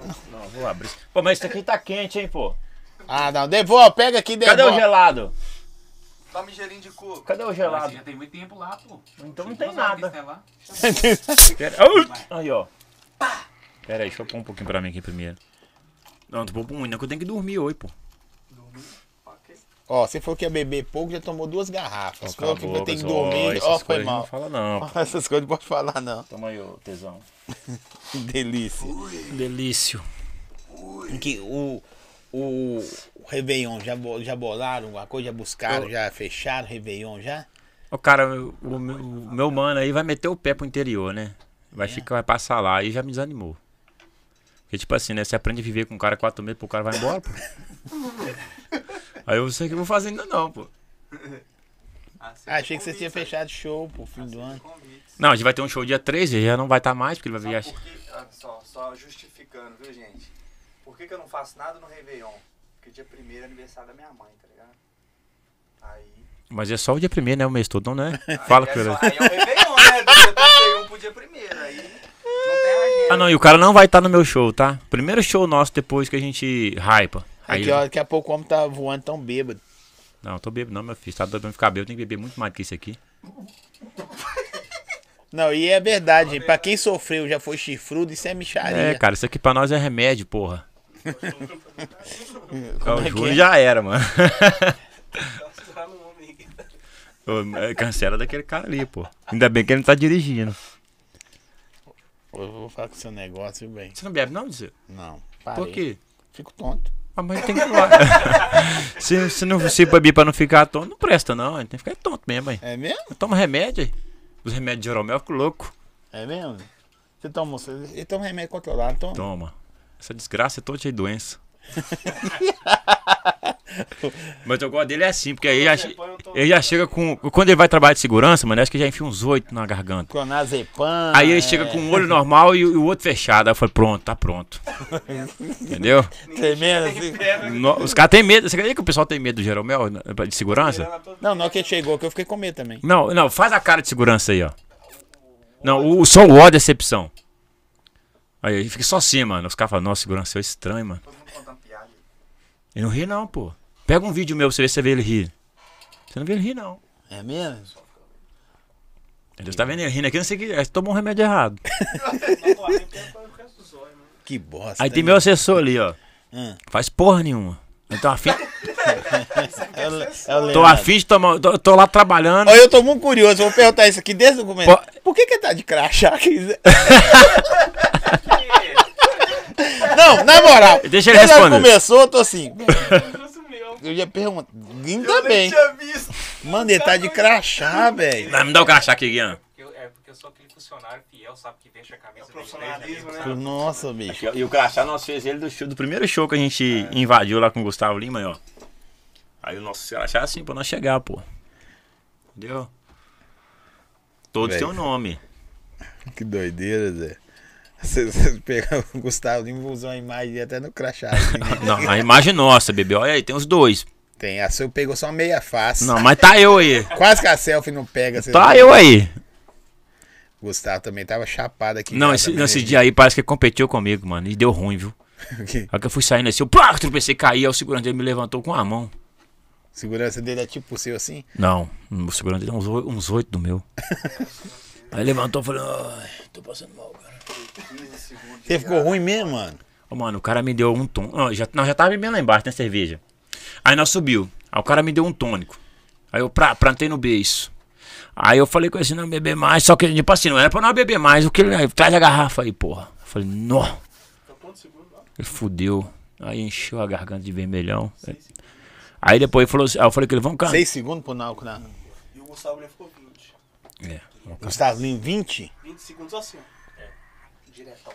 S1: Hum. Não, vou abrir. Pô, mas isso aqui tá quente, hein, pô.
S2: ah, não, devolve, pega aqui,
S1: Cadê o
S2: devolve.
S1: gelado?
S3: Toma gelinho de coco.
S1: Cadê o
S4: Mas
S1: gelado?
S4: já tem muito tempo lá, pô.
S1: Então não tem
S4: Duas horas
S1: nada.
S4: que você é lá.
S1: Pera... Au! Aí, ó. Pera aí, deixa eu pôr um pouquinho pra mim aqui primeiro. Não, não tô pondo muito, não, que eu tenho que dormir hoje, pô.
S3: Ok.
S2: Ó, você falou que ia beber pouco, já tomou duas garrafas.
S1: Cala
S2: Falou
S1: a
S2: que vai
S1: boca,
S2: ter que
S1: só.
S2: dormir.
S1: Essas
S2: Ó, foi
S1: coisas Não
S2: mal.
S1: fala não.
S2: *laughs* Essas coisas não pode falar, não.
S1: Toma aí, ô tesão.
S2: Que delícia.
S1: Delício.
S2: Em que o, o, o Réveillon, já, bo- já bolaram alguma coisa? Já buscaram, já fecharam o Réveillon já?
S1: Ô, cara, o, o meu, o meu mano aí vai meter o pé pro interior, né? Vai ficar, vai passar lá. Aí já me desanimou. Porque, tipo assim, né? Você aprende a viver com o cara quatro meses, pô, o cara vai embora, pô. Aí eu não sei o que eu vou fazer ainda não, pô.
S3: Aceita
S2: Ah, Achei que você tinha
S3: Ah, convite,
S2: fechado show pro fim do
S3: aceita
S2: ano.
S3: convite.
S1: Não, a gente vai ter um show dia 13, já não vai estar mais, porque ele vai viajar.
S3: Sabe por que- ah, só, só justificando, viu, gente? Por que, que eu não faço nada no Réveillon? Porque dia 1 é aniversário da minha mãe, tá ligado? Aí.
S1: Mas é só o dia primeiro, né? O mês todo, não, né? Fala,
S3: aí, é
S1: cara.
S3: só, aí é o Réveillon, né? Do dia 31 pro dia 1 Aí não tem agenda.
S1: Ah, não, e o cara não vai estar no meu show, tá? Primeiro show nosso depois que a gente hypa. Aí,
S2: Aqui, ó, daqui a pouco o homem tá voando tão bêbado.
S1: Não, tô bêbado, não, meu filho. Tá doido pra ficar bêbado, tem que beber muito mais que isso aqui.
S2: Não, e é verdade, gente. Pra quem sofreu, já foi chifrudo, isso é
S1: É,
S2: micharia.
S1: cara, isso aqui pra nós é remédio, *laughs* porra. É, o
S2: é que
S1: Júlio
S2: é?
S1: já era, mano. *laughs*
S4: Lá no homem.
S1: Ô, é, Cancela daquele cara ali, pô. Ainda bem que ele não tá dirigindo.
S2: Eu vou falar com o seu negócio, viu, bem.
S1: Você não bebe, não, dizer?
S2: Não, parei.
S1: Por quê?
S2: Fico tonto.
S1: A mãe tem que ir *laughs* se, se não se beber pra não ficar tonto, não presta, não. A gente tem que ficar tonto mesmo, hein?
S2: É mesmo?
S1: Toma remédio aí. Os remédios de Jeromel, eu fico louco.
S2: É mesmo? Você toma, um você ele toma remédio controlado, toma.
S1: Toma. Essa desgraça é toda cheia de doença. Mas eu gosto dele é assim, porque aí já, che- ele já chega com. Quando ele vai trabalhar de segurança, mano, eu acho que já enfia uns oito na garganta.
S2: Clonazepam.
S1: Aí ele
S2: é,
S1: chega com um- o olho normal e, o- e o outro fechado. Aí eu falei, pronto, tá pronto. Entendeu?
S2: Tremendo assim.
S1: No- os caras têm medo. Você acredita que o pessoal tem medo do Jeromel né, de segurança?
S2: Não, não que ele chegou, que eu fiquei com medo também.
S1: Não, não, faz a cara de segurança aí, ó. Não, o, o só o ó é decepção. Aí ele fica só assim, mano. Os caras falam, nossa, segurança é estranho, mano.
S3: Todo mundo contando piada.
S1: Ele não ri não, pô. Pega um vídeo meu pra você ver se você vê ele rir. Você não vê ele rir, não.
S2: É mesmo?
S1: Ele tá vendo ele rindo aqui, não sei o que. Aí você tomou um remédio *laughs* errado.
S2: Que bosta.
S1: Aí tem
S2: né?
S1: meu assessor ali, ó.
S2: Hum.
S1: Faz porra nenhuma. Eu tô *laughs* afim,
S2: É o, é o
S1: tô
S2: Leonardo.
S1: afim de tomar. Tô, tô lá trabalhando.
S2: Ó, eu tô muito curioso, vou perguntar isso aqui desde o começo.
S1: Po-
S2: Por que que tá de crachá? que isso- Não, na moral.
S1: Deixa ele
S2: quando
S1: responder.
S2: começou, eu tô assim.
S4: Isso mesmo.
S2: Eu ia perguntar.
S3: Eu
S2: Ainda
S3: nem
S2: Tá bem.
S3: tinha visto.
S2: Mano, ele tá de crachá, velho.
S1: Vai, me dá o crachá aqui, Guian.
S4: Eu- é porque eu sou aquele funcionário fiel, sabe? Que deixa a camisa dele
S3: Profissionalismo, né?
S2: Nossa, bicho.
S1: E o crachá nós fez ele do, show- do primeiro show que a gente invadiu lá com o Gustavo Lima, ó. Aí o nosso crachá é assim pra nós chegar, pô. Entendeu? Todo
S2: Véi.
S1: seu nome.
S2: Que doideira, Zé. Vocês vocês pegaram o Gustavo Lima vou usar uma imagem dele até no
S1: *laughs*
S2: crachá. assim, né?
S1: Não, a imagem é nossa, bebê. Olha aí, tem os dois.
S2: Tem, a sua pegou só meia face.
S1: Não, mas tá eu aí.
S2: Quase que a selfie não pega. vocês
S1: Tá
S2: viram?
S1: eu aí.
S2: Gustavo também tava chapado aqui. em
S1: Não,
S2: casa
S1: esse,
S2: também,
S1: nesse
S2: né?
S1: dia aí parece que ele competiu comigo, mano. E deu ruim, viu?
S2: Porque
S1: Aí que eu fui saindo assim, eu plá, tropecei, caí, aí o segurança dele me levantou com a mão.
S2: Segurança dele é tipo o seu assim?
S1: Não, o segurança dele é uns, oi- uns oito do meu. *laughs* aí levantou e falou, ai, tô passando mal, cara.
S3: 15 segundos.
S2: Você ficou ruim mesmo, mano?
S1: Ô, mano, o cara me deu um tom. Não, já, nós já tava bebendo lá embaixo, né, cerveja. Aí nós subiu. Aí o cara me deu um tônico. Aí eu pra, plantei no beiço. Aí eu falei com ele assim, não beber mais. Só que, tipo assim, não era pra nós beber mais. O que ele- aí, Traz a garrafa aí, porra. Eu falei, nó. Ele fudeu. Aí encheu a garganta de vermelhão. Aí depois ele falou assim, aí eu falei com ele, vamos cantar.
S2: Seis segundos pro Nalco na.
S1: né?
S5: E o Gustavo Lima ficou 20.
S1: É.
S2: Gustavo Lima, 20?
S5: 20 segundos assim, ó. Diretão.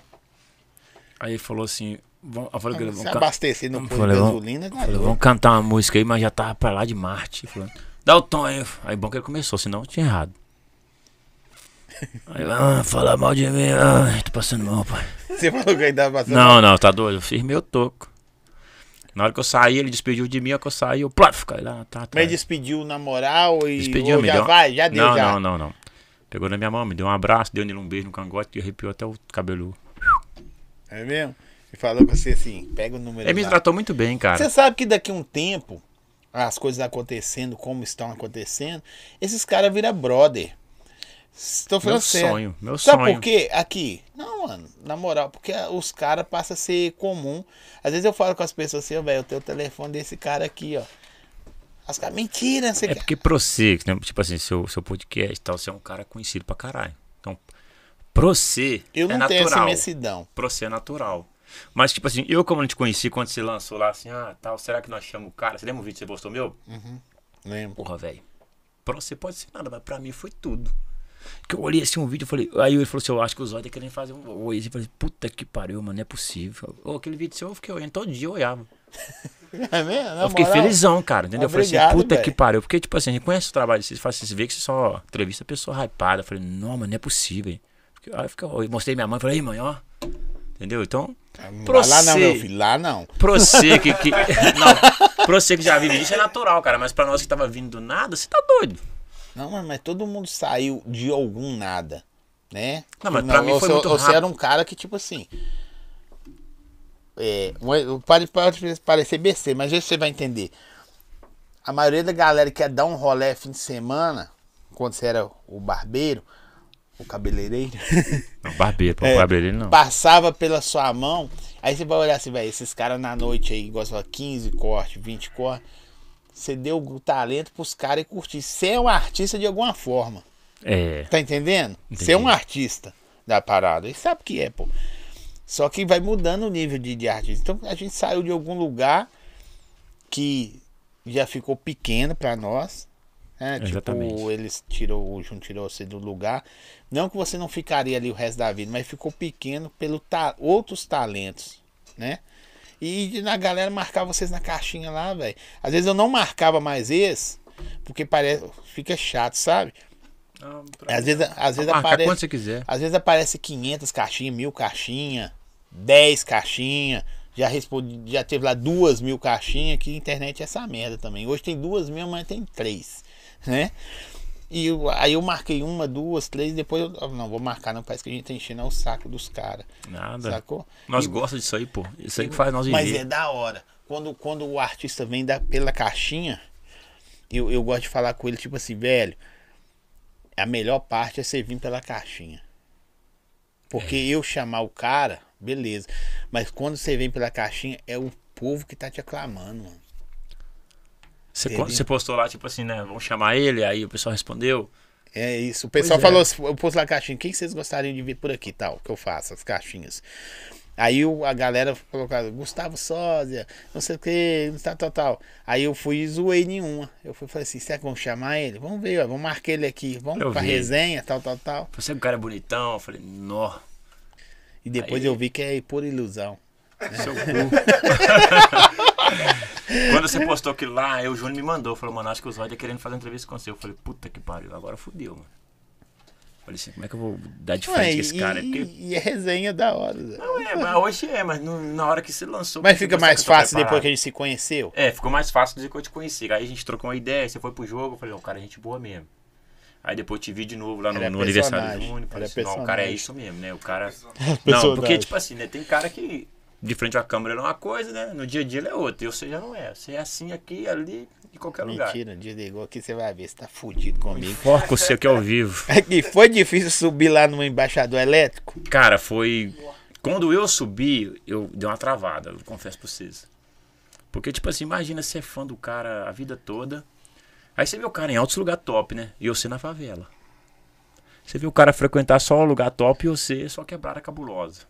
S1: Aí ele falou assim, Vamos, eu falei,
S2: Se
S1: vamos, can-
S2: abastecer no posto de
S1: Falei, vamos-
S2: gasolina, né,
S1: eu falei,
S2: garoto.
S1: vamos cantar uma música aí, mas já tava pra lá de Marte. Falando, Dá o tom aí. Aí bom que ele começou, senão eu tinha errado. Aí, ah, fala mal de mim, ah, tô passando mal, pai.
S2: Você falou que ele tava passando.
S1: Não, não, tá doido. Eu firmei o toco. Na hora que eu saí, ele despediu de mim, a hora que eu saí, eu plaf, caí lá, tá, tá.
S2: Mas despediu na moral e.
S1: Despediu,
S2: ou
S1: me
S2: já
S1: deu uma-
S2: vai, já deu
S1: não,
S2: já.
S1: Não, não, não. Pegou na minha mão, me deu um abraço, deu nele um beijo no cangote e arrepiou até o cabelo.
S2: É mesmo? E falou com você assim, pega o número.
S1: Ele me
S2: lá.
S1: tratou muito bem, cara.
S2: Você sabe que daqui a um tempo, as coisas acontecendo como estão acontecendo, esses caras viram brother. Estou falando
S1: Meu
S2: sério.
S1: sonho, meu
S2: Sabe
S1: sonho.
S2: por quê? Aqui. Não, mano, na moral, porque os caras passam a ser comum. Às vezes eu falo com as pessoas assim, ó, velho, eu tenho o telefone desse cara aqui, ó. As caras, mentira, você
S1: É
S2: quer.
S1: porque pra você, né, tipo assim, seu, seu podcast e tal, você é um cara conhecido pra caralho. Então, pra você,
S2: Eu não
S1: é
S2: tenho essa
S1: natural.
S2: imensidão.
S1: Pra você é natural. Mas, tipo assim, eu como não te conheci, quando você lançou lá assim, ah, tal, será que nós chamamos o cara? Você lembra um vídeo que você postou meu?
S2: *laughs* Lembro.
S1: Porra, velho. Pra você pode ser nada, mas pra mim foi tudo. Que eu olhei assim um vídeo e falei. Aí ele falou assim: eu acho que os olhos tá querendo fazer um oi. Eu falei, puta que pariu, mano, não é possível. Ô, aquele vídeo seu eu fiquei olhando todo dia, eu olhava.
S2: É mesmo? Na
S1: eu fiquei
S2: moral.
S1: felizão, cara, entendeu? eu falei
S2: Obrigado,
S1: assim, puta que
S2: velho.
S1: pariu. Porque, tipo assim, a gente conhece o trabalho de vocês, faz vocês vê que vocês só entrevista a pessoa hypada. Eu falei, não, mano, não é possível. Fiquei- Aí eu fiquei- eu mostrei minha mãe, falei, aí, mãe, ó. Entendeu? Então,
S2: Ah, Não
S1: Pra
S2: vai lá não,
S1: você.
S2: meu filho. Lá não.
S1: Pra você que.
S2: *laughs*
S1: que não, pra você que já vive disso é natural, cara. Mas pra nós que tava vindo do nada, você tá doido.
S2: Não, mano, mas todo mundo saiu de algum nada, né?
S1: Não, mas pra mim foi
S2: você,
S1: muito
S2: Você
S1: rápido.
S2: era um cara que, tipo assim... É, um- pode, pode parecer besteira, mas você vai entender. A maioria da galera que quer dar um rolé fim de semana, quando você era o barbeiro, o cabeleireiro,
S1: Não, barbeiro, pô,
S2: É,
S1: barbeiro não.
S2: passava pela sua mão, aí você vai olhar assim, velho, esses caras na noite aí, gostam de 15 cortes, 20 cortes, você deu o talento pros caras e curtir. Você é um artista de alguma forma.
S1: É.
S2: Tá entendendo?
S1: Entendi.
S2: Você é um artista da parada. E sabe o que é, pô. Só que vai mudando o nível de, de artista. Então a gente saiu de algum lugar que já ficou pequeno pra nós. né?
S1: Exatamente.
S2: Tipo, eles tirou, o Jun tirou você do lugar. Não que você não ficaria ali o resto da vida, mas ficou pequeno pelo ta outros talentos, né? E na galera marcava vocês na caixinha lá, velho. Às vezes eu não marcava mais esse, porque parece fica chato, sabe? Às vezes, às vezes,
S1: Marca
S2: aparece,
S1: quando você quiser.
S2: às vezes aparece 500 caixinhas, 1000 caixinhas, 10 caixinhas. Já, respondi, já teve lá duas mil caixinhas, que a internet é essa merda também. Hoje tem duas mil, mas tem três, né? E eu- aí eu marquei uma, duas, três, depois eu. Não, vou marcar, não, parece que a gente tá enchendo o saco dos caras,
S1: Nada.
S2: sacou?
S1: Nós
S2: E-
S1: gostamos disso aí, pô. Isso aí que faz nós
S2: mas é
S1: viver.
S2: da hora. Quando, quando o artista vem da, pela caixinha, eu, eu gosto de falar com ele, tipo assim, velho, a melhor parte é você vir pela caixinha. Porque eu chamar o cara, beleza. Mas quando você vem pela caixinha, é o povo que tá te aclamando, mano.
S1: Você, quando você postou lá, tipo assim, né? Vamos chamar ele, aí o pessoal respondeu.
S2: É isso. O pessoal
S1: Pois é.
S2: falou, assim, eu pus lá a caixinha, quem vocês gostariam de ver por aqui, tal, que eu faço, as caixinhas. Aí o- a galera colocava, Gustavo Sósia, não sei o que, tal, tal, tal. Aí eu fui e zoei nenhuma. Eu fui, falei assim, será que vamos chamar ele? Vamos ver, ó, vamos marcar ele aqui, vamos
S1: Eu
S2: pra
S1: vi.
S2: resenha, tal, tal, tal.
S1: Você que o cara é bonitão. Eu falei, nó,
S2: E depois
S1: Aí.
S2: eu vi que é pura ilusão.
S1: seu cu. quando você postou aquilo lá, aí o Júnior me mandou. Falou, mano, acho que o Zóia tá querendo fazer uma entrevista com você. Eu falei, puta que pariu, agora fudeu, mano. Falei assim, como é que eu vou dar de frente
S2: Ué,
S1: com
S2: e,
S1: esse cara? É porque-
S2: e- e é resenha da hora. Zé.
S1: Não, é, mas hoje é, mas no- na hora que você lançou.
S2: Mas fica mais fácil depois que a
S1: gente.
S2: gente se conheceu.
S1: É, ficou mais fácil dizer que eu te conheci. Aí a gente trocou uma ideia, você foi pro jogo, eu falei, ó, o cara é gente boa mesmo. Aí depois te vi de novo lá no,
S2: Ele é
S1: no aniversário do
S2: personagem,
S1: Júnior. Falei
S2: ele é
S1: assim, não, o cara é
S2: personagem. É
S1: isso mesmo, né? O cara. Não,
S2: Personagem.
S1: porque, tipo assim, né? Tem cara que de frente à câmera ele é uma coisa, né? No dia a dia ele é outra. E você já não é. Você é assim aqui, ali, em qualquer lugar.
S2: Mentira, desligou aqui, você vai ver, você tá fudido comigo.
S1: Foco seu que é ao vivo.
S2: *laughs* É que foi difícil subir lá no embaixador elétrico.
S1: Cara, foi. Quando eu subi, eu dei uma travada, eu confesso pra vocês. Porque, tipo assim, imagina ser fã do cara a vida toda. Aí você vê o cara em altos lugar top, né? E você na favela. Você vê o cara frequentar só o lugar top e você só quebrada cabulosa.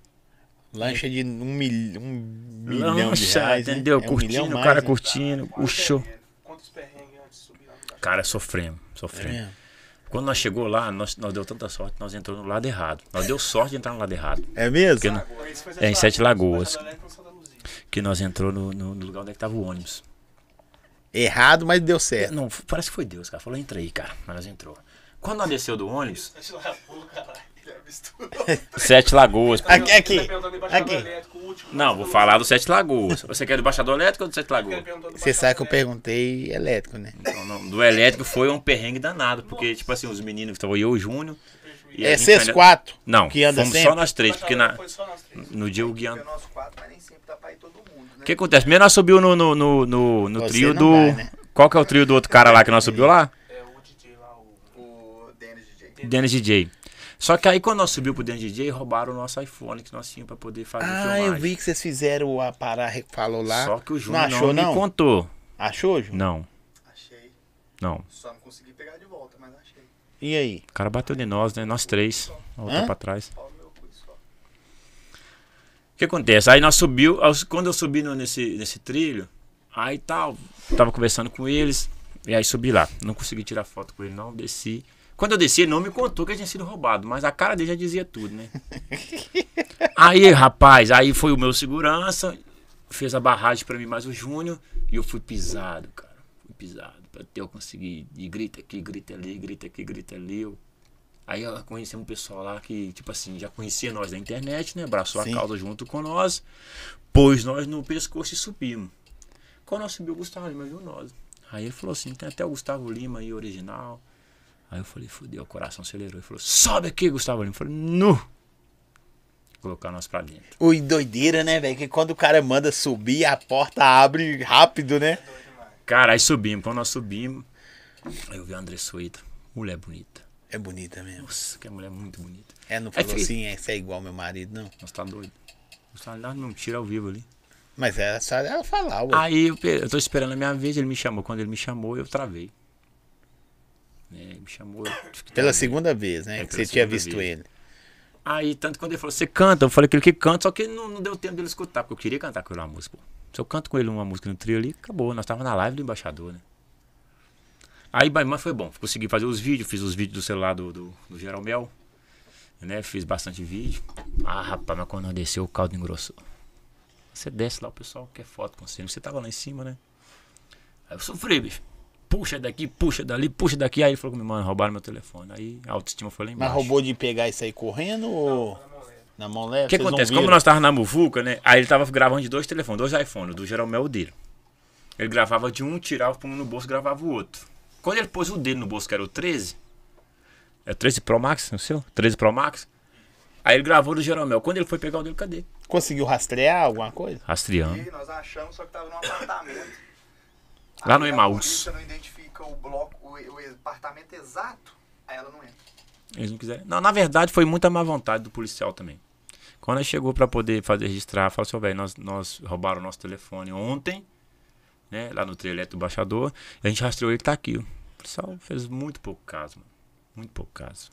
S2: Lancha de um, mil, um milhão de
S1: Lancha,
S2: reais. né?
S1: entendeu?
S2: É um
S1: curtindo,
S2: milhão
S1: o cara
S2: mais, né?
S1: curtindo, o show.
S5: Quantos perrengues antes de subir lá? no baixo?
S1: Cara, sofremos, sofremos.
S2: É.
S1: Quando nós chegou lá, nós, nós deu tanta sorte, nós entrou no lado errado. Nós deu sorte de entrar no lado errado.
S2: É mesmo?
S1: Porque não-
S5: Foi isso, foi
S1: É, em Sete Lagoas.
S5: Baixada Leste, Santa Luzia.
S1: Porque nós entrou no, no- no lugar onde é que tava o ônibus. É,
S2: Errado, mas deu certo.
S1: Não, f- parece que foi Deus, cara. Falou, entra aí, cara. Mas nós entrou. Quando nós desceu do ônibus, *laughs* Sete Lagoas.
S2: Aqui, aqui.
S5: Ele tá perguntando embaixador
S2: Aqui.
S5: elétrico, o último.
S1: Não, vou falar do Sete Lagoas. Você quer do Baixador Elétrico ou do Sete
S5: Ele
S1: Lagoas?
S5: perguntou do
S2: Você sabe que eu
S5: embaixador
S2: perguntei elétrico, né?
S1: Não, não, do elétrico foi um perrengue danado, porque, tipo assim, os meninos, estavam eu e o Júnior. e a
S2: É
S1: gente
S2: vocês
S1: ainda-
S2: quatro.
S1: Não,
S2: que anda
S1: fomos
S2: sempre?
S1: só nós três, porque na,
S5: Foi só nós três.
S1: no dia o Guiano.
S3: Porque o nosso quadro, mas nem sempre dá pra ir todo mundo, né?
S1: O que acontece? Primeiro nós subiu no, no, no, no, no
S2: Você
S1: trio
S2: não
S1: do.
S2: vai, né?
S1: Qual que é o trio do outro cara lá que nós subiu lá?
S5: É o DJ lá, o.
S3: O Dennis DJ.
S1: Dennis DJ. Só que aí quando nós subiu pro Dennis DJ, roubaram o nosso iPhone que nós tínhamos pra poder fazer
S2: Ah,
S1: filmagem.
S2: eu vi que vocês fizeram a parar, falou lá.
S1: Só que o Júnior
S2: Não
S1: não,
S2: achou,
S1: me
S2: não?
S1: contou.
S2: Achou, Ju?
S1: Não,
S3: Achei.
S1: não.
S3: Só não consegui pegar de volta, mas achei.
S2: E aí?
S1: O cara bateu de nós, né? Nós três. Vamos
S2: Hã?
S1: voltar pra trás.
S3: Pau no meu cu e só.
S1: O que acontece? Aí nós subiu, aos- quando eu subi no- nesse, nesse trilho, aí tal, tava conversando com eles, e aí subi lá. Não consegui tirar foto com ele, não, desci. Quando eu desci, ele não me contou que ele tinha sido roubado, mas a cara dele já dizia tudo, né? aí, rapaz, aí foi o meu segurança, fez a barragem pra mim mais o Júnior, e eu fui pisado, cara. Fui pisado, pra até eu conseguir. E grita aqui, grita ali, grita aqui, grita ali. Eu... Aí eu conheci um pessoal lá que, tipo assim, já conhecia nós da internet, né? Abraçou
S2: Sim.
S1: a causa junto com nós, pôs nós no pescoço e subimos. Quando nós subimos, o Gustavo Lima viu nós. Aí ele falou assim: tem até o Gustavo Lima aí, original. Aí eu falei: fudeu, o coração acelerou. Ele falou: sobe aqui, Gustavo Lima. Eu falei: nu! Colocar nós pra dentro.
S2: Ui, doideira, né, velho? Que quando o cara manda subir, a porta abre rápido, né?
S1: Cara, aí subimos. Quando nós subimos, aí eu vi a André Suíta. Mulher bonita.
S2: É bonita mesmo.
S1: Nossa, que mulher muito bonita.
S2: É, não falou
S1: fi-
S2: assim, é, você é igual meu marido, não.
S1: Nós tá doido. Nós tá lá, não tira ao vivo ali.
S2: Mas era só ela falar, ué.
S1: Aí eu, pe- eu tô esperando a minha vez, ele me chamou. Quando ele me chamou, eu travei. É, ele me chamou. eu fiquei
S2: pela
S1: travado.
S2: segunda vez, né?
S1: É,
S2: que
S1: pela
S2: você tinha
S1: segunda
S2: visto
S1: vez.
S2: ele.
S1: Aí, tanto quando ele falou, você canta, eu falei que ele que canta, só que não, não deu tempo dele escutar, porque eu queria cantar com ele uma música. pô. Se eu canto com ele uma música no trio ali, acabou. Nós tava na live do embaixador, né? Aí, ba- mas foi bom. Consegui fazer os vídeos, fiz os vídeos do celular do, do, do Geralmel, né? Fiz bastante vídeo. Ah, rapaz, mas quando nós desceu, o caldo engrossou. Você desce lá, o pessoal quer foto com você. Você tava lá em cima, né? Aí eu sofri, bicho. Puxa daqui, puxa dali, puxa daqui. Aí ele falou comigo, mano, roubaram meu telefone. Aí a autoestima foi lá
S2: Mas
S1: embaixo.
S2: roubou de pegar isso aí correndo ou na mão leve?
S1: O que
S2: Vocês não
S1: acontece?
S2: viram?
S1: Como nós tava na muvuca, né? Aí ele tava gravando de dois telefones, dois iPhones, do Jeromel e o dele. Ele gravava de um, tirava o um no bolso, gravava o outro. Quando ele pôs o dele no bolso, que era o 13, é o 13 Pro Max, não sei, 13 Pro Max. Aí ele gravou do Jeromel. Quando ele foi pegar o dele, cadê?
S2: Conseguiu rastrear alguma coisa?
S3: E
S1: Rastreando.
S3: aí nós achamos, só que tava num apartamento.
S1: *laughs* Lá no
S3: Aí a
S1: Emaús.
S3: polícia não identifica o bloco, o, o apartamento exato, aí ela não entra.
S1: Eles não quiseram. Não, na verdade, foi muita má vontade do policial também. Quando ele chegou pra poder fazer registrar, falou assim, "Ô, velho, nós, nós roubaram o nosso telefone ontem, né? Lá no trio elétrico do baixador, e a gente rastreou ele tá aqui. ó." O policial fez muito pouco caso, mano. Muito pouco caso.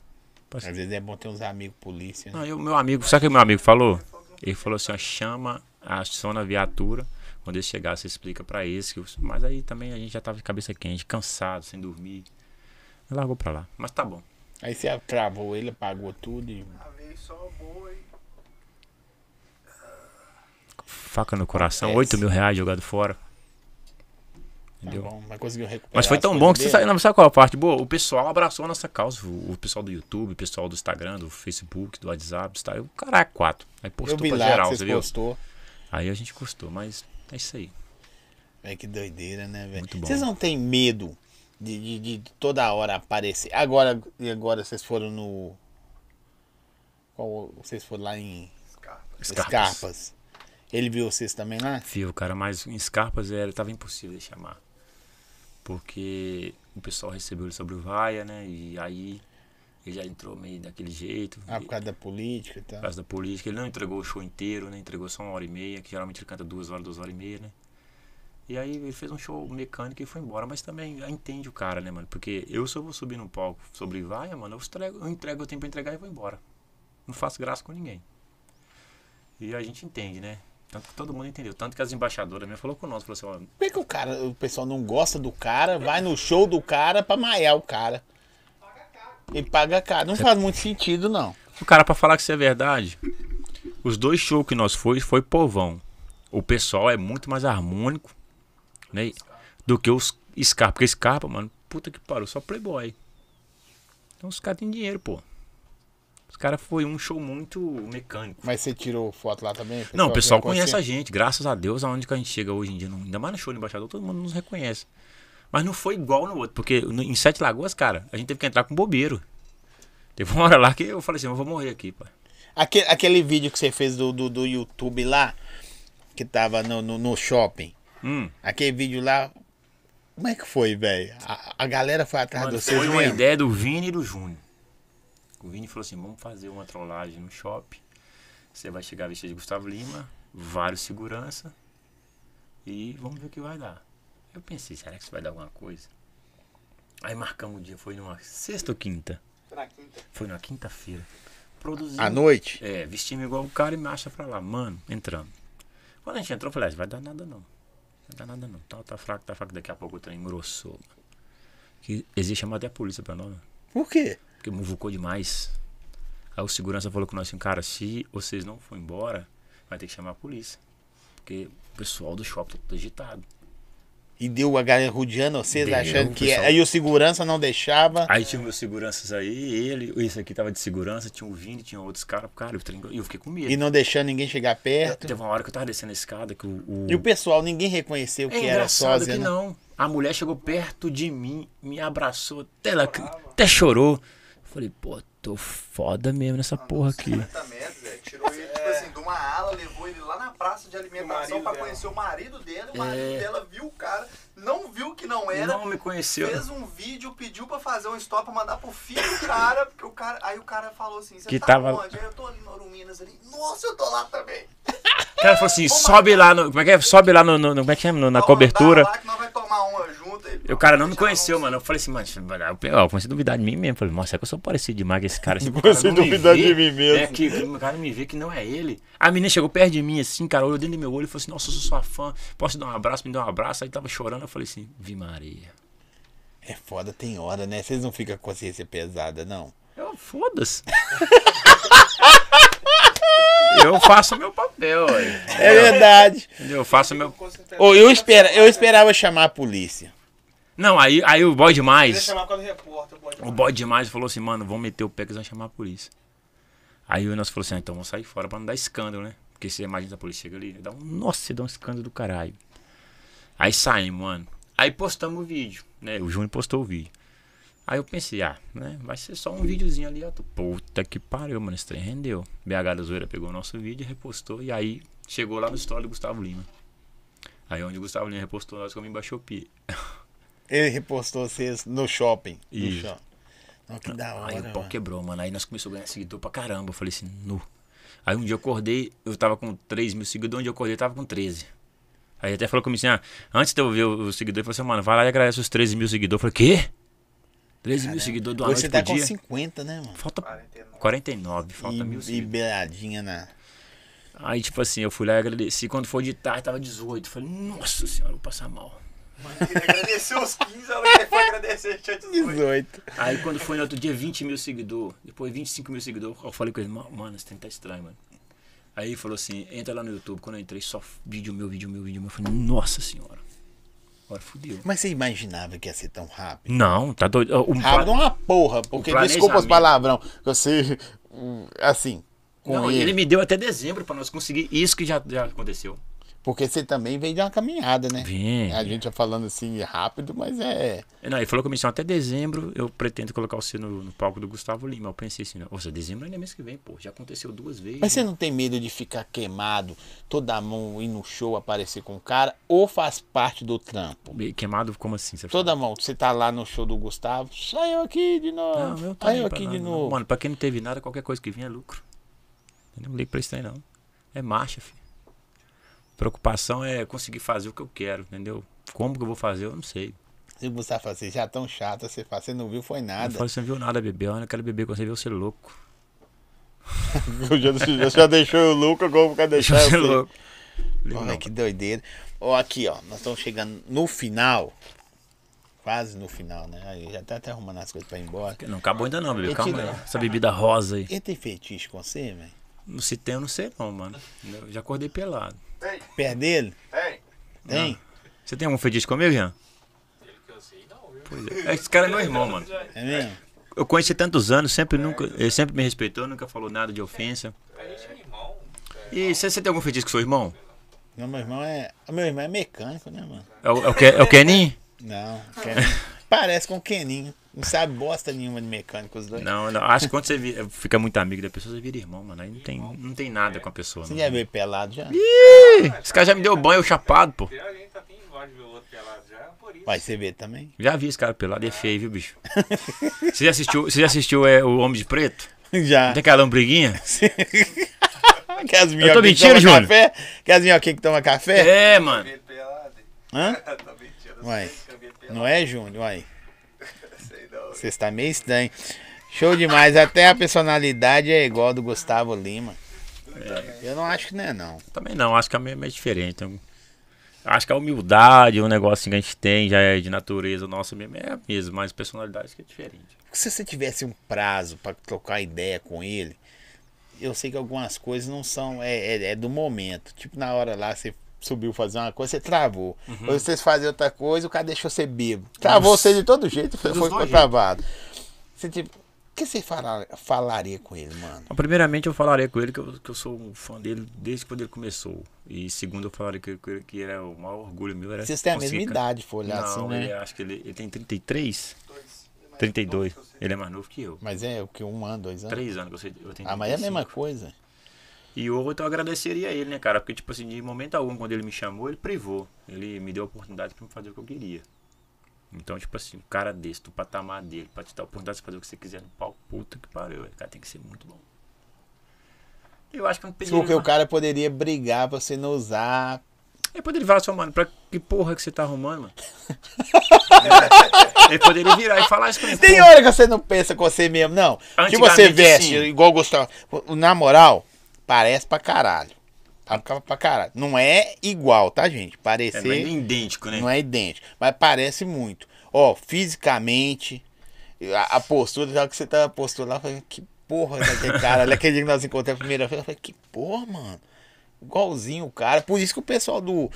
S2: Às vezes é bom ter uns amigos polícia, né?
S1: Não, e o meu amigo, sabe o que meu amigo falou? Ele falou assim, ó, chama, aciona a viatura. Quando ele chegar, você explica pra eles. Que... os- Mas aí também a gente já tava de cabeça quente, cansado, sem dormir. Largou pra lá. Mas tá bom.
S2: Aí você travou ele, apagou tudo e. tá
S3: A vez só boa e
S1: faca no coração,
S2: Acontece.
S1: 8 mil reais jogado fora.
S2: Tá
S1: Entendeu?
S2: bom, mas conseguiu recuperar.
S1: Mas foi
S2: as
S1: tão
S2: coisas
S1: bom que você
S2: dele?
S1: sabe, não, sabe qual é a parte boa? O pessoal abraçou a nossa causa. O, o pessoal do YouTube, o pessoal do Instagram, do Facebook, do WhatsApp, do Instagram. Caraca, quatro. Aí
S2: Eu
S1: postou
S2: vi
S1: pra
S2: lá
S1: geral,
S2: que
S1: você
S2: você
S1: viu?
S2: postou.
S1: Aí a gente gostou, mas é isso aí.
S2: É que doideira, né, velho?
S1: Muito bom.
S2: Vocês não têm medo de, de- de- de toda hora aparecer. Agora, e agora vocês foram no. Qual, vocês foram lá em
S3: escapa.
S1: Scarpas.
S2: Scarpas. Ele viu vocês também lá?
S1: Fio, cara, mas em Scarpas era, tava impossível de chamar. Porque o pessoal recebeu ele sobre o Vaia, né? E aí ele já entrou meio daquele jeito.
S2: Ah,
S1: E-
S2: por causa da política e tal.
S1: por causa da política. Ele não entregou o show inteiro, né? Entregou só uma hora e meia, que geralmente ele canta duas horas, duas horas e meia, né? E aí ele fez um show mecânico e foi embora, mas também entende o cara, né, mano? Porque eu se eu vou subir no palco sobre vaia, mano, eu entrego, eu entrego o tempo pra entregar e vou embora. Não faço graça com ninguém. E a gente entende, né? Tanto que todo mundo entendeu. Tanto que as embaixadoras mesmo falou com nós, falou assim, ó,
S2: Por é que, que o cara, o pessoal não gosta do cara, vai no show do cara pra maiar o cara? E paga caro. Não faz muito sentido, não.
S1: O cara, pra falar que isso é verdade, os dois shows que nós foi, foi povão. o pessoal é muito mais harmônico, né? Do que os Scarpa. Porque Scarpa, mano, puta que pariu, só playboy. Então os caras têm dinheiro, pô. Os caras foi um show muito mecânico.
S2: Mas você tirou foto lá também?
S1: Não, o pessoal
S2: assim?
S1: conhece a gente, graças a Deus, aonde que a gente chega hoje em dia. não- Ainda mais no show do embaixador, todo mundo nos reconhece. Mas não foi igual no outro, porque no- em Sete Lagoas, cara, a gente teve que entrar com bobeiro. Teve uma hora lá que eu falei assim, eu vou morrer aqui, pai.
S2: Aquele, aquele vídeo que você fez do, do, do YouTube lá, que tava no, no, no shopping.
S1: Hum.
S2: Aquele vídeo lá, como é que foi, velho? A, a galera foi atrás
S1: Mano,
S2: de vocês
S1: foi uma
S2: mesmo?
S1: ideia do Vini e do Júnior. O Vini falou assim: vamos fazer uma trollagem no shopping. Você vai chegar vestido de Gustavo Lima, vários segurança e vamos ver o que vai dar. Eu pensei: será que isso vai dar alguma coisa? Aí marcamos o dia, foi numa sexta ou quinta?
S5: Foi na quinta.
S1: Foi numa quinta-feira. Produzimos.
S2: À noite?
S1: É, vestimos igual o cara e marcha pra lá. Mano, entramos. Quando a gente entrou, eu falei, ah, vai dar nada não. Vai dar nada não. Tá, tá fraco, tá fraco. Daqui a pouco o trem engrossou. Mano. Que existe chamar até a polícia pra nós, mano.
S2: Por quê?
S1: Porque muvucou demais. Aí o segurança falou com nós assim, cara, se vocês não for embora, vai ter que chamar a polícia. Porque o pessoal do shopping tá tudo agitado.
S2: E deu a galera rodeando vocês,
S1: Deu,
S2: achando que.
S1: pessoal.
S2: Aí o segurança não deixava.
S1: Aí tinha meus seguranças aí, ele, esse aqui tava de segurança, tinha o Vini, tinha outros caras. Cara, o trem- e eu fiquei com medo.
S2: E não deixando ninguém chegar perto.
S1: Teve uma hora que eu tava descendo a escada que o. o-
S2: E o pessoal, ninguém reconheceu
S1: É
S2: que era
S1: engraçado
S2: sósia,
S1: que
S2: né?
S1: não. A mulher chegou perto de mim, me abraçou, até, ela, até chorou. Eu Falei, pô, tô foda mesmo nessa porra aqui.
S3: 50 metros, é. Tirou ele, tipo assim, de uma ala, levou ele lá na praça de alimentação
S5: Do marido
S3: pra
S5: dela.
S3: conhecer o marido dele. O marido
S1: É.
S3: dela viu o cara, não viu que não era.
S1: Não me conheceu.
S3: Fez um vídeo, pediu pra fazer um stop, pra mandar pro filho do cara, porque o cara. Aí o cara falou assim: Você
S1: Que
S3: tá
S1: tava-
S3: onde? Aí eu tô ali em Ouro Minas ali. Nossa, eu tô lá também.
S1: O cara falou assim, sobe lá, no, como é que é? Sobe lá no, no- no- como é que chama? No- na
S3: Vamos
S1: cobertura.
S3: andar Lá que nós vai tomar uma junto. aí,
S1: E o cara não me
S3: deixa nós
S1: conheceu,
S3: um-
S1: mano. Eu falei assim, mano, eu, eu comecei a duvidar de mim mesmo. Eu Falei, nossa, é que eu sou parecido demais com esse cara. Esse cara
S2: Comecei a
S1: não me
S2: duvidar
S1: vê,
S2: de mim mesmo.
S1: É que o cara me vê que não é ele. A menina chegou perto de mim, assim, cara, olhou dentro do meu olho e falou assim, nossa, eu sou sua fã. Posso te dar um abraço? Me deu um abraço. Aí tava chorando. Eu falei assim, vi Maria.
S2: É foda, tem hora, né? Vocês não ficam com a consciência pesada, não.
S1: Eu, foda-se. *laughs* eu faço meu papel, ué.
S2: É verdade.
S1: Entendeu? Eu faço meu...
S5: Com certeza.
S2: Ô, eu, espera, eu esperava chamar a polícia.
S1: Não, aí, aí o boy
S5: Queria
S1: demais...
S5: chamar quando repórter, o boy de
S1: O boy demais falou assim, mano, vão meter o pé que eles vão chamar a polícia. Aí o nosso falou assim, ah, então vamos sair fora pra não dar escândalo, né? Porque você imagina a polícia chega ali, dá um, nossa, você dá um escândalo do caralho. Aí saímos, mano. Aí postamos o vídeo, né? O Júnior postou o vídeo. Aí eu pensei, ah, né? Vai ser só um videozinho ali, ó. Puta que pariu, mano. Esse trem rendeu. BH da Zoeira pegou o nosso vídeo, repostou. E aí chegou lá no story do Gustavo Lima. Aí onde o Gustavo Lima repostou, nós comemos baixopi.
S2: Ele repostou vocês no shopping. No
S1: Isso. um
S2: shopping. Não, que da hora.
S1: Aí o pau
S2: mano.
S1: quebrou, mano. Aí nós começamos a ganhar seguidor pra caramba. Eu falei assim, nu. Aí um dia eu acordei, eu tava com 3 mil seguidores, onde eu acordei eu tava com 13. Aí até falou comigo assim, ah, antes de eu ver o, o seguidor, ele falou assim, mano, vai lá e agradece os 13 mil seguidores. Eu falei, quê? 13 mil seguidores do
S2: Hoje você
S1: noite
S2: tá
S1: pro
S2: com
S1: dia?
S2: 50, né, mano?
S1: Falta
S3: 49.
S1: 49, falta
S2: e,
S1: mil
S2: e
S1: seguidores.
S2: beiradinha na.
S1: Aí, tipo assim, eu fui lá e agradeci. Quando foi de tarde, tava 18. Eu Falei, nossa senhora, eu vou passar mal.
S3: *laughs* Ele agradeceu os 15, ela que foi agradecer, tinha 18.
S2: 18.
S1: Aí quando foi no outro dia, 20 mil seguidores. Depois 25 mil seguidores. Eu falei com ele, "Ma- mano, esse trem tá estranho, mano. Aí ele falou assim, entra lá no YouTube. Quando eu entrei, só vídeo meu, vídeo meu, vídeo meu. Eu falei, nossa senhora. Agora fudeu.
S2: Mas você imaginava que ia ser tão rápido?
S1: Não, tá doido. Ó, O,
S2: Rápido é
S1: pla-
S2: uma porra, porque
S1: planejamento-
S2: desculpa os palavrão. Você. hum, Assim. Com
S1: Não,
S2: ele.
S1: ele me deu até dezembro pra nós conseguir isso que já, já aconteceu.
S2: Porque você também veio de uma caminhada, né?
S1: Vem.
S2: A gente tá falando assim rápido, mas é.
S1: Não, ele falou comissão até dezembro eu pretendo colocar você no, no palco do Gustavo Lima. Eu pensei assim, nossa, dezembro ainda é mês que vem, pô. Já aconteceu duas vezes.
S2: Mas você não tem medo de ficar queimado, toda a mão ir no show aparecer com o cara, ou faz parte do trampo?
S1: Meio Queimado, como assim? Você fala?
S2: Toda mão, você tá lá no show do Gustavo, saiu aqui de
S1: Não,
S2: novo,
S1: eu também.
S2: saiu
S1: pra
S2: tá aqui
S1: nada,
S2: de
S1: não.
S2: novo.
S1: Mano, pra quem não teve nada, qualquer coisa que vinha é lucro. Eu não ligo pra isso aí, não. É marcha, filho. Preocupação é conseguir fazer o que eu quero, entendeu? Como que eu vou fazer, eu não sei.
S2: Se o Gustavo fala assim, já tão chato, você fala, você não viu, foi
S1: Eu
S2: nada. *laughs*
S1: falo, você não viu nada, bebê. Eu não quero beber com você, viu? Você é louco.
S2: já, já deixou o Luca, como
S1: *laughs*
S2: que
S1: Deixa você louco. Falei,
S2: Olha
S1: não,
S2: que doideira. Ó, aqui, ó, nós estamos chegando no final. Quase no final, né? Aí já tá até arrumando as coisas pra ir embora.
S1: não acabou ainda não, bebê.
S2: Eu
S1: Calma
S2: tiro-
S1: aí. Essa bebida rosa aí.
S2: Ele tem fetiche com você, velho?
S1: No se tem, eu não sei não, mano. Eu já acordei pelado.
S3: Tem,
S2: Perto dele?
S3: tem.
S2: Tem?
S1: Você tem algum fetiche comigo, Jean?
S4: Ele que eu sei, não, viu?
S1: Pois é. Esse cara é meu irmão, mano.
S2: É mesmo?
S1: Eu conheci tantos anos, sempre nunca, ele sempre me respeitou, nunca falou nada de ofensa.
S4: A gente é irmão.
S1: E você, você tem algum fetiche com seu irmão?
S2: Não, meu irmão é. o Meu irmão é mecânico, né, mano?
S1: É o, é o, Ke- é o Kenin?
S2: Não.
S1: Ah.
S2: Kenin. Parece com o Keninho. Não sabe bosta nenhuma de mecânico os dois.
S1: Não, não. Acho que quando você vi- fica muito amigo da pessoa, você vira irmão, mano. Aí não tem, não tem nada com a pessoa.
S2: Você
S1: Não.
S2: já veio pelado já?
S1: Ih, esse cara já me deu banho, eu chapado, pô.
S4: A gente tá tem voz de ver o outro pelado já, é por isso.
S2: Vai você ver também? *laughs*
S1: Já vi esse cara pelado, é feio, viu, bicho? Você já assistiu, você já assistiu é, O Homem de Preto?
S2: Já.
S1: Não
S2: *laughs*
S1: tem aquela lombriguinha?
S2: Que as minhoquinhas que
S1: mentindo,
S2: tomam
S1: Júnior?
S2: café? Que as minhoquinhas que tomam café?
S1: É, mano.
S3: Cabelo pelado.
S2: Hã?
S3: *laughs* Tá mentindo.
S2: Uai.
S3: Cabelo pelado,
S2: Não é, Júnior? Uai.
S3: sei não.
S2: Você está meio estranho. Show demais. Até a personalidade é igual a do Gustavo Lima. Eu não acho que não é, não.
S1: Também não, acho que a minha é meio diferente. Então, acho que a humildade, um negócio que a gente tem, já é de natureza nossa mesmo, é a mesma, mas personalidade que é diferente.
S2: Se você tivesse um prazo para trocar ideia com ele, eu sei que algumas coisas não são. É, é- é do momento. Tipo, na hora lá, você subiu fazer uma coisa, você travou.
S1: Uhum.
S2: Ou vocês fazem outra coisa, o cara deixou você bêbado. Travou você de todo jeito, foi, foi,
S1: dois jeitos.
S2: travado. Você, tipo, o que você fala- falaria com ele, mano?
S1: Bom, Primeiramente, eu falarei com ele que eu, que eu sou um fã dele desde quando ele começou. E segundo, eu falarei que, que, que era o maior orgulho meu. Era
S2: Vocês têm a mesma
S1: conseguir can-
S2: idade, foi olhar
S1: não,
S2: assim, né?
S1: ele, é acho que ele, ele tem 33,
S5: Dois. Ele é mais
S1: 32.
S5: novo que você.
S1: Ele é mais novo que eu.
S2: Mas é o que? Um ano, dois anos?
S1: Três anos que eu sei. Eu tenho
S2: Ah, mas é a
S1: 35.
S2: mesma coisa.
S1: E outro, eu agradeceria a ele, né, cara? Porque, tipo assim, de momento algum, quando ele me chamou, ele privou. Ele me deu a oportunidade pra me fazer o que eu queria. Então, tipo assim, um cara desse, do patamar dele, pra te dar a oportunidade de fazer o que você quiser no pau, puta que pariu. Cara, tem que ser muito bom. Eu acho que eu não pedi.
S2: Porque o cara poderia brigar pra você não usar.
S1: Ele poderia falar assim, "Ô, mano, pra que porra que você tá arrumando,
S2: *laughs*
S1: mano? ele poderia virar e falar isso pra mim.
S2: Tem
S1: "Pô,
S2: hora que você não pensa com você mesmo, não. Que você
S1: Antigamente,
S2: veste
S1: sim.
S2: igual o Gustavo. Na moral, parece pra caralho. Tá pra caralho. Não é igual, tá, gente?
S1: É, não é
S2: Parecer
S1: nem idêntico, né?
S2: não é idêntico. Mas parece muito. Ó, fisicamente, a, a postura, já que você tava postura lá, eu falei, que porra daquele cara. Aquele dia que nós encontramos a primeira vez, eu falei, que porra, mano. Igualzinho o cara. Por isso que o pessoal do.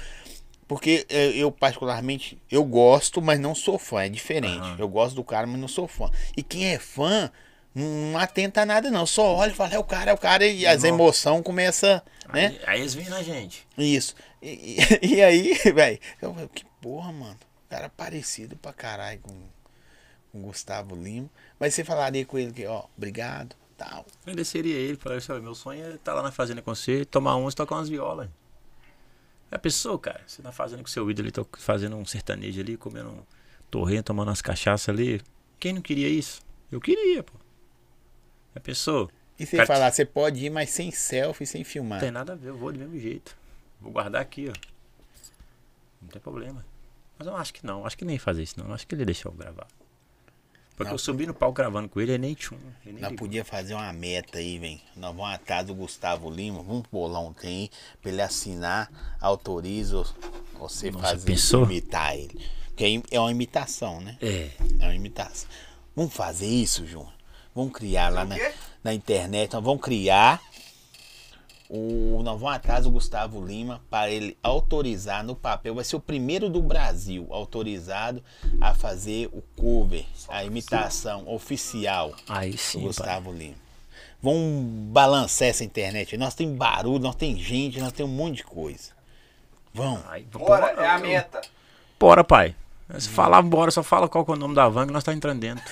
S2: Porque eu, eu, particularmente, eu gosto, mas não sou fã. É diferente.
S1: Aham.
S2: Eu gosto do cara, mas não sou fã. E quem é fã. Não não atenta a nada, não. Só olha e fala, é o cara, é o cara, e as
S1: Não.
S2: emoções começam, né?
S1: Aí, aí eles vêm na gente.
S2: Isso. E, e- *laughs* e aí, velho, eu falei, que porra, mano. O cara é parecido pra caralho com, com o Gustavo Lima. Mas você falaria com ele que, ó, obrigado, tal.
S1: Agradeceria ele, falaria assim, "Olha, meu sonho é estar lá na fazenda com você, tomar umas e tocar umas violas. É a pessoa, cara, você na fazenda com seu ídolo, ele to- fazendo um sertanejo ali, comendo um torrento, tomando umas cachaças ali. Quem não queria isso? Eu queria, pô. É a pessoa,
S2: E você
S1: Cara,
S2: falar, você pode ir, mas sem selfie, sem
S1: não
S2: filmar.
S1: tem nada a ver, eu vou do mesmo jeito. Vou guardar aqui, ó. Não tem problema. Mas eu acho que não, acho que nem fazer isso não, acho que ele deixou eu gravar. Porque
S2: Não.
S1: eu subi no palco gravando com ele, ele nem tchum. Ele nem
S2: Nós
S1: ligou.
S2: podíamos fazer uma meta aí, velho. Nós vamos atrás do Gustavo Lima, vamos bolar um trem aí, pra ele assinar, autoriza você
S1: Nossa,
S2: fazer,
S1: pensou?
S2: imitar ele. Porque aí é uma imitação, né?
S1: É.
S2: É uma imitação. Vamos fazer isso, João? Vamos criar lá na,
S5: quê?
S2: na internet. Nós vamos criar. O, nós vamos atrás do Gustavo Lima para ele autorizar no papel. Vai ser o primeiro do Brasil autorizado a fazer o cover, a imitação oficial
S1: Aí
S2: do
S1: sim, pai.
S2: Gustavo Lima. Vamos balançar essa internet. Nós tem barulho, nós tem gente, nós tem um monte de coisa. Vamos.
S1: Aí,
S3: Bora, é a
S1: eu-
S3: meta.
S1: Bora, pai. Se
S2: Uhum.
S1: falar bora, só fala qual que é o nome da van que nós tá entrando dentro.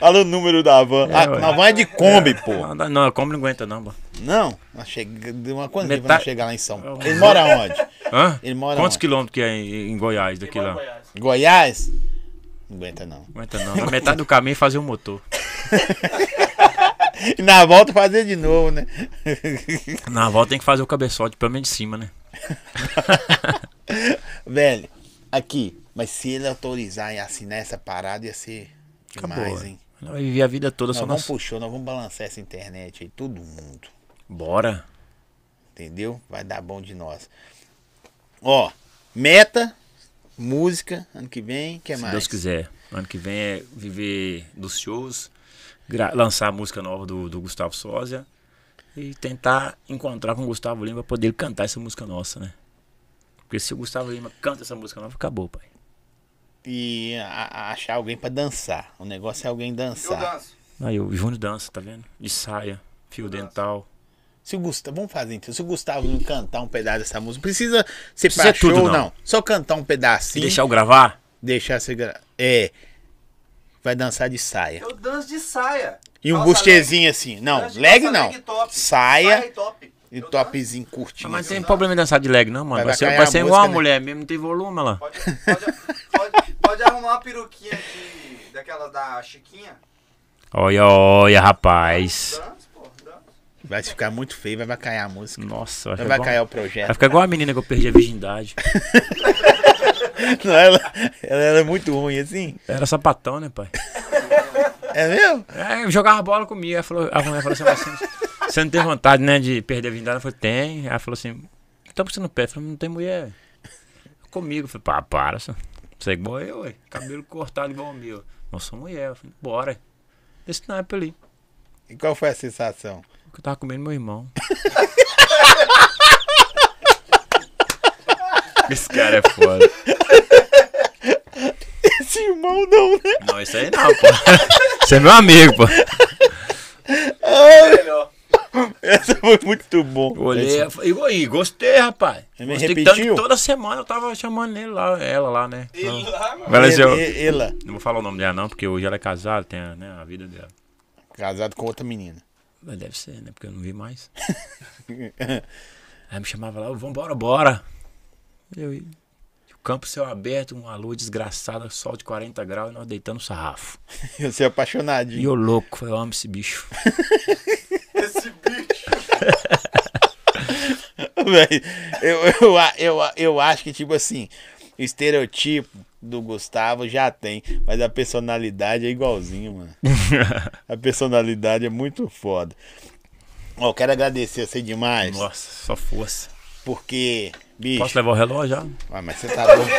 S2: Olha o número da van.
S1: É,
S2: ah,
S1: ué.
S2: nós vamos é de Kombi, pô.
S1: Não, não, não, como não aguenta não, bora.
S2: Não, nós chega, deu uma quantia pra
S1: Metade- É um
S2: nós chegar lá em São Paulo.
S1: Eu-
S2: Ele mora onde?
S1: Hã?
S2: Ele mora
S1: Quantos
S2: onde?
S1: quilômetros que é em, em Goiás
S5: Ele
S1: daqui
S5: mora em
S1: lá?
S5: Goiás.
S2: Goiás? Não aguenta não.
S1: Aguenta não. Na metade do caminho fazer um motor.
S2: E na volta fazer de novo, né? *laughs*
S1: Na volta tem que fazer o cabeçote, pelo menos de cima, né?
S2: Velho, aqui. Mas se ele autorizar e assinar essa parada, ia ser demais,
S1: Acabou.
S2: hein?
S1: Nós vai viver a vida toda
S2: Nós
S1: só
S2: vamos
S1: nós.
S2: pro show, nós vamos balançar essa internet aí, todo mundo.
S1: Bora.
S2: Entendeu? Vai dar bom de nós. Ó, meta, música, ano que vem, que
S1: Se
S2: mais?
S1: Deus quiser. Ano que vem é viver dos shows, gra- lançar a música nova do, do Gustavo Sósia, e tentar encontrar com o Gustavo Lima pra poder cantar essa música nossa, né? Porque se o Gustavo Lima canta essa música nossa, acabou, pai.
S2: E a- a- achar alguém pra dançar. O negócio é alguém
S3: Eu
S2: dançar.
S3: danço.
S1: Aí o Júnior dança, tá vendo? De saia, fio dental.
S2: Se o Gustavo, vamos fazer então. Se o Gustavo não cantar um pedaço dessa música, precisa ser
S1: Precisa
S2: pra
S1: tudo,
S2: show,
S1: não.
S2: não. Só cantar um
S1: Se
S2: pedacinho,
S1: deixar eu gravar,
S2: deixar você gra... É. Vai dançar de saia.
S3: Eu danço de saia.
S2: E um
S3: Calça
S2: bustezinho assim. Não,
S3: Danço de
S2: leg
S3: calça
S2: não.
S3: leg top.
S2: Saia
S3: e top.
S2: e
S3: Eu
S2: topzinho curtinho.
S1: mas não tem
S2: assim.
S1: problema em dançar de leg, não, mano.
S2: Vai
S1: Vai ser,
S2: cair
S1: vai
S2: a
S1: ser
S2: música,
S1: igual a
S2: né?
S1: mulher mesmo, não tem volume lá.
S3: Pode, pode, pode, pode arrumar uma peruquinha de, daquela da Chiquinha.
S1: Olha, olha, rapaz.
S3: Dança, pô, dança.
S2: Vai ficar muito feio, vai vacaiar a música.
S1: Nossa, vai
S2: Vai
S1: ficar,
S2: vacaiar
S1: igual,
S2: o projeto.
S1: vai ficar igual a menina que eu perdi a virgindade.
S2: Não, ela, ela era muito ruim assim.
S1: Era sapatão, né, pai?
S2: É mesmo?
S1: É, eu jogava bola comigo. Ela falou, a mulher falou assim, "Mas você, você não tem vontade, né, de perder a virgindade? Ela falou, tem. Ela falou assim, então por que você não perde? Eu falei, não tem mulher comigo. Eu falei, pá, para, só. Você é igual eu, ué. Cabelo cortado igual o meu. Não sou mulher. Eu falei, bora. Desse naipe ali.
S2: E qual foi a sensação?
S1: que eu tava comendo meu *laughs* irmão. Esse cara é foda.
S2: Esse irmão não, né?
S1: Não, isso aí *laughs* não, pô. Você é meu amigo, pô.
S3: Melhor.
S2: Essa foi muito bom.
S1: Eu olhei eu falei, e aí, gostei, rapaz.
S2: Ele me
S1: Gostei
S2: repetiu?
S1: tanto que toda semana eu tava chamando ele lá, ela lá, né?
S5: Ele lá, mano.
S1: Ela, assim, eu-
S2: Ele- ele- ela,
S1: Não vou falar o nome dela, não, porque hoje ela é casada, tem a, né, a vida dela.
S2: casado com outra menina.
S1: Mas deve ser, né? Porque eu não vi
S2: *laughs*
S1: mais. Aí me chamava lá, "Ô, vambora, bora. Eu ia. O campo céu aberto, uma lua desgraçada, sol de 40 graus e nós deitando o sarrafo.
S2: *laughs* Eu sou apaixonadinho.
S1: E
S2: *laughs*
S1: eu louco, falei, eu amo esse bicho.
S3: Esse bicho.
S2: Véi, eu, eu, a- eu, a- eu acho que, tipo assim, o estereotipo do Gustavo já tem, mas a personalidade é
S1: *laughs*
S2: igualzinho, mano. a personalidade é muito foda. Ó, eu quero agradecer você demais,
S1: Nossa, só força.
S2: porque, bicho.
S1: Posso levar o relógio já? *laughs*
S2: Ah, mas você tá bom. *laughs*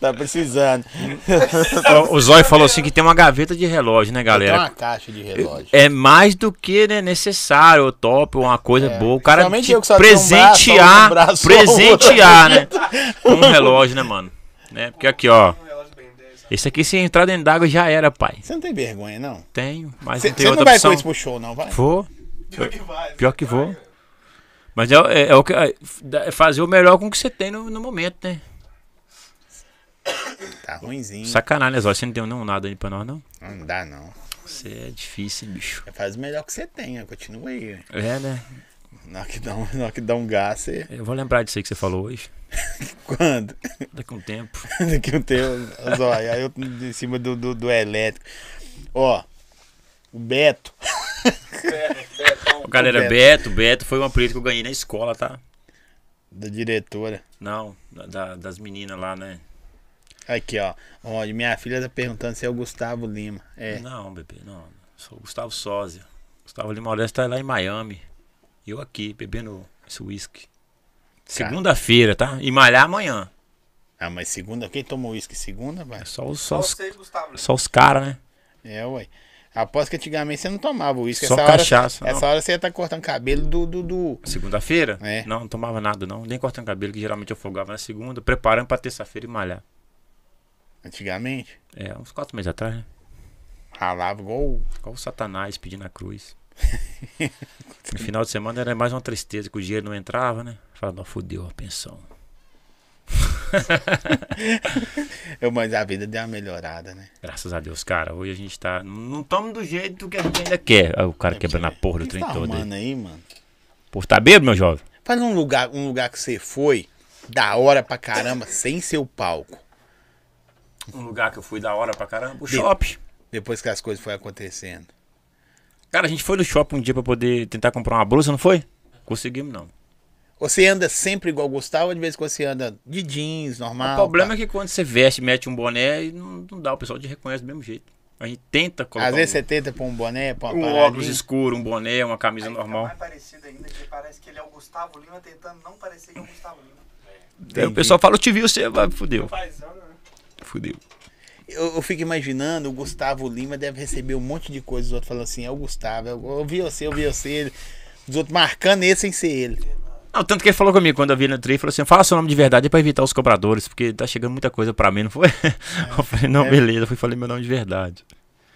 S2: tá precisando.
S1: O Zóio falou assim que tem uma gaveta de relógio, né,
S2: Tem
S1: galera?
S2: uma caixa de relógio.
S1: É mais do que né, necessário, ou top, ou uma coisa boa. O cara
S2: É, Principalmente
S1: te
S2: eu que só tenho um braço, só
S1: presentear,
S2: um braço, *laughs*
S1: presentear, né? Com um relógio, né, mano? Né? Porque aqui, ó.
S5: Um relógio bem 10.
S1: Esse aqui, se entrar dentro d'água, já era, pai.
S2: Você não tem vergonha, não?
S1: Tenho, mas
S2: Você
S1: não tem
S2: você não,
S1: outra
S2: vai
S1: opção.
S2: com isso pro show, não, vai?
S1: Vou,
S5: Pior que vai.
S1: pior que vou. Mas é, é- é o que- é fazer o melhor com o que você tem no, no momento, né?
S2: Tá ruimzinho.
S1: Sacanagem, né, Zóio? Você não deu não, nada aí pra nós, não?
S2: Não dá, não.
S1: Você é difícil, hein, bicho.
S2: Faz o melhor que você tenha, continua aí.
S1: É, né?
S2: Na hora que dá um, na hora que dá um gás, você.
S1: Eu vou lembrar disso aí que você falou hoje.
S2: Quando? *laughs*
S1: Daqui a um tempo.
S2: Daqui um tempo. Zóia, aí eu em cima do, do, do elétrico. Ó, o Beto.
S1: Ô, Galera, Beto. Beto, foi um apelido que eu ganhei na escola, tá?
S2: Da diretora.
S1: Não, da- da- das meninas lá, né?
S2: Aqui, ó. Ó, minha filha tá perguntando se é o Gustavo Lima. É.
S1: Não, bebê, não. Sou o Gustavo Sósia. Gustavo Lima Modesto tá lá em Miami. E eu aqui, bebendo esse uísque. Segunda-feira, tá? E malhar amanhã.
S2: Ah, mas segunda, quem tomou uísque segunda, vai?
S1: É só os, só
S3: Só
S1: os,
S3: você e Gustavo. Lima.
S1: só os caras, né?
S2: É, ué. Aposto que antigamente você não tomava uísque.
S1: Só
S2: essa hora-
S1: cachaça, não.
S2: Essa hora você ia estar cortando cabelo do. do, do...
S1: Segunda-feira?
S2: É.
S1: Não, não tomava nada, não. Nem cortando cabelo, que geralmente eu folgava na segunda, preparando pra terça-feira e malhar.
S2: Antigamente.
S1: É, uns quatro meses atrás, né?
S2: Ralava igual. o-
S1: Qual o Satanás pedindo a *laughs* cruz? no final de semana era mais uma tristeza que o dinheiro não entrava, né? Falava, não, fodeu a pensão.
S2: Eu, mas a vida deu uma melhorada, né?
S1: Graças a Deus, cara. Hoje a gente tá. Não estamos do jeito que a gente ainda quer. Aí o cara quebrando a porra do
S2: O que
S1: trem
S2: tá
S1: todo. aí.
S2: arrumando aí, mano?
S1: Pô, tá bêbado, meu jovem?
S2: Faz um lugar, um lugar que você foi, da hora pra caramba, sem ser o palco.
S1: Um lugar que eu fui da hora pra caramba. O
S2: Bêbado.
S1: shopping.
S2: Depois que as coisas foram acontecendo.
S1: Cara, a gente foi no shopping um dia pra poder tentar comprar uma blusa, não foi? Conseguimos, não.
S2: Você anda sempre igual o Gustavo, ou de vez em quando você anda de jeans, normal? tá?
S1: o problema é que quando você veste, mete um boné e não, não dá. O pessoal te reconhece do mesmo jeito. A gente tenta colocar
S2: Às vezes
S1: um,
S2: você tenta pôr um boné, pôr uma
S1: um
S2: paradinha.
S1: óculos escuro, um boné, uma camisa
S3: Aí fica
S1: normal.
S3: mais parecido ainda, que parece que ele é o Gustavo Lima tentando não parecer que é o Gustavo Lima.
S1: Aí o pessoal fala, eu te vi, você vai, fudeu.
S5: Paizão, né?
S1: Fudeu.
S2: Eu, eu fico imaginando, o Gustavo Lima deve receber um monte de coisa dos outros falando assim, é o Gustavo, eu, eu vi você, eu vi você. Os outros marcando ele sem ser ele.
S1: Não, tanto que ele falou comigo quando eu vi ele no tri, ele falou assim, fala seu nome de verdade é pra evitar os cobradores, porque tá chegando muita coisa pra mim, não foi?
S2: É.
S1: *laughs* Eu falei, não, beleza, eu fui falei meu nome de verdade.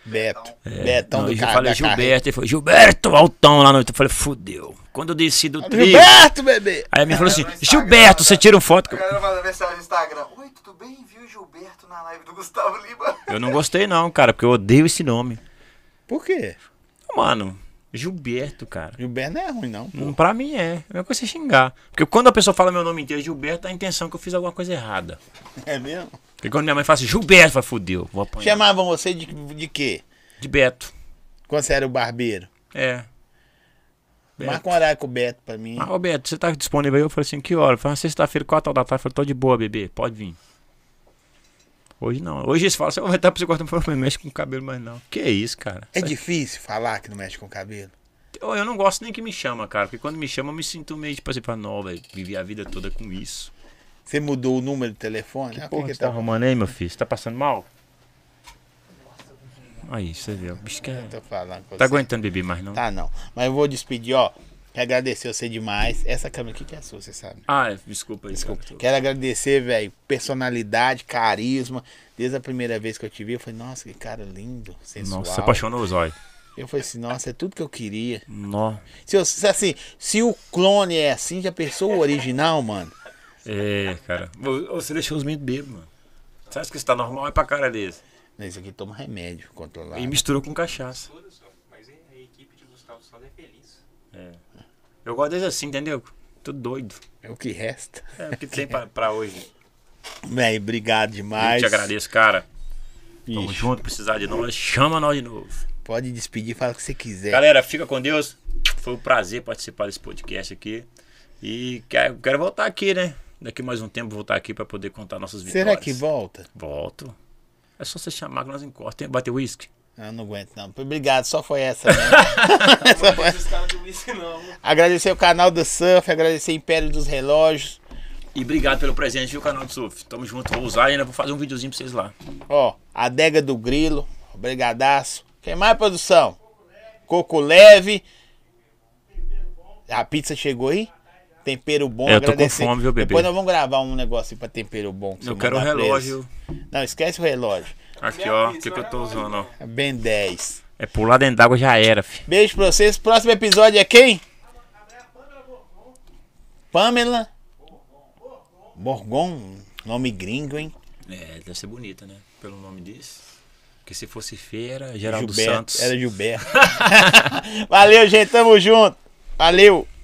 S2: Beto.
S1: É,
S2: Betão
S1: não,
S2: Então, do
S1: eu
S2: cara.
S1: falei
S2: da carreira.
S1: Gilberto, ele falou, Gilberto, altão lá no tri. Eu falei, fudeu. Quando eu desci do tri,
S2: Gilberto, bebê!
S1: aí ele
S2: *laughs*
S1: falou assim,
S3: Era no Instagram,
S1: Gilberto, você tira um foto.
S3: A galera manda mensagem no Instagram. Oi, tudo bem? Viu o Gilberto na live do Gustavo Lima?
S1: Eu não gostei não, cara, porque eu odeio esse nome.
S2: Por quê?
S1: Mano, Gilberto, cara.
S2: Gilberto não é ruim, não.
S1: Não, pra mim é. É a mesma coisa que você xingar. Porque quando a pessoa fala meu nome inteiro, Gilberto, dá a intenção é que eu fiz alguma coisa errada.
S2: É mesmo?
S1: Porque quando minha mãe fala assim, Gilberto, vai fudeu, vou apanhar.
S2: Chamavam você de, de quê?
S1: De Beto.
S2: Quando você era o barbeiro?
S1: É. Beto.
S2: Marca um horário com o Beto pra mim.
S1: Ah, Roberto, você tá disponível aí? Eu falei assim, que hora? Eu falei, "Ah, sexta-feira, quatro horas da tarde. Eu falei, tô de boa, bebê, pode vir. Hoje não. Hoje eles falam, você vai estar pra você cortar Eu falei, mexe com o cabelo mais não. Que isso, cara?
S2: É difícil falar que não mexe com o cabelo.
S1: Eu, eu não gosto nem que me chama, cara. Porque quando me chama, eu me sinto meio, tipo assim, pra não, velho, vivi a vida toda com isso.
S2: Você mudou o número do telefone? Ah, por
S1: Porra,
S2: que
S1: você tá
S2: tá-
S1: arrumando aí, meu filho? Você tá passando mal? Aí, você vê, o bicho que é-
S2: tô falando com
S1: Tá
S2: Então, você?
S1: aguentando beber mais não?
S2: Tá, não. Mas eu vou despedir, ó. Quero agradecer você demais. Essa câmera aqui que é sua, você sabe. né?
S1: Ah, é, desculpa aí.
S2: Desculpa.
S1: cara.
S2: Quero agradecer, velho. Personalidade, carisma. Desde a primeira vez que eu te vi, eu falei, nossa, que cara lindo, sensual.
S1: Nossa, você apaixonou os olhos.
S2: Eu falei assim, nossa, é tudo que eu queria.
S1: Nó.
S2: Se, eu, se assim, se o clone é assim, já pensou o original, mano?
S1: É, cara. Ô, ô, Você deixou os meninos bêbados, mano. Você acha que isso tá normal? É pra cara deles.
S2: Não, Isso aqui toma remédio controlado.
S1: E misturou com cachaça.
S4: Tudo, senhor. Mas é, a equipe de Gustavo Sola é feliz.
S1: Eu gosto deles assim, entendeu? Tô doido.
S2: É o que resta.
S1: É o que tem pra, pra hoje.
S2: Velho, obrigado
S1: Eu
S2: demais.
S1: te agradeço, cara.
S2: Bicho,
S1: Tamo junto, precisar de nós, chama nós de novo.
S2: Pode despedir, fala o que você quiser.
S1: Galera, fica com Deus. Foi um prazer participar desse podcast aqui. E quero, quero voltar aqui, né? Daqui mais um tempo voltar aqui pra poder contar nossas vitórias.
S2: Será que volta?
S1: Volto. É só você chamar que nós encortamos. Bater uísque?
S2: Eu não aguento, não. Obrigado, só foi essa, né? *laughs* Só foi-
S5: Esses caras de Luiz, não.
S2: Agradecer o canal do Surf, agradecer o Império dos Relógios.
S1: E obrigado pelo presente, viu, canal do Surf. Tamo junto, vou usar e ainda vou fazer um videozinho pra vocês lá.
S2: Ó, Adega do Grilo, obrigadaço. Quem mais, produção? Coco Leve. A pizza chegou aí? Tempero bom,
S1: É, eu tô com
S2: agradecer.
S1: fome, viu, bebê?
S2: Depois nós vamos gravar um negócio aí pra tempero bom. pra você
S1: Eu quero um
S2: mandar pra eles.
S1: relógio.
S2: Não, esquece o relógio.
S1: Aqui,
S5: Minha
S1: ó. O
S5: pizza,
S1: que, que eu tô
S5: olha
S1: usando, ó.
S2: É Ben 10.
S1: É pular dentro d'água já era, fi.
S2: Beijo pra vocês. Próximo episódio é quem? Pamela Borgon. Nome gringo, hein?
S1: É, deve ser bonita, né? Pelo nome disso. Porque se fosse feira, Geraldo
S2: Gilberto. *laughs*
S1: Santos.
S2: Era Gilberto. Valeu, gente. Tamo junto. Valeu.